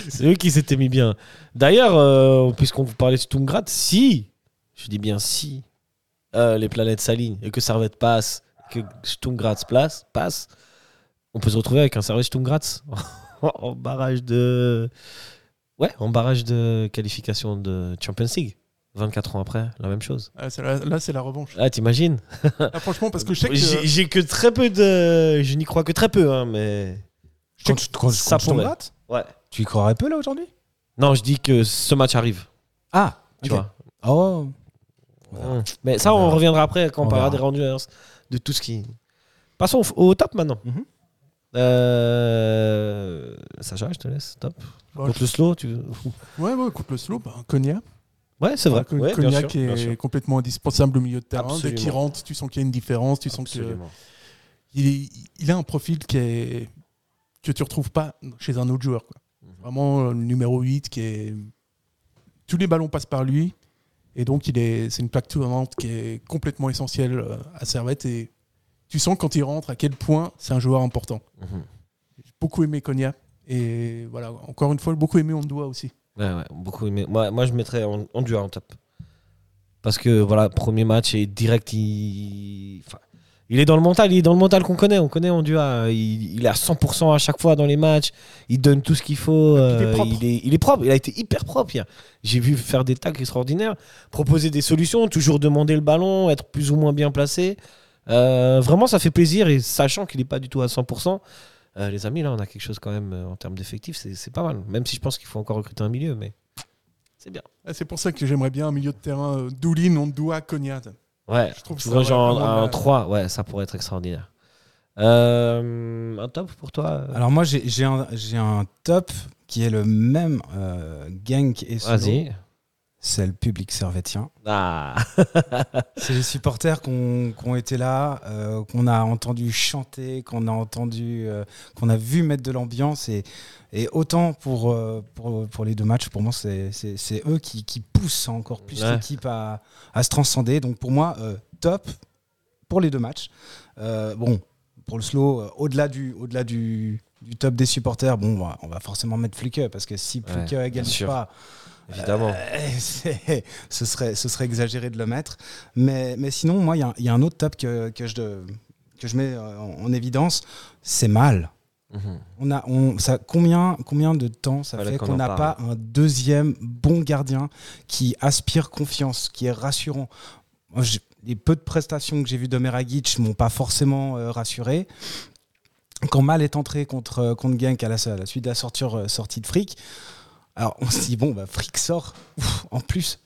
Speaker 5: C'est eux qui s'étaient mis bien. D'ailleurs, euh, puisqu'on vous parlait de Stumgrat, si, je dis bien si, euh, les planètes s'alignent et que Servette passe, que Stumgrat place, passe, on peut se retrouver avec un Servette Stumgrat [laughs] en barrage de. Ouais, en barrage de qualification de Champions League. 24 ans après, la même chose.
Speaker 6: Ah, c'est la- là c'est la revanche.
Speaker 5: Ah, t'imagines
Speaker 6: Ah, franchement parce que je sais que
Speaker 5: J'ai j'ai que très peu de. Je n'y crois que très peu, hein, mais.
Speaker 7: Contre, contre-
Speaker 5: ça
Speaker 7: contre Sturm
Speaker 5: pourrait.
Speaker 7: Graz
Speaker 5: Ouais.
Speaker 7: Tu y croirais peu là aujourd'hui
Speaker 5: Non, je dis que ce match arrive,
Speaker 7: Ah,
Speaker 5: tu
Speaker 7: ok.
Speaker 5: vois.
Speaker 7: Oh,
Speaker 5: Mmh. Mais ça, on,
Speaker 7: verra.
Speaker 5: reviendra après quand on,
Speaker 7: On
Speaker 5: parlera des
Speaker 7: verra.
Speaker 5: rendus de tout ce qui. Passons au, au top maintenant.
Speaker 7: Mhm.
Speaker 5: Euh, Sacha, je te laisse. Top.
Speaker 6: Bon,
Speaker 5: Contre
Speaker 6: je-
Speaker 5: le slow, tu.
Speaker 6: ouais ouais contre le slow, ben, Konya,
Speaker 5: Ouais, c'est vrai.
Speaker 6: Konya
Speaker 5: Ouais, bien sûr,
Speaker 6: qui
Speaker 5: bien
Speaker 6: est
Speaker 5: sûr.
Speaker 6: complètement indispensable au milieu de terrain, dès qu'il
Speaker 5: Absolument.
Speaker 6: rentre, tu sens qu'il y a une différence, tu
Speaker 7: euh,
Speaker 6: sens que
Speaker 5: Absolument.
Speaker 6: il, est- il a un profil qui est, que tu ne retrouves pas chez un autre joueur. quoi. Vraiment euh, le numéro 8 qui est. Tous les ballons passent par lui. Et donc, il est, c'est une plaque tournante qui est complètement essentielle euh, à Servette. Et tu sens quand il rentre à quel point c'est un joueur important.
Speaker 5: Mhm.
Speaker 6: J'ai beaucoup aimé Konya. Et voilà, encore une fois, beaucoup aimé Ondoa aussi.
Speaker 5: Ouais, ouais, beaucoup aimé. Moi, moi je mettrais en, en duo en top. Parce que, voilà, premier match et direct, il. enfin, il est dans le mental, il est dans le mental qu'on connaît. On connaît Ondua. Il, il est à 100% à chaque fois dans les matchs. Il donne tout ce qu'il faut.
Speaker 6: puis il est
Speaker 5: euh,
Speaker 6: propre.
Speaker 5: il, est, il est propre. Il a été hyper propre hier. J'ai vu faire des tacs extraordinaires, proposer des solutions, toujours demander le ballon, être plus ou moins bien placé. Euh, vraiment, ça fait plaisir. Et sachant qu'il n'est pas du tout à 100%, euh, les amis, là, on a quelque chose quand même euh, en termes d'effectifs. C'est c'est pas mal. Même si je pense qu'il faut encore recruter un milieu, mais c'est bien.
Speaker 6: Ah, C'est pour ça que j'aimerais bien un milieu de terrain euh, Doulin, Ondoa, Konya.
Speaker 5: Ouais,
Speaker 6: Je trouve
Speaker 5: tu
Speaker 6: ça,
Speaker 5: vois,
Speaker 6: ouais,
Speaker 5: genre
Speaker 6: vraiment,
Speaker 5: un,
Speaker 6: euh,
Speaker 5: 3, ouais, ça pourrait être extraordinaire. Euh, un top pour toi euh,
Speaker 7: alors moi j'ai j'ai un, j'ai un top qui est le même euh, gank et Solo.
Speaker 5: Vas-y.
Speaker 7: C'est le public servétien.
Speaker 6: [laughs]
Speaker 5: Ah,
Speaker 7: C'est les supporters qu'on qu'on été là, euh, qu'on a entendu chanter, qu'on a entendu, euh, qu'on a vu mettre de l'ambiance et, et autant pour, euh, pour pour les deux matchs. Pour moi, c'est- c'est c'est eux qui, qui poussent encore plus
Speaker 5: Ouais.
Speaker 7: l'équipe à, à se transcender. Donc pour moi, euh, top pour les deux matchs. Euh, bon, pour le slow, euh, au-delà du au-delà du du top des supporters, bon, on va- on va forcément mettre Fluke parce que si Fluke
Speaker 5: bien
Speaker 7: ne gagne
Speaker 5: sûr.
Speaker 7: pas,
Speaker 5: évidemment.
Speaker 7: eh, [laughs] c'est- ce, serait, ce serait exagéré de le mettre. Mais, mais sinon, moi, il y a un- il y, a un autre top que, que, je, de- que je mets euh, en, en évidence, c'est mal.
Speaker 5: Mhm.
Speaker 7: On a, on, ça, combien, combien de temps ça
Speaker 5: Voilà
Speaker 7: fait
Speaker 5: qu'on
Speaker 7: qu'on
Speaker 5: en
Speaker 7: n'a
Speaker 5: parle.
Speaker 7: pas un deuxième bon gardien qui aspire confiance, qui est rassurant Moi, j'ai- Les peu de prestations que j'ai vues d'Omer Agic m'ont pas forcément euh, rassuré. quand Mal est entré contre, euh, contre Genk à la, à la suite de la sorture, euh, sortie de Frick, alors on se dit, bon, bah, Frick sort Ouf, en plus,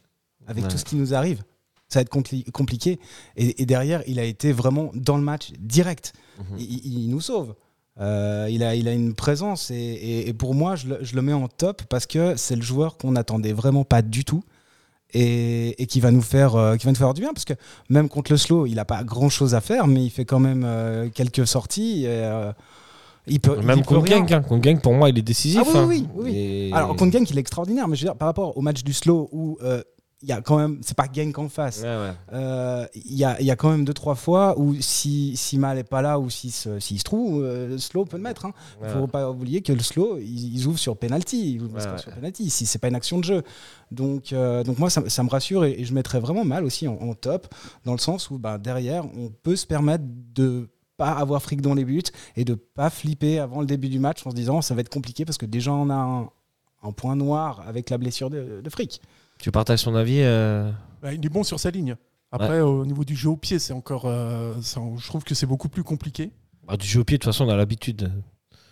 Speaker 7: avec
Speaker 5: Ouais.
Speaker 7: tout ce qui nous arrive. Ça va être compli- compliqué. Et, et derrière, il a été vraiment dans le match direct.
Speaker 5: Mhm.
Speaker 7: il, il- il nous sauve. Euh, il, a, il a une présence. Et, et- et pour moi, je le, je le mets en top parce que c'est le joueur qu'on n'attendait vraiment pas du tout. Et, et qui va nous faire euh, qui va nous faire du bien parce que même contre le slow il n'a pas grand chose à faire mais il fait quand même euh, quelques sorties et, euh, il peut il
Speaker 5: Même
Speaker 7: peut
Speaker 5: contre
Speaker 7: rien.
Speaker 5: Gang, hein. contre Gang, pour moi, il est décisif.
Speaker 7: Ah oui,
Speaker 5: hein.
Speaker 7: oui, oui, oui.
Speaker 5: Et-
Speaker 7: alors contre Genk il est extraordinaire mais je veux dire par rapport au match du slow où euh, il y a quand même c'est pas Genk en face
Speaker 5: Ouais, ouais.
Speaker 7: euh, il y, a, il y a quand même deux trois fois où si, si Mal est pas là ou si se- s'il se trouve, euh, le slow peut le mettre. hein.
Speaker 5: Ouais.
Speaker 7: faut pas oublier que le slow, ils, ils ouvrent sur penalty. Ils ouvrent
Speaker 5: Ouais,
Speaker 7: sur
Speaker 5: ouais.
Speaker 7: sur penalty. Si c'est pas une action de jeu, donc euh, donc moi ça, ça me rassure et, et je mettrais vraiment Mal aussi en, en top dans le sens où bah, derrière on peut se permettre de pas avoir fric dans les buts et de pas flipper avant le début du match en se disant ça va être compliqué parce que déjà on a un, un point noir avec la blessure de, de fric.
Speaker 5: Tu partages son avis euh,
Speaker 6: Bah, il est bon sur sa ligne. Après, au niveau du jeu au pied, c'est encore. euh, ça, je trouve que c'est beaucoup plus compliqué.
Speaker 5: bah, Du jeu au pied, de toute façon, on a l'habitude.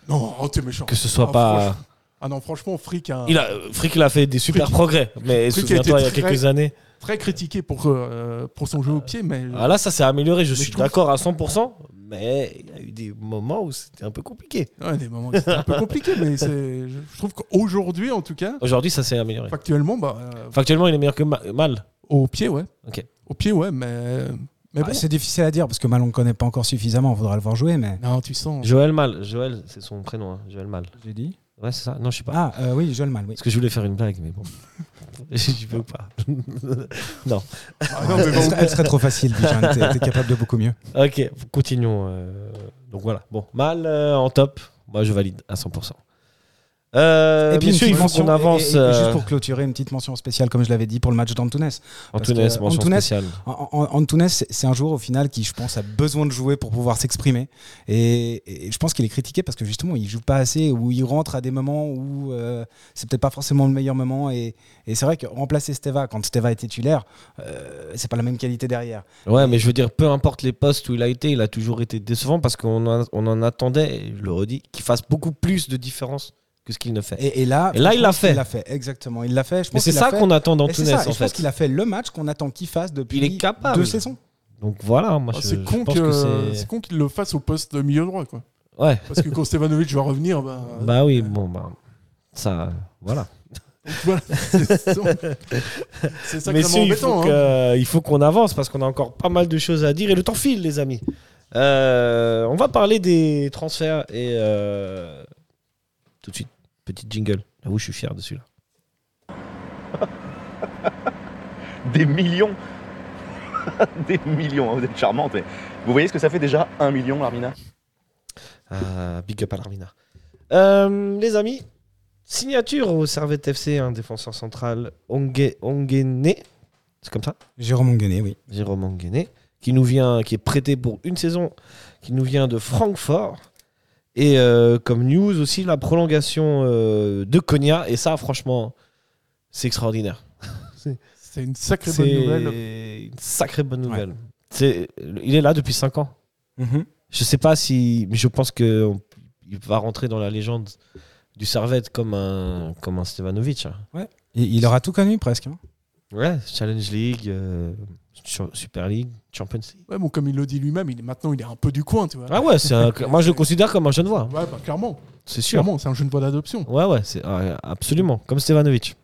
Speaker 6: Non, oh, t'es méchant.
Speaker 5: Que ce soit
Speaker 6: Ah,
Speaker 5: pas.
Speaker 6: franchement. Ah non, franchement, Frick a
Speaker 5: Il a, euh, Frick, il a fait des super
Speaker 6: Frick.
Speaker 5: progrès. Mais
Speaker 6: Frick a été
Speaker 5: souviens-toi, il y a
Speaker 6: très-
Speaker 5: quelques années.
Speaker 6: très critiqué pour, euh, pour son jeu au pied, mais
Speaker 5: Ah là, ça s'est amélioré, je
Speaker 6: je
Speaker 5: suis
Speaker 6: trouve-
Speaker 5: d'accord à 100%, mais il y a eu des moments où c'était un peu compliqué.
Speaker 6: Ouais, des moments c'était un peu compliqué. Mais c'est- je je trouve qu'aujourd'hui, en tout cas,
Speaker 5: Aujourd'hui, ça s'est amélioré.
Speaker 6: factuellement, bah, euh,
Speaker 5: Factuellement, il est meilleur que Ma- Mal.
Speaker 6: au pied, ouais.
Speaker 5: Ok.
Speaker 6: Au pied, ouais, mais. Mais bon.
Speaker 7: Ah, c'est difficile à dire parce que Mal on le connaît pas encore suffisamment. On faudra le voir jouer mais.
Speaker 6: non, tu sens.
Speaker 5: Joël Mal, Joël, c'est son prénom, hein, Joël Mal.
Speaker 7: J'ai dit.
Speaker 5: Ouais, c'est ça Non, je sais pas.
Speaker 7: Ah euh, oui, je le mal, oui.
Speaker 5: Parce que je voulais faire une blague, mais bon. [laughs] Je peux pas.
Speaker 6: Ah, non, mais
Speaker 7: elle,
Speaker 6: bon.
Speaker 7: serait, elle serait trop facile, Bijan. T'es t'es capable de beaucoup mieux.
Speaker 5: ok, continuons. euh, Donc voilà, bon, Mal euh, en top, moi je valide à 100%. Euh,
Speaker 7: une
Speaker 5: messieurs,
Speaker 7: petite
Speaker 5: il faut
Speaker 7: mention-
Speaker 5: qu'on avance.
Speaker 7: et- et- et juste
Speaker 5: euh,
Speaker 7: pour clôturer, une petite mention spéciale, comme je l'avais dit, pour le match d'Antunes. parce
Speaker 5: Antunes,
Speaker 7: que
Speaker 5: mention
Speaker 7: Antunes-
Speaker 5: spéciale.
Speaker 7: An- An- Antunes, c'est c'est un joueur au final qui, je pense, a besoin de jouer pour pouvoir s'exprimer. Et, et je pense qu'il est critiqué parce que justement, il joue pas assez ou il rentre à des moments où euh, c'est peut-être pas forcément le meilleur moment. Et, et c'est vrai que remplacer Steva, quand Steva est titulaire, euh, c'est pas la même qualité derrière.
Speaker 5: Ouais, mais je veux dire, peu importe les postes où il a été, il a toujours été décevant parce qu'on en- on en attendait, et je le redis, qu'il fasse beaucoup plus de différence que ce qu'il ne fait.
Speaker 7: Et, et là,
Speaker 5: Et là, il l'a fait.
Speaker 7: Il l'a fait, exactement. Il l'a fait. Je
Speaker 5: mais
Speaker 7: pense
Speaker 5: c'est
Speaker 7: qu'il l'a
Speaker 5: ça
Speaker 7: fait.
Speaker 5: qu'on attend
Speaker 7: Et c'est
Speaker 5: d'Antunes,
Speaker 7: ça, et
Speaker 5: en
Speaker 7: je pense
Speaker 5: fait.
Speaker 7: qu'il a fait le match qu'on attend qu'il fasse depuis
Speaker 5: Il est capable.
Speaker 7: deux saisons.
Speaker 5: Donc voilà, moi
Speaker 6: Ah,
Speaker 5: je,
Speaker 6: c'est
Speaker 5: je
Speaker 6: con
Speaker 5: pense
Speaker 6: que-
Speaker 5: que c'est.
Speaker 6: c'est con qu'il le fasse au poste de milieu droit, quoi.
Speaker 5: Ouais,
Speaker 6: Parce que quand Stevanovic va revenir, bah,
Speaker 7: Ah,
Speaker 6: [laughs]
Speaker 5: bah oui, bon, bah. Ça, euh, voilà.
Speaker 6: voilà. c'est c'est sacrément
Speaker 5: Messieurs, il faut
Speaker 6: embêtant. hein.
Speaker 5: que- il faut qu'on avance parce qu'on a encore pas mal de choses à dire et le temps file, les amis. Euh, on va parler des transferts et. euh, tout de suite, petit jingle. J'avoue, je suis fier de celui-là.
Speaker 10: [laughs] des millions. [laughs] des millions, hein, vous êtes charmante. Mais vous voyez ce que ça fait déjà Un million, Armina
Speaker 5: Ah, big up à l'Armina. Euh, les amis, signature au Servette FC, un défenseur central, Onge, Ongene, c'est comme ça
Speaker 7: Jérôme Onguené, oui.
Speaker 5: Jérôme Ongene, qui nous vient, qui est prêté pour une saison, qui nous vient de Francfort. Et euh, comme news aussi, la prolongation euh, de Konya. Et ça, franchement, c'est extraordinaire.
Speaker 6: C'est une sacrée
Speaker 5: C'est
Speaker 6: bonne nouvelle.
Speaker 5: une sacrée bonne nouvelle. C'est- Il est là depuis 5 ans.
Speaker 7: Mhm.
Speaker 5: Je sais pas si, mais je pense que on- il va rentrer dans la légende du Servette comme un comme un Stevanovic. hein.
Speaker 7: Et il aura tout connu presque. hein.
Speaker 5: Ouais, Challenge League, euh, Su- Super League, Champions League.
Speaker 6: Ouais, bon, comme il le dit lui-même, il est maintenant il est un peu du coin, tu vois.
Speaker 5: Ah ouais, c'est un- moi je le considère comme un Genevois,
Speaker 6: Ouais, bah, clairement,
Speaker 5: c'est sûr.
Speaker 6: clairement, c'est un jeune voie d'adoption.
Speaker 5: Ouais ouais, c'est ah, absolument comme Stevanovic.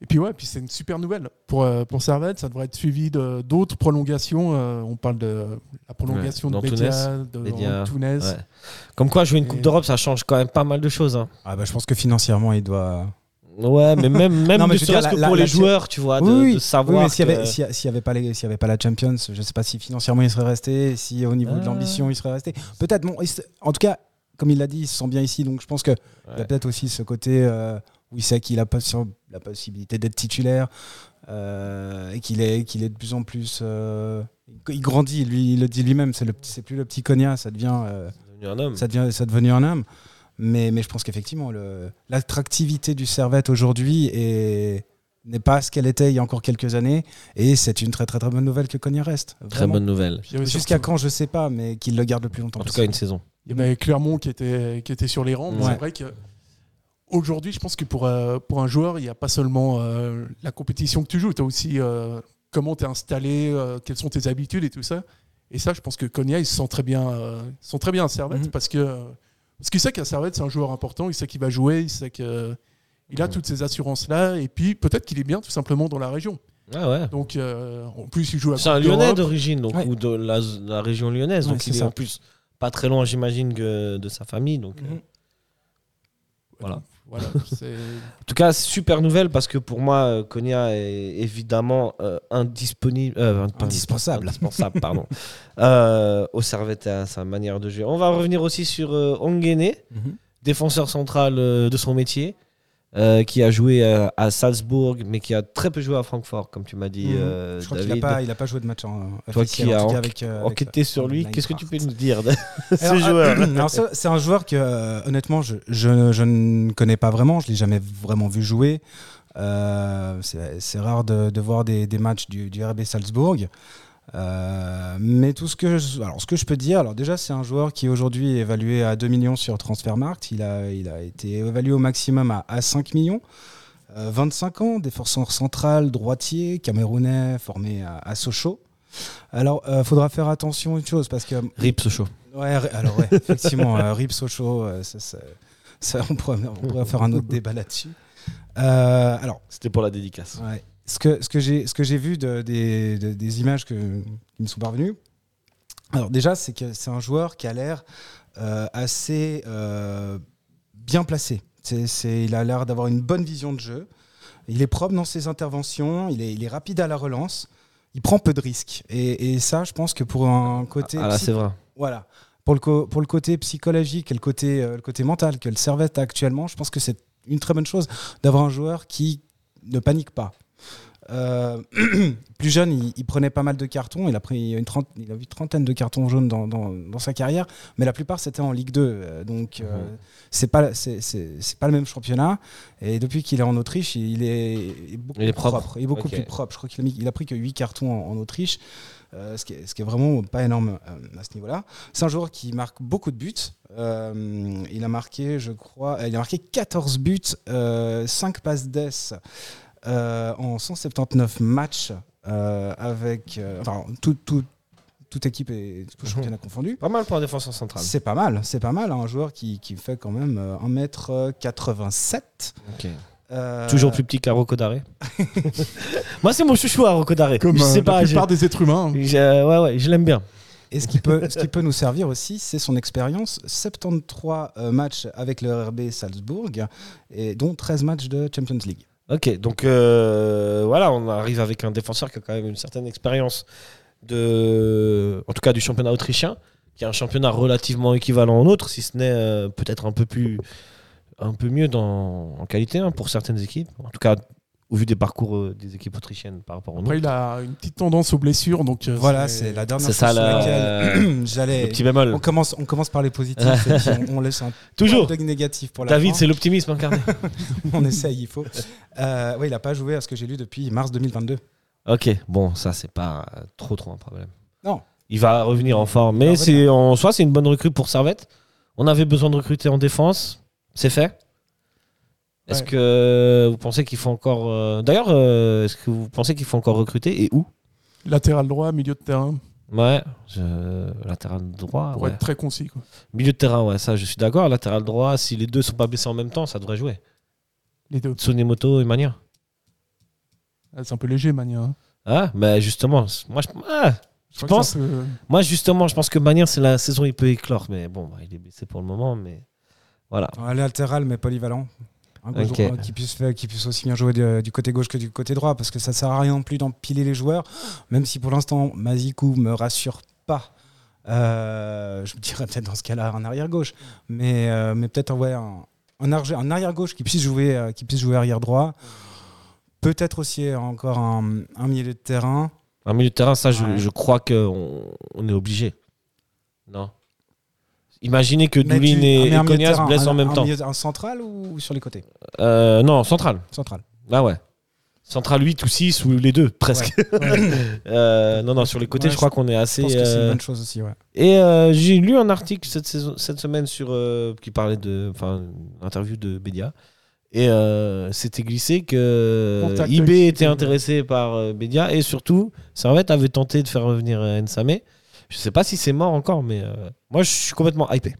Speaker 6: Et puis ouais, puis c'est une super nouvelle pour euh, pour Servette, ça devrait être suivi de- d'autres prolongations. euh, on parle de la prolongation
Speaker 5: Ouais,
Speaker 6: de
Speaker 5: d'Antunes,
Speaker 6: Bédia, de
Speaker 5: Bédia,
Speaker 6: Antunes.
Speaker 5: ouais. Comme quoi jouer une Coupe
Speaker 6: Et-
Speaker 5: d'Europe, ça change quand même pas mal de choses. hein.
Speaker 7: Ah bah, je pense que financièrement, il doit.
Speaker 5: Ouais, mais
Speaker 7: [laughs]
Speaker 5: même même
Speaker 7: Non, mais
Speaker 5: ne
Speaker 7: je veux dire,
Speaker 5: serait-ce que
Speaker 7: la-
Speaker 5: pour
Speaker 7: la-
Speaker 5: les
Speaker 7: la-
Speaker 5: joueurs, tu vois, de,
Speaker 7: oui, oui.
Speaker 5: de savoir.
Speaker 7: Oui, mais s'il y
Speaker 5: que-
Speaker 7: avait, s'il y a- s'il y avait pas les- s'il y avait pas la Champions, je sais pas si financièrement il serait resté, si au niveau
Speaker 5: Ah.
Speaker 7: de l'ambition il serait resté. Peut-être. Bon, il se- en tout cas, comme il l'a dit, il se sent bien ici, donc je pense que il y
Speaker 5: Ouais.
Speaker 7: a peut-être aussi ce côté euh, où il sait qu'il a pas sur- la possibilité d'être titulaire euh, et qu'il est qu'il est de plus en plus. euh, il grandit, lui, il le dit lui-même. C'est le petit- c'est plus le petit Konya, ça devient. euh,
Speaker 5: C'est devenu un homme.
Speaker 7: ça devient ça est devenu un homme mais, mais je pense qu'effectivement le- l'attractivité du Servette aujourd'hui est- n'est pas ce qu'elle était il y a encore quelques années et c'est une très très très bonne nouvelle que Konya reste
Speaker 5: Très
Speaker 7: Vraiment.
Speaker 5: bonne nouvelle.
Speaker 6: Puis il y avait
Speaker 7: jusqu'à
Speaker 6: surtout-
Speaker 7: quand je sais pas mais qu'il le garde le plus longtemps
Speaker 5: En tout cas,
Speaker 7: possible.
Speaker 5: une saison.
Speaker 6: il Il y avait Clermont qui était, qui était sur les rangs. mais
Speaker 7: Ouais.
Speaker 6: C'est vrai que aujourd'hui, je pense que pour, euh, pour un joueur, il n'y a pas seulement euh, la compétition que tu joues, tu as aussi euh, comment tu es installé, euh, quelles sont tes habitudes et tout ça. Et ça, je pense que Konya, ils se sentent très bien, euh, ils se sentent très bien à Servette parce que euh, parce qu'il sait qu'à Servette, c'est un joueur important, il sait qu'il va jouer, il sait que euh, il a toutes ces assurances-là, et puis peut-être qu'il est bien tout simplement dans la région.
Speaker 5: Ah ouais.
Speaker 6: Donc euh, en plus, il joue à
Speaker 5: C'est un
Speaker 6: Coupe
Speaker 5: Lyonnais
Speaker 6: d'Europe.
Speaker 5: d'origine, donc,
Speaker 6: Ouais.
Speaker 5: ou de la, la région lyonnaise.
Speaker 6: Ouais,
Speaker 5: donc
Speaker 6: c'est
Speaker 5: il est
Speaker 6: ça.
Speaker 5: en plus pas très loin, j'imagine, que de sa famille. Donc
Speaker 7: Mhm.
Speaker 5: euh, voilà.
Speaker 6: Voilà, [laughs] c'est-
Speaker 5: En tout cas, super nouvelle parce que pour moi, euh, Konya est évidemment euh, indisponible, euh, pardon,
Speaker 7: Indispensable.
Speaker 5: indispensable,
Speaker 7: [laughs]
Speaker 5: pardon, euh, au Servette et à sa manière de jouer. On va revenir aussi sur euh, Ongene,
Speaker 7: Mhm.
Speaker 5: défenseur central euh, de son métier, euh, qui a joué euh, à Salzbourg, mais qui a très peu joué à Francfort, comme tu m'as dit.
Speaker 7: Mhm.
Speaker 5: euh,
Speaker 7: Je crois qu'il
Speaker 5: David.
Speaker 7: n'a pas, il a pas joué de match en
Speaker 5: Toi
Speaker 7: officiel,
Speaker 5: qui
Speaker 7: en
Speaker 5: as
Speaker 7: tout cas,
Speaker 5: enquêté,
Speaker 7: avec, euh, avec, euh,
Speaker 5: sur lui, qu'est-ce que tu peux nous dire de [laughs] ce
Speaker 7: Alors,
Speaker 5: joueur
Speaker 7: euh, [clears throat] alors, ça, c'est un joueur que, euh, honnêtement, je, je- je ne connais pas vraiment. Je ne l'ai jamais vraiment vu jouer. Euh, c'est c'est rare de, de voir des, des matchs du, du RB Salzbourg. Euh, mais tout ce que, je, alors, ce que je peux dire, alors déjà, c'est un joueur qui aujourd'hui est évalué à 2 millions sur Transfermarkt. Il a, il a été évalué au maximum à, à 5 millions. Euh, 25 ans, défenseur central, droitier, camerounais, formé à, à Sochaux. Alors, il faudra faire attention à une chose parce que.
Speaker 5: Rip Sochaux.
Speaker 7: Ouais, r- alors ouais, effectivement, euh, Rip Sochaux, euh, ça, ça- ça, on, pourrait, on pourrait faire un autre débat là-dessus. Euh, alors,
Speaker 5: C'était pour la dédicace.
Speaker 7: Ouais. ce que, ce que j'ai ce que j'ai vu de- des, de- des images que, qui me sont parvenues, alors déjà, c'est que c'est un joueur qui a l'air euh, assez euh, bien placé. C'est- c'est- il a l'air d'avoir une bonne vision de jeu. Il est propre dans ses interventions, il est, il est rapide à la relance, il prend peu de risques. Et, et ça, je pense que pour un côté.
Speaker 5: Ah, là,
Speaker 7: psy-
Speaker 5: c'est vrai.
Speaker 7: Voilà. Pour le, co- pour le côté psychologique et le côté, euh, le côté mental que le Servette a actuellement, je pense que c'est une très bonne chose d'avoir un joueur qui ne panique pas. Euh, [clears throat] plus jeune, il, il prenait pas mal de cartons. Il a pris une, trente- il a eu une trentaine de cartons jaunes dans, dans- dans sa carrière, mais la plupart c'était en Ligue 2. euh, donc euh,
Speaker 5: Mhm.
Speaker 7: c'est pas c'est- c'est c'est pas le même championnat. Et depuis qu'il est en Autriche, il est, il est beaucoup
Speaker 5: Il est
Speaker 7: plus
Speaker 5: propre.
Speaker 7: Il est beaucoup
Speaker 5: Ok.
Speaker 7: plus propre. Je crois qu'il a, mis- il a pris que 8 cartons en, en Autriche, euh, ce, qui est, ce qui est vraiment pas énorme euh, à ce niveau-là. C'est un joueur qui marque beaucoup de buts. Euh, il a marqué, je crois, euh, il a marqué 14 buts, 5 passes d'ess euh, en 179 matchs euh, avec euh, enfin, tout- tout- toute équipe et tout
Speaker 5: Mhm.
Speaker 7: championnat confondu.
Speaker 5: Pas mal pour un défenseur central.
Speaker 7: C'est pas mal, c'est pas mal. hein, un joueur qui, qui fait quand même euh, 1m87.
Speaker 5: Ok.
Speaker 7: Euh,
Speaker 5: Toujours plus petit qu'un Rocodaré. [laughs] Moi, c'est mon chouchou à Rocodaré.
Speaker 6: Comme,
Speaker 5: je sais
Speaker 6: euh,
Speaker 5: pas,
Speaker 6: la
Speaker 5: je-
Speaker 6: plupart des êtres humains. hein.
Speaker 5: je- euh, ouais, ouais, je l'aime bien.
Speaker 7: Et ce qui peut, ce qui peut nous servir aussi, c'est son expérience. 73 euh, matchs avec le RB Salzbourg, et dont 13 matchs de Champions League.
Speaker 5: Ok, donc euh, voilà, on arrive avec un défenseur qui a quand même une certaine expérience de, en tout cas du championnat autrichien, qui est un championnat relativement équivalent au nôtre, si ce n'est euh, peut-être un peu plus, un peu mieux dans, en qualité hein, pour certaines équipes. En tout cas, au vu des parcours euh, des équipes autrichiennes par rapport au nôtre.
Speaker 6: Après, il a une petite tendance aux blessures. Donc, euh,
Speaker 7: Voilà, c'est la dernière
Speaker 5: C'est ça,
Speaker 7: chose sur
Speaker 5: la-
Speaker 7: laquelle
Speaker 5: le
Speaker 7: [clears throat] j'allais.
Speaker 5: petit bémol.
Speaker 7: On commence, on commence par les positifs et puis on, on laisse un
Speaker 5: Toujours.
Speaker 7: peu de négatif pour la
Speaker 5: David,
Speaker 7: fin.
Speaker 5: c'est l'optimisme incarné.
Speaker 7: on essaye, il faut. Euh, oui, il n'a pas joué à ce que j'ai lu depuis mars 2022.
Speaker 5: ok, bon, ça c'est pas euh, trop trop un problème.
Speaker 7: Non.
Speaker 5: Il va revenir en forme, mais c'est en soi c'est une bonne recrue pour Servette. On avait besoin de recruter en défense, c'est fait. Est-ce
Speaker 6: Ouais.
Speaker 5: que vous pensez qu'il faut encore euh, D'ailleurs, euh, est-ce que vous pensez qu'il faut encore recruter et où
Speaker 6: Latéral droit, milieu de terrain,
Speaker 5: Ouais, je- latéral droit.
Speaker 6: pour
Speaker 5: Ah ouais.
Speaker 6: être très concis. quoi.
Speaker 5: Milieu de terrain, ouais, ça je suis d'accord. Latéral droit, si les deux sont pas blessés en même temps, ça devrait jouer.
Speaker 6: Les deux.
Speaker 5: Tsunemoto et Mania.
Speaker 6: Ah, C'est un peu léger, Mania. hein.
Speaker 5: Ah, mais justement, moi je, ah,
Speaker 6: Je
Speaker 5: tu
Speaker 6: crois que
Speaker 5: penses
Speaker 6: c'est un peu- euh,
Speaker 5: Moi, justement, je pense que Manier, c'est la saison, il peut éclore. Mais bon, bah, il est blessé pour le moment. Mais voilà.
Speaker 7: Un latéral, mais polyvalent. Un gauche-
Speaker 5: Ok.
Speaker 7: un qui, puisse faire- qui puisse aussi bien jouer de- du côté gauche que du côté droit, parce que ça sert à rien non plus d'empiler les joueurs, même si pour l'instant, Mazikou me rassure pas. Euh, je me dirais peut-être dans ce cas-là un arrière-gauche, mais, euh, mais peut-être ouais, un, un arge- un arrière-gauche qui puisse jouer, euh, qui puisse jouer arrière-droit. Peut-être aussi encore un, un milieu de terrain.
Speaker 5: Un milieu de terrain, ça, je,
Speaker 7: Ouais.
Speaker 5: je crois qu'on on est obligé. Non Imaginez que
Speaker 7: Mais
Speaker 5: Doulin et,
Speaker 7: tu- mais un
Speaker 5: et
Speaker 7: milieu de
Speaker 5: Cognas
Speaker 7: terrain,
Speaker 5: blessent
Speaker 7: un-
Speaker 5: en même
Speaker 7: un
Speaker 5: temps.
Speaker 7: milieu- un central ou sur les côtés
Speaker 5: Euh, non, central.
Speaker 7: Central.
Speaker 5: Ah ouais. Central 8 ou 6 ou les deux, presque. [laughs] Euh, non, non, sur les côtés,
Speaker 7: Ouais,
Speaker 5: je crois
Speaker 7: je-
Speaker 5: qu'on est assez.
Speaker 7: je pense que c'est une
Speaker 5: euh,
Speaker 7: bonne chose aussi, ouais.
Speaker 5: Et euh, j'ai lu un article cette, saison- cette semaine sur, euh, qui parlait de. Enfin, une interview de Bédia. Et euh, c'était glissé que
Speaker 6: Contact
Speaker 5: IB
Speaker 6: avec-
Speaker 5: était intéressé par euh, Bédia et surtout, Servette avait tenté de faire revenir euh, Nsamé. Je sais pas si c'est mort encore, mais euh, moi je suis complètement hypé.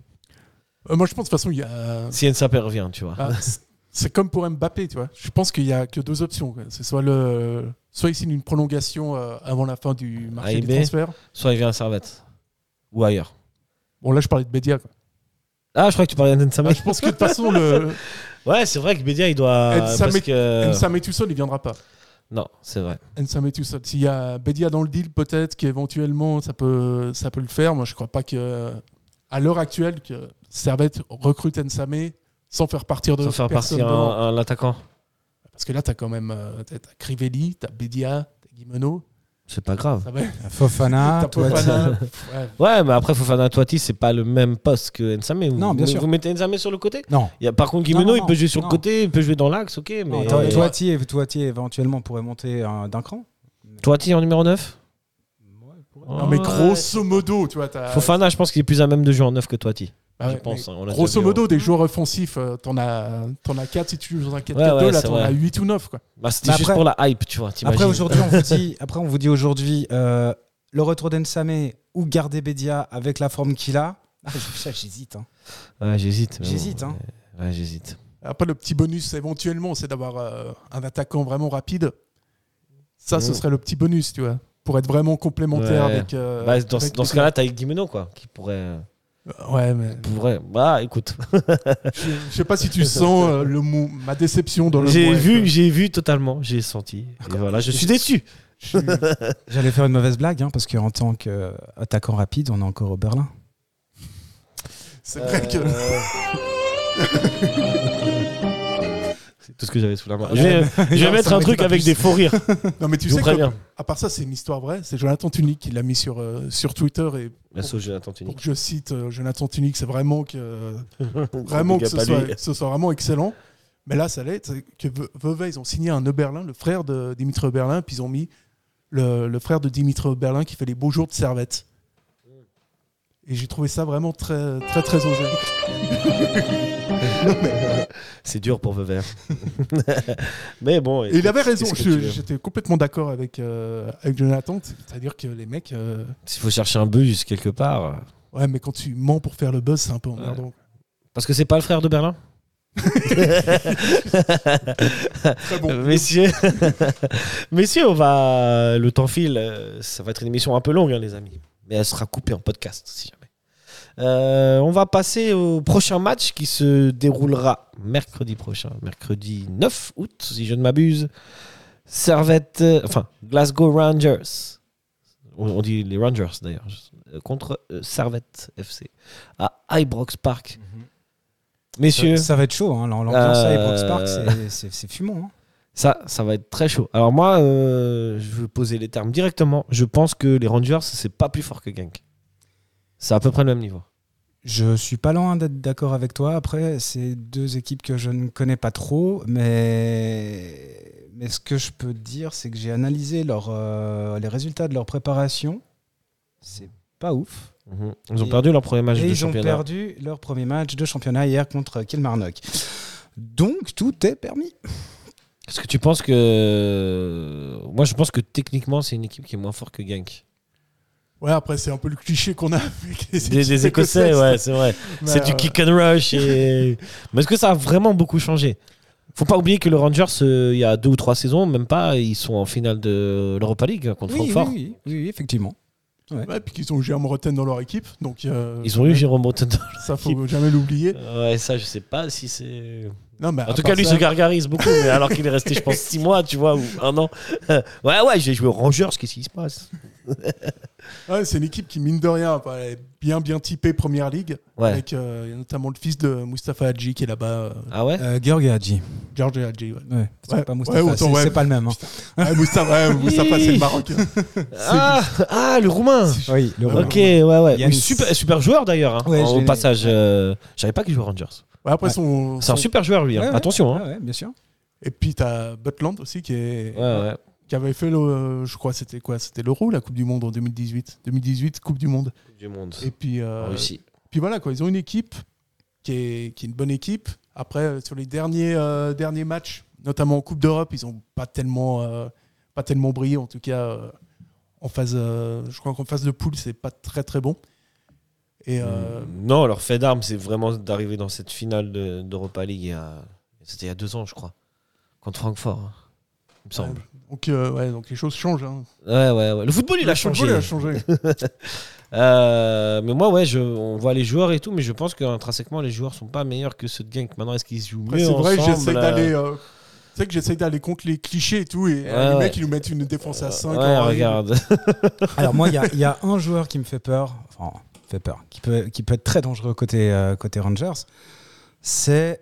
Speaker 6: Euh, moi, je pense de toute façon, il
Speaker 5: [laughs]
Speaker 6: y a.
Speaker 5: Si Nsamé revient, tu vois.
Speaker 6: Ah, c'est- c'est comme pour Mbappé, tu vois. Je pense qu'il y a que deux options. quoi. C'est soit le, soit il signe une prolongation euh, avant la fin du
Speaker 5: À
Speaker 6: marché
Speaker 5: IB,
Speaker 6: des transferts.
Speaker 5: soit il vient à Servette ou ailleurs.
Speaker 6: Bon, là, je parlais de Bédia. quoi.
Speaker 5: Ah, je crois que tu parlais d'Nsamé.
Speaker 6: Ah, je pense que de toute façon, le
Speaker 5: Ouais, c'est vrai que Bédia il doit. parce
Speaker 6: Nsamé
Speaker 5: que...
Speaker 6: Nsamé tout seul, il viendra pas.
Speaker 5: Non, c'est vrai.
Speaker 6: Nsamé tout seul. S'il y a Bédia dans le deal, peut-être qu'éventuellement, ça peut, ça peut le faire. Moi, je crois pas que, à l'heure actuelle, que Servette recrute Nsamé sans faire partir de
Speaker 5: Sans faire
Speaker 6: personne
Speaker 5: partir
Speaker 6: devant.
Speaker 5: un, un attaquant.
Speaker 6: Parce que là, tu as quand même euh, t'as t'as Crivelli, tu as Bédia, tu as Guimeno.
Speaker 5: C'est pas grave.
Speaker 6: Ça va
Speaker 7: Fofana,
Speaker 6: T'as Fofana.
Speaker 7: Toiti.
Speaker 6: [laughs] Ouais.
Speaker 5: Ouais, mais après, Fofana Toiti, c'est pas le même poste que Nsamé. Vous-
Speaker 7: Non, bien
Speaker 5: vous-
Speaker 7: sûr.
Speaker 5: Vous mettez Nsamé sur le côté
Speaker 7: Non.
Speaker 5: Il y a, Par contre,
Speaker 7: Non,
Speaker 5: Guimeno,
Speaker 7: non,
Speaker 5: il peut jouer sur
Speaker 7: non.
Speaker 5: le côté, il peut jouer dans l'axe, ok. Mais
Speaker 7: Toi-
Speaker 5: euh,
Speaker 7: Toiti et- Toiti, éventuellement pourrait monter euh, d'un cran.
Speaker 5: Toiti en numéro 9
Speaker 6: Non, mais grosso modo, tu vois, t'as-
Speaker 5: Fofana, je pense qu'il est plus à même de jouer en 9 que Toiti.
Speaker 6: Ah ouais,
Speaker 5: je pense.
Speaker 6: mais
Speaker 5: hein, on l'a déjà
Speaker 6: grosso
Speaker 5: vu,
Speaker 6: modo,
Speaker 5: hein.
Speaker 6: des joueurs offensifs, euh, t'en as, t'en as 4 si tu joues dans un 4-4-2,
Speaker 5: Ouais, ouais,
Speaker 6: là
Speaker 5: c'est
Speaker 6: t'en as
Speaker 5: vrai.
Speaker 6: 8 ou 9. Quoi.
Speaker 5: Bah, C'était
Speaker 7: Mais
Speaker 5: juste
Speaker 7: après-
Speaker 5: pour la hype, tu vois. t'imagines.
Speaker 7: Après aujourd'hui, on
Speaker 5: [laughs]
Speaker 7: vous dit, après on vous dit aujourd'hui, euh, le retour d'Ensamé ou garder Bedia avec la forme qu'il a. Ah, je- J'hésite. hein.
Speaker 5: Ouais, j'hésite. mais bon,
Speaker 7: J'hésite, hein.
Speaker 5: ouais, ouais, j'hésite.
Speaker 6: Après, le petit bonus éventuellement, c'est d'avoir euh, un attaquant vraiment rapide. Ça, ce
Speaker 5: Mm.
Speaker 6: serait le petit bonus, tu vois, pour être vraiment complémentaire
Speaker 5: Ouais.
Speaker 6: avec. euh,
Speaker 5: Bah, dans
Speaker 6: avec
Speaker 5: dans ce
Speaker 6: Bédia.
Speaker 5: cas-là, t'as Guimeno, quoi, qui pourrait. euh,
Speaker 6: Ouais, mais
Speaker 5: pourrait... Bah, écoute.
Speaker 6: je je sais pas
Speaker 5: [laughs]
Speaker 6: si tu sens euh, le mou- ma déception dans le euh,
Speaker 5: J'ai
Speaker 6: mot,
Speaker 5: vu,
Speaker 6: quoi.
Speaker 5: j'ai vu totalement, j'ai senti. Et voilà, je suis déçu.
Speaker 6: Je suis-
Speaker 7: J'allais faire une mauvaise blague hein, parce qu'en tant qu'attaquant rapide, on est encore au Berlin.
Speaker 6: C'est vrai que.
Speaker 5: Euh, [laughs] C'est tout ce que j'avais sous la main.
Speaker 7: Ah,
Speaker 5: Je vais, je vais
Speaker 7: Non,
Speaker 5: mettre
Speaker 7: ça
Speaker 5: un
Speaker 7: m'aurait
Speaker 5: truc
Speaker 7: pas
Speaker 5: avec
Speaker 7: plus.
Speaker 5: des faux rires.
Speaker 6: [laughs] Non, mais [laughs] tu
Speaker 5: Je vous
Speaker 6: sais que,
Speaker 5: préviens.
Speaker 6: à part ça, c'est une histoire vraie. C'est Jonathan Tunic qui l'a mis sur, euh, sur Twitter et
Speaker 5: L'assaut Jonathan Tunic.
Speaker 6: pour que je cite euh, Jonathan Tunic, c'est vraiment que euh, vraiment que ce soit, ce soit vraiment excellent. Mais là, ça l'est, c'est que Ve- Vevey, ils ont signé un Oberlin, le frère de Dimitri Oberlin, puis ils ont mis le, le frère de Dimitri Oberlin qui fait les beaux jours de Servette. Et j'ai trouvé ça vraiment très très très osé.
Speaker 5: C'est dur pour
Speaker 6: [laughs]
Speaker 5: Vever. Mais bon.
Speaker 6: Et il avait raison,
Speaker 5: qu'est-ce que
Speaker 6: je-
Speaker 5: tu veux
Speaker 6: j'étais complètement d'accord avec, euh, avec Jonathan, c'est-à-dire que les mecs, euh,
Speaker 5: S'il faut chercher un bus quelque part. euh,
Speaker 6: ouais, mais quand tu mens pour faire le buzz, c'est un peu emmerdant.
Speaker 5: Parce que c'est pas le frère de Berlin
Speaker 6: Très bon.
Speaker 5: Messieurs, [laughs] messieurs, on va. Le temps file. euh, Ça va être une émission un peu longue, hein, les amis. Mais elle sera coupée en podcast, si jamais. Euh, on va passer au prochain match qui se déroulera mercredi prochain, mercredi 9 août, si je ne m'abuse. Servette, euh, enfin Glasgow Rangers. On, on dit les Rangers d'ailleurs. Euh, Contre euh, Servette FC à Ibrox Park. Messieurs,
Speaker 7: Ça, ça va être chaud. hein, L'ambiance à
Speaker 5: Euh,
Speaker 7: Ibrox Park, c'est- c'est c'est fumant. hein.
Speaker 5: Ça, ça va être très chaud. Alors moi, euh, je vais poser les termes directement. Je pense que les Rangers, c'est pas plus fort que Genk. C'est à peu près le même niveau.
Speaker 7: Je suis pas loin d'être d'accord avec toi. Après, c'est deux équipes que je ne connais pas trop, mais, mais ce que je peux te dire, c'est que j'ai analysé leur, euh, les résultats de leur préparation. C'est pas ouf.
Speaker 5: Ils ont
Speaker 7: Mhm. Et-
Speaker 5: perdu leur premier match
Speaker 7: Et
Speaker 5: de
Speaker 7: ils ont
Speaker 5: championnat.
Speaker 7: perdu leur premier match de championnat hier contre Kilmarnock. Donc, tout est permis.
Speaker 5: Est-ce que tu penses que... Moi, je pense que techniquement, c'est une équipe qui est moins forte que
Speaker 7: [laughs]
Speaker 5: Genk.
Speaker 6: Ouais, après, c'est un peu le cliché qu'on a avec les
Speaker 5: Des, des
Speaker 6: équipes
Speaker 5: Écossais,
Speaker 6: écossaises.
Speaker 5: ouais, c'est vrai.
Speaker 7: Bah,
Speaker 6: Mais,
Speaker 5: C'est du
Speaker 6: euh,
Speaker 5: kick and rush. et-
Speaker 7: [laughs]
Speaker 5: Mais est-ce que ça a vraiment beaucoup changé Faut pas oublier que le Rangers, euh, il y a deux ou trois saisons, même pas, ils sont en finale de l'Europa League hein, contre
Speaker 7: Oui, oui,
Speaker 5: Francfort.
Speaker 7: oui, oui, oui, effectivement.
Speaker 6: euh, Ouais, puis qu'ils ont Jérôme Roten dans leur équipe, donc euh,
Speaker 5: Ils ont eu Jérôme Breton.
Speaker 6: ça faut jamais l'oublier.
Speaker 5: Ouais, ça, je sais pas si c'est...
Speaker 6: Non, mais
Speaker 5: Bah, En
Speaker 6: à
Speaker 5: tout
Speaker 6: part
Speaker 5: cas, lui
Speaker 6: ça-
Speaker 5: se gargarise beaucoup, mais alors qu'il est resté, je pense, six mois, tu vois, ou un an. [laughs] Ouais, ouais, j'ai joué au Rangers, qu'est-ce qui se passe
Speaker 6: Ouais, c'est une équipe qui mine de rien, enfin, elle est bien bien typée Première Ligue,
Speaker 5: Ouais.
Speaker 6: avec euh, notamment le fils de Mustapha Hadji qui est là-bas, euh,
Speaker 5: Ah ouais
Speaker 7: Euh, Georg et Hadji.
Speaker 6: George Hadji. Ouais.
Speaker 7: Ouais, c'est
Speaker 6: Ouais,
Speaker 7: pas Moustapha,
Speaker 6: ouais, autant,
Speaker 7: c'est-
Speaker 6: ouais.
Speaker 7: c'est pas le même. hein.
Speaker 6: Ouais, Mustapha, ouais, Mustapha, c'est le Marocain.
Speaker 5: ah, ah, le Roumain
Speaker 7: Oui, le
Speaker 5: Ok, ouais, ouais.
Speaker 7: Yannis.
Speaker 5: Oui, super, super joueur d'ailleurs, hein,
Speaker 7: Ouais, je
Speaker 5: au
Speaker 7: l'ai-
Speaker 5: passage. euh, je savais pas qu'il jouait au Rangers.
Speaker 6: Ouais, après, son,
Speaker 5: C'est un
Speaker 6: son-
Speaker 5: super joueur, lui, hein.
Speaker 7: Ouais, ouais.
Speaker 5: attention. hein.
Speaker 7: Ouais, ouais, bien sûr.
Speaker 6: Et puis t'as Butland aussi qui est
Speaker 5: Ouais, ouais.
Speaker 6: qui avait fait le, je crois c'était quoi, c'était l'Euro la Coupe du Monde en 2018, 2018 Coupe du Monde.
Speaker 5: du monde.
Speaker 6: Et puis euh,
Speaker 5: En Russie.
Speaker 6: Puis voilà quoi, ils ont une équipe qui est, qui est une bonne équipe. Après euh, sur les derniers euh, derniers matchs, notamment en Coupe d'Europe, ils ont pas tellement euh, pas tellement brillé en tout cas euh, en phase, euh, je crois qu'en phase de poule c'est pas très très bon. Et euh,
Speaker 5: Mm. Non, leur fait d'armes, c'est vraiment d'arriver dans cette finale de- d'Europa League. il y a- C'était il y a deux ans, je crois. Contre Francfort, hein, il me semble.
Speaker 6: donc euh, ouais, donc les choses changent. hein.
Speaker 5: Ouais, ouais, ouais. Le football, il
Speaker 6: Le
Speaker 5: a changé.
Speaker 6: football, il a
Speaker 5: [laughs]
Speaker 6: changé.
Speaker 5: Euh, mais moi, ouais, je, on voit les joueurs et tout, mais je pense qu'intrinsèquement, les joueurs sont pas meilleurs que ceux de gang. Maintenant, est-ce qu'ils se jouent
Speaker 6: Après,
Speaker 5: mieux
Speaker 6: c'est vrai que
Speaker 5: ensemble,
Speaker 6: j'essaie
Speaker 5: euh,
Speaker 6: d'aller. euh, c'est vrai que j'essaie d'aller contre les clichés et tout, et euh,
Speaker 5: Ouais,
Speaker 6: les
Speaker 5: ouais.
Speaker 6: mecs ils nous mettent une défense à 5.
Speaker 5: euh, Ouais, regarde.
Speaker 7: Alors moi, il y a- il y, a un joueur qui me fait peur, enfin, fait peur, qui peut, qui peut être très dangereux côté, euh, côté Rangers, c'est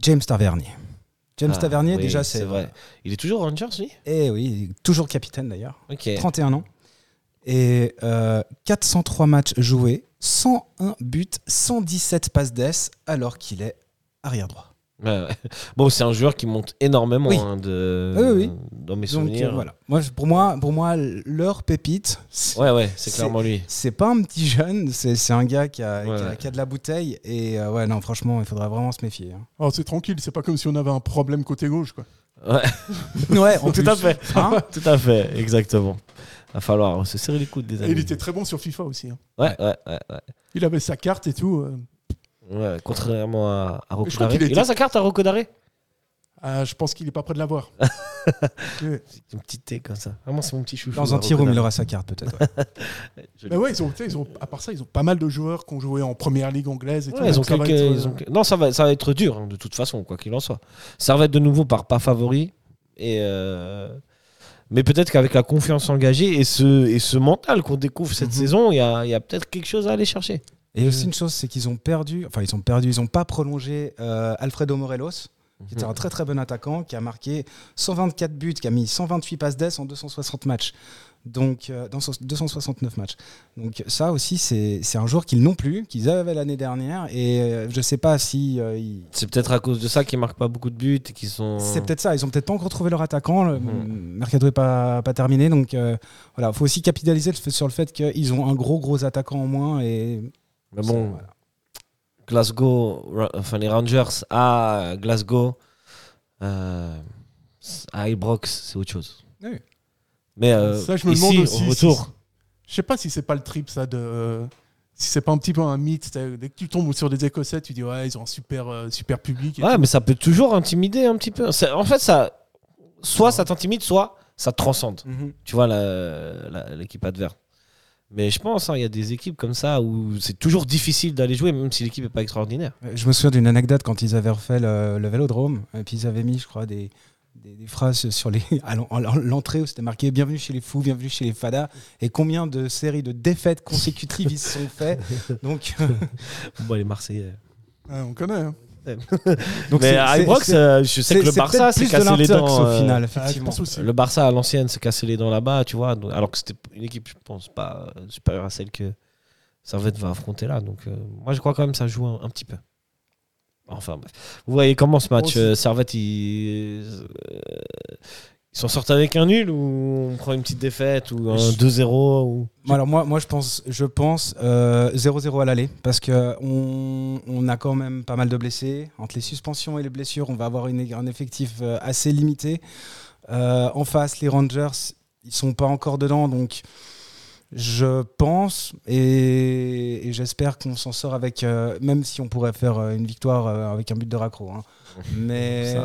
Speaker 7: James Tavernier. [laughs] James
Speaker 5: Ah,
Speaker 7: Tavernier,
Speaker 5: oui,
Speaker 7: déjà,
Speaker 5: c'est
Speaker 7: c'est...
Speaker 5: vrai. Il est toujours Rangers, lui
Speaker 7: Eh oui, toujours capitaine d'ailleurs.
Speaker 5: Ok.
Speaker 7: 31 ans. Et euh, 403 matchs joués, 101 buts, 117 passes d'ess, alors qu'il est arrière droit.
Speaker 5: Ouais, ouais. Bon, c'est un joueur qui monte énormément
Speaker 7: Oui.
Speaker 5: hein, de...
Speaker 7: Oui, oui.
Speaker 5: dans mes
Speaker 7: Donc,
Speaker 5: souvenirs.
Speaker 7: euh, voilà. Moi, je- pour moi, pour moi, leur pépite, c'est-
Speaker 5: Ouais, ouais, c'est clairement lui.
Speaker 7: C'est pas un petit jeune, c'est c'est un gars qui a,
Speaker 5: Ouais,
Speaker 7: qui a-
Speaker 5: ouais.
Speaker 7: qui a de la bouteille. Et euh, ouais, non, franchement, il faudra vraiment se méfier. hein.
Speaker 6: Alors Oh, c'est tranquille, c'est pas comme si on avait un problème côté gauche. Quoi.
Speaker 5: [laughs] Ouais.
Speaker 7: Ouais, en
Speaker 5: Tout
Speaker 7: plus.
Speaker 5: à fait.
Speaker 7: [laughs] Hein
Speaker 5: [laughs] Tout à fait, exactement. Va falloir se serrer les coudes des
Speaker 6: Et
Speaker 5: amis.
Speaker 6: il était très bon sur FIFA aussi. hein.
Speaker 5: Ouais, ouais, ouais. ouais.
Speaker 6: Il avait sa carte et tout. euh.
Speaker 5: Ouais, contrairement à, à
Speaker 6: Je crois
Speaker 5: Rokodare.
Speaker 6: qu'il
Speaker 5: Il,
Speaker 6: était-
Speaker 5: a sa carte à Rokodare
Speaker 6: Ah, je pense qu'il est pas près
Speaker 5: [laughs]
Speaker 6: de l'avoir. Ouais.
Speaker 5: C'est Une petite thé comme ça. Vraiment, c'est mon petit chouchou.
Speaker 7: Dans un petit room, il aura sa carte peut-être.
Speaker 5: [laughs]
Speaker 7: ouais.
Speaker 6: Mais ouais, ils ont, tu sais, ils ont- à part ça, ils ont pas mal de joueurs qui ont joué en première ligue anglaise. Et tout,
Speaker 5: Ouais, ils
Speaker 6: donc
Speaker 5: ont
Speaker 6: ça va
Speaker 5: quelques-
Speaker 6: être, euh,
Speaker 5: ils ont- Non, ça va, ça va être dur, hein, de toute façon, quoi qu'il en soit. Ça va être de nouveau par pas favori. Et euh, Mais peut-être qu'avec la confiance engagée et ce, et ce mental qu'on découvre
Speaker 6: Mhm.
Speaker 5: cette saison, il y a, il y a peut-être quelque chose à aller chercher.
Speaker 7: Et aussi une chose, c'est qu'ils ont perdu, enfin ils ont perdu, ils n'ont pas prolongé euh, Alfredo Morelos, qui
Speaker 5: Mhm.
Speaker 7: était un très très bon attaquant, qui a marqué 124 buts, qui a mis 128 passes d'ess en 260 matchs. Donc, euh, dans so- 269 matchs. Donc, ça aussi, c'est c'est un joueur qu'ils n'ont plus, qu'ils avaient l'année dernière. Et euh, je ne sais pas si. euh, ils-
Speaker 5: C'est peut-être à cause de ça qu'ils marquent pas beaucoup de buts et qu'ils sont.
Speaker 7: C'est peut-être ça, ils n'ont peut-être pas encore trouvé leur attaquant. Le
Speaker 5: Mhm.
Speaker 7: mercato n'est pas, pas terminé. Donc, euh, voilà, il faut aussi capitaliser le fait- sur le fait qu'ils ont un gros gros attaquant en moins. Et
Speaker 5: Mais bon,
Speaker 7: Voilà.
Speaker 5: Glasgow, Ra- enfin les Rangers à Glasgow, euh, à Ibrox, c'est autre chose.
Speaker 7: Oui.
Speaker 5: Mais euh,
Speaker 6: Ça, je me
Speaker 5: ici,
Speaker 6: demande aussi
Speaker 5: au retour,
Speaker 6: si- Je sais pas si c'est pas le trip ça de. euh, Si c'est pas un petit peu un mythe, c'est-à-dire, dès que tu tombes sur des Écossais, tu dis ouais, ils ont un super, euh, super public. et
Speaker 5: ouais, mais ça peut toujours intimider un petit peu. C'est- En fait, ça, soit ça t'intimide, soit ça te transcende. Tu vois la- la- l'équipe adverse. Mais je pense, hein, il y a des équipes comme ça où c'est toujours difficile d'aller jouer, même si l'équipe est pas extraordinaire.
Speaker 7: euh, Je me souviens d'une anecdote quand ils avaient refait le, le vélodrome, et puis ils avaient mis, je crois, des, des, des phrases sur les, [laughs] à l'en- à l'entrée où c'était marqué Bienvenue chez les fous, bienvenue chez les fadas, et combien de séries de défaites consécutives ils se sont fait. Donc, euh,
Speaker 5: Bon, les Marseillais.
Speaker 6: tout. Ouais, on connaît. hein.
Speaker 7: donc
Speaker 5: mais
Speaker 7: c'est-
Speaker 5: à
Speaker 7: c'est-
Speaker 5: Ibrox,
Speaker 7: c'est-
Speaker 5: euh, je sais que le
Speaker 7: c'est
Speaker 5: Barça
Speaker 7: peut-être
Speaker 5: s'est
Speaker 7: plus de
Speaker 5: cassé les
Speaker 7: l'intox
Speaker 5: dents.
Speaker 7: au
Speaker 5: euh,
Speaker 7: final,
Speaker 6: Ah, je
Speaker 7: effectivement.
Speaker 6: pense aussi.
Speaker 5: Le Barça à l'ancienne se cassait les dents là-bas, tu vois. donc- alors que c'était une équipe, je pense, pas euh, supérieure à celle que Servette va affronter là. Donc, euh, moi, je crois quand même que ça joue un, un petit peu. Enfin, bref. Vous voyez comment ce match,
Speaker 6: Bon,
Speaker 5: euh, Servette, ils euh, ils s'en sortent avec un nul ou on prend une petite défaite ou un
Speaker 7: Je-
Speaker 5: 2-0 ou...
Speaker 7: Moi, alors moi, moi, je pense, je pense euh, 0-0 à l'aller parce que on, on a quand même pas mal de blessés entre les suspensions et les blessures. On va avoir une- un effectif euh, assez limité. Euh, en face, les Rangers, ils sont pas encore dedans, donc je pense et, et j'espère qu'on s'en sort avec, euh, même si on pourrait faire euh, une victoire euh, avec un but de raccro. hein. Mais,
Speaker 5: Ça.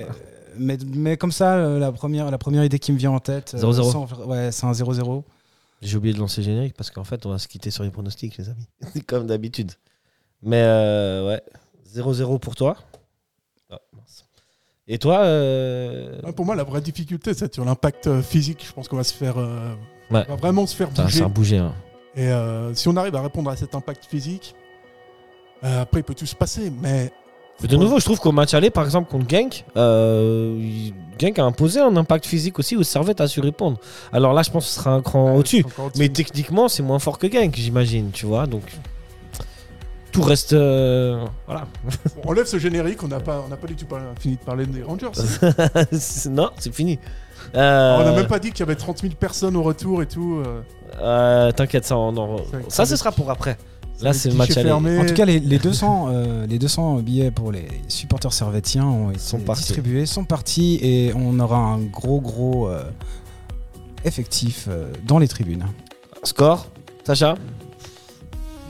Speaker 7: mais, mais comme ça, euh, la première, la première idée qui me vient en tête, euh,
Speaker 5: 0-0.
Speaker 7: sans faire- ouais, c'est un 0-0.
Speaker 5: J'ai oublié de lancer le générique parce qu'en fait, on va se quitter sur les pronostics, les amis. [laughs] C'est comme d'habitude. Mais euh, ouais, 0-0 pour toi. Ah, mince. Et toi euh,
Speaker 6: Ouais, Ah, pour moi, la vraie difficulté, c'est sur l'impact euh, physique. Je pense qu'on va se faire, euh,
Speaker 5: Ouais.
Speaker 6: on va vraiment se faire
Speaker 5: Putain,
Speaker 6: bouger.
Speaker 5: C'est un bouger. hein.
Speaker 6: Et euh, si on arrive à répondre à cet impact physique, euh, après, il peut tout se passer. Mais
Speaker 5: Mais de nouveau, je trouve qu'au match aller, par exemple, contre Genk, euh, il- Genk a imposé un impact physique aussi où Servette a su répondre. Alors là, je pense que ce sera un cran au-dessus.
Speaker 6: euh, Encore au-dessus.
Speaker 5: Mais techniquement, c'est moins fort que Genk, j'imagine, tu vois. Donc, tout reste. euh, voilà. [laughs]
Speaker 6: On enlève ce générique, on n'a pas, on n'a pas du tout parlé- fini de parler des Rangers.
Speaker 5: C'est- non, c'est fini.
Speaker 6: On
Speaker 5: Euh,
Speaker 6: n'a même pas dit qu'il y avait 30 000 personnes au retour et tout. euh.
Speaker 5: euh, T'inquiète, ça, on en-
Speaker 6: C'est-
Speaker 5: ça, ce sera pour après. Là,
Speaker 6: les
Speaker 5: c'est le
Speaker 6: guichets
Speaker 5: match aller.
Speaker 6: fermés.
Speaker 7: En tout cas, les, les 200, euh, les 200 billets pour les supporters servetiens ont été
Speaker 5: Sont partis.
Speaker 7: distribués, sont partis et on aura un gros, gros euh, effectif euh, dans les tribunes.
Speaker 5: Score, Sacha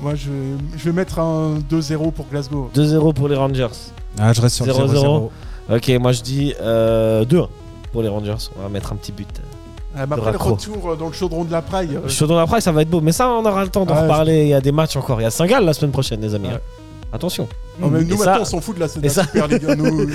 Speaker 6: Moi, je, je vais mettre un 2-0 pour Glasgow. Euh,
Speaker 5: 2-0 pour les Rangers.
Speaker 7: Ah, je reste sur le
Speaker 5: 0-0.
Speaker 7: 0-0.
Speaker 5: Ok, moi je dis euh, 2-1 pour les Rangers. On va mettre un petit but.
Speaker 6: Ah, mais
Speaker 5: De
Speaker 6: après le
Speaker 5: raccro.
Speaker 6: retour euh, dans le chaudron de la Praille. euh,
Speaker 5: Chaudon après, ça va être beau. Mais ça, on aura le temps d'en
Speaker 6: Ah,
Speaker 5: reparler. Il y a des matchs encore. Il y a Saint-Gall la semaine prochaine, les amis.
Speaker 6: Ouais.
Speaker 5: hein. Attention.
Speaker 6: non, mais nous,
Speaker 5: Et ça-
Speaker 6: maintenant, on s'en fout de la, de
Speaker 5: et
Speaker 6: la
Speaker 5: ça-
Speaker 6: Super League. hein, nous.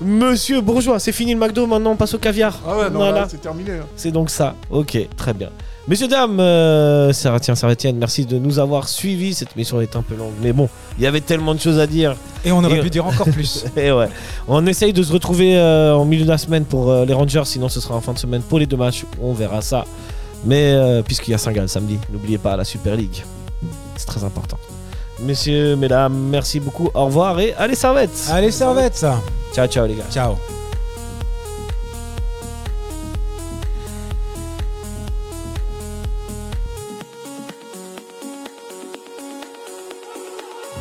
Speaker 5: Monsieur Bourgeois, c'est fini le McDo. Maintenant, on passe au caviar.
Speaker 6: Ah ouais, non,
Speaker 5: [laughs] Voilà.
Speaker 6: là, c'est terminé. hein.
Speaker 5: C'est donc ça. Ok, très bien. Messieurs, dames, euh, Servetien, Servetienne, merci de nous avoir suivis. Cette mission est un peu longue, mais bon, il y avait tellement de choses à dire.
Speaker 7: Et on aurait
Speaker 5: Et-
Speaker 7: pu dire encore plus.
Speaker 5: Et ouais, on essaye de se retrouver euh, en milieu de la semaine pour euh, les Rangers, sinon ce sera en fin de semaine pour les deux matchs. On verra ça. Mais euh, puisqu'il y a Saint-Gall samedi, n'oubliez pas la Super League. C'est très important. Messieurs, mesdames, merci beaucoup. Au revoir et allez, Servette
Speaker 7: Allez, servette, ça.
Speaker 5: Ciao, ciao les gars.
Speaker 7: Ciao.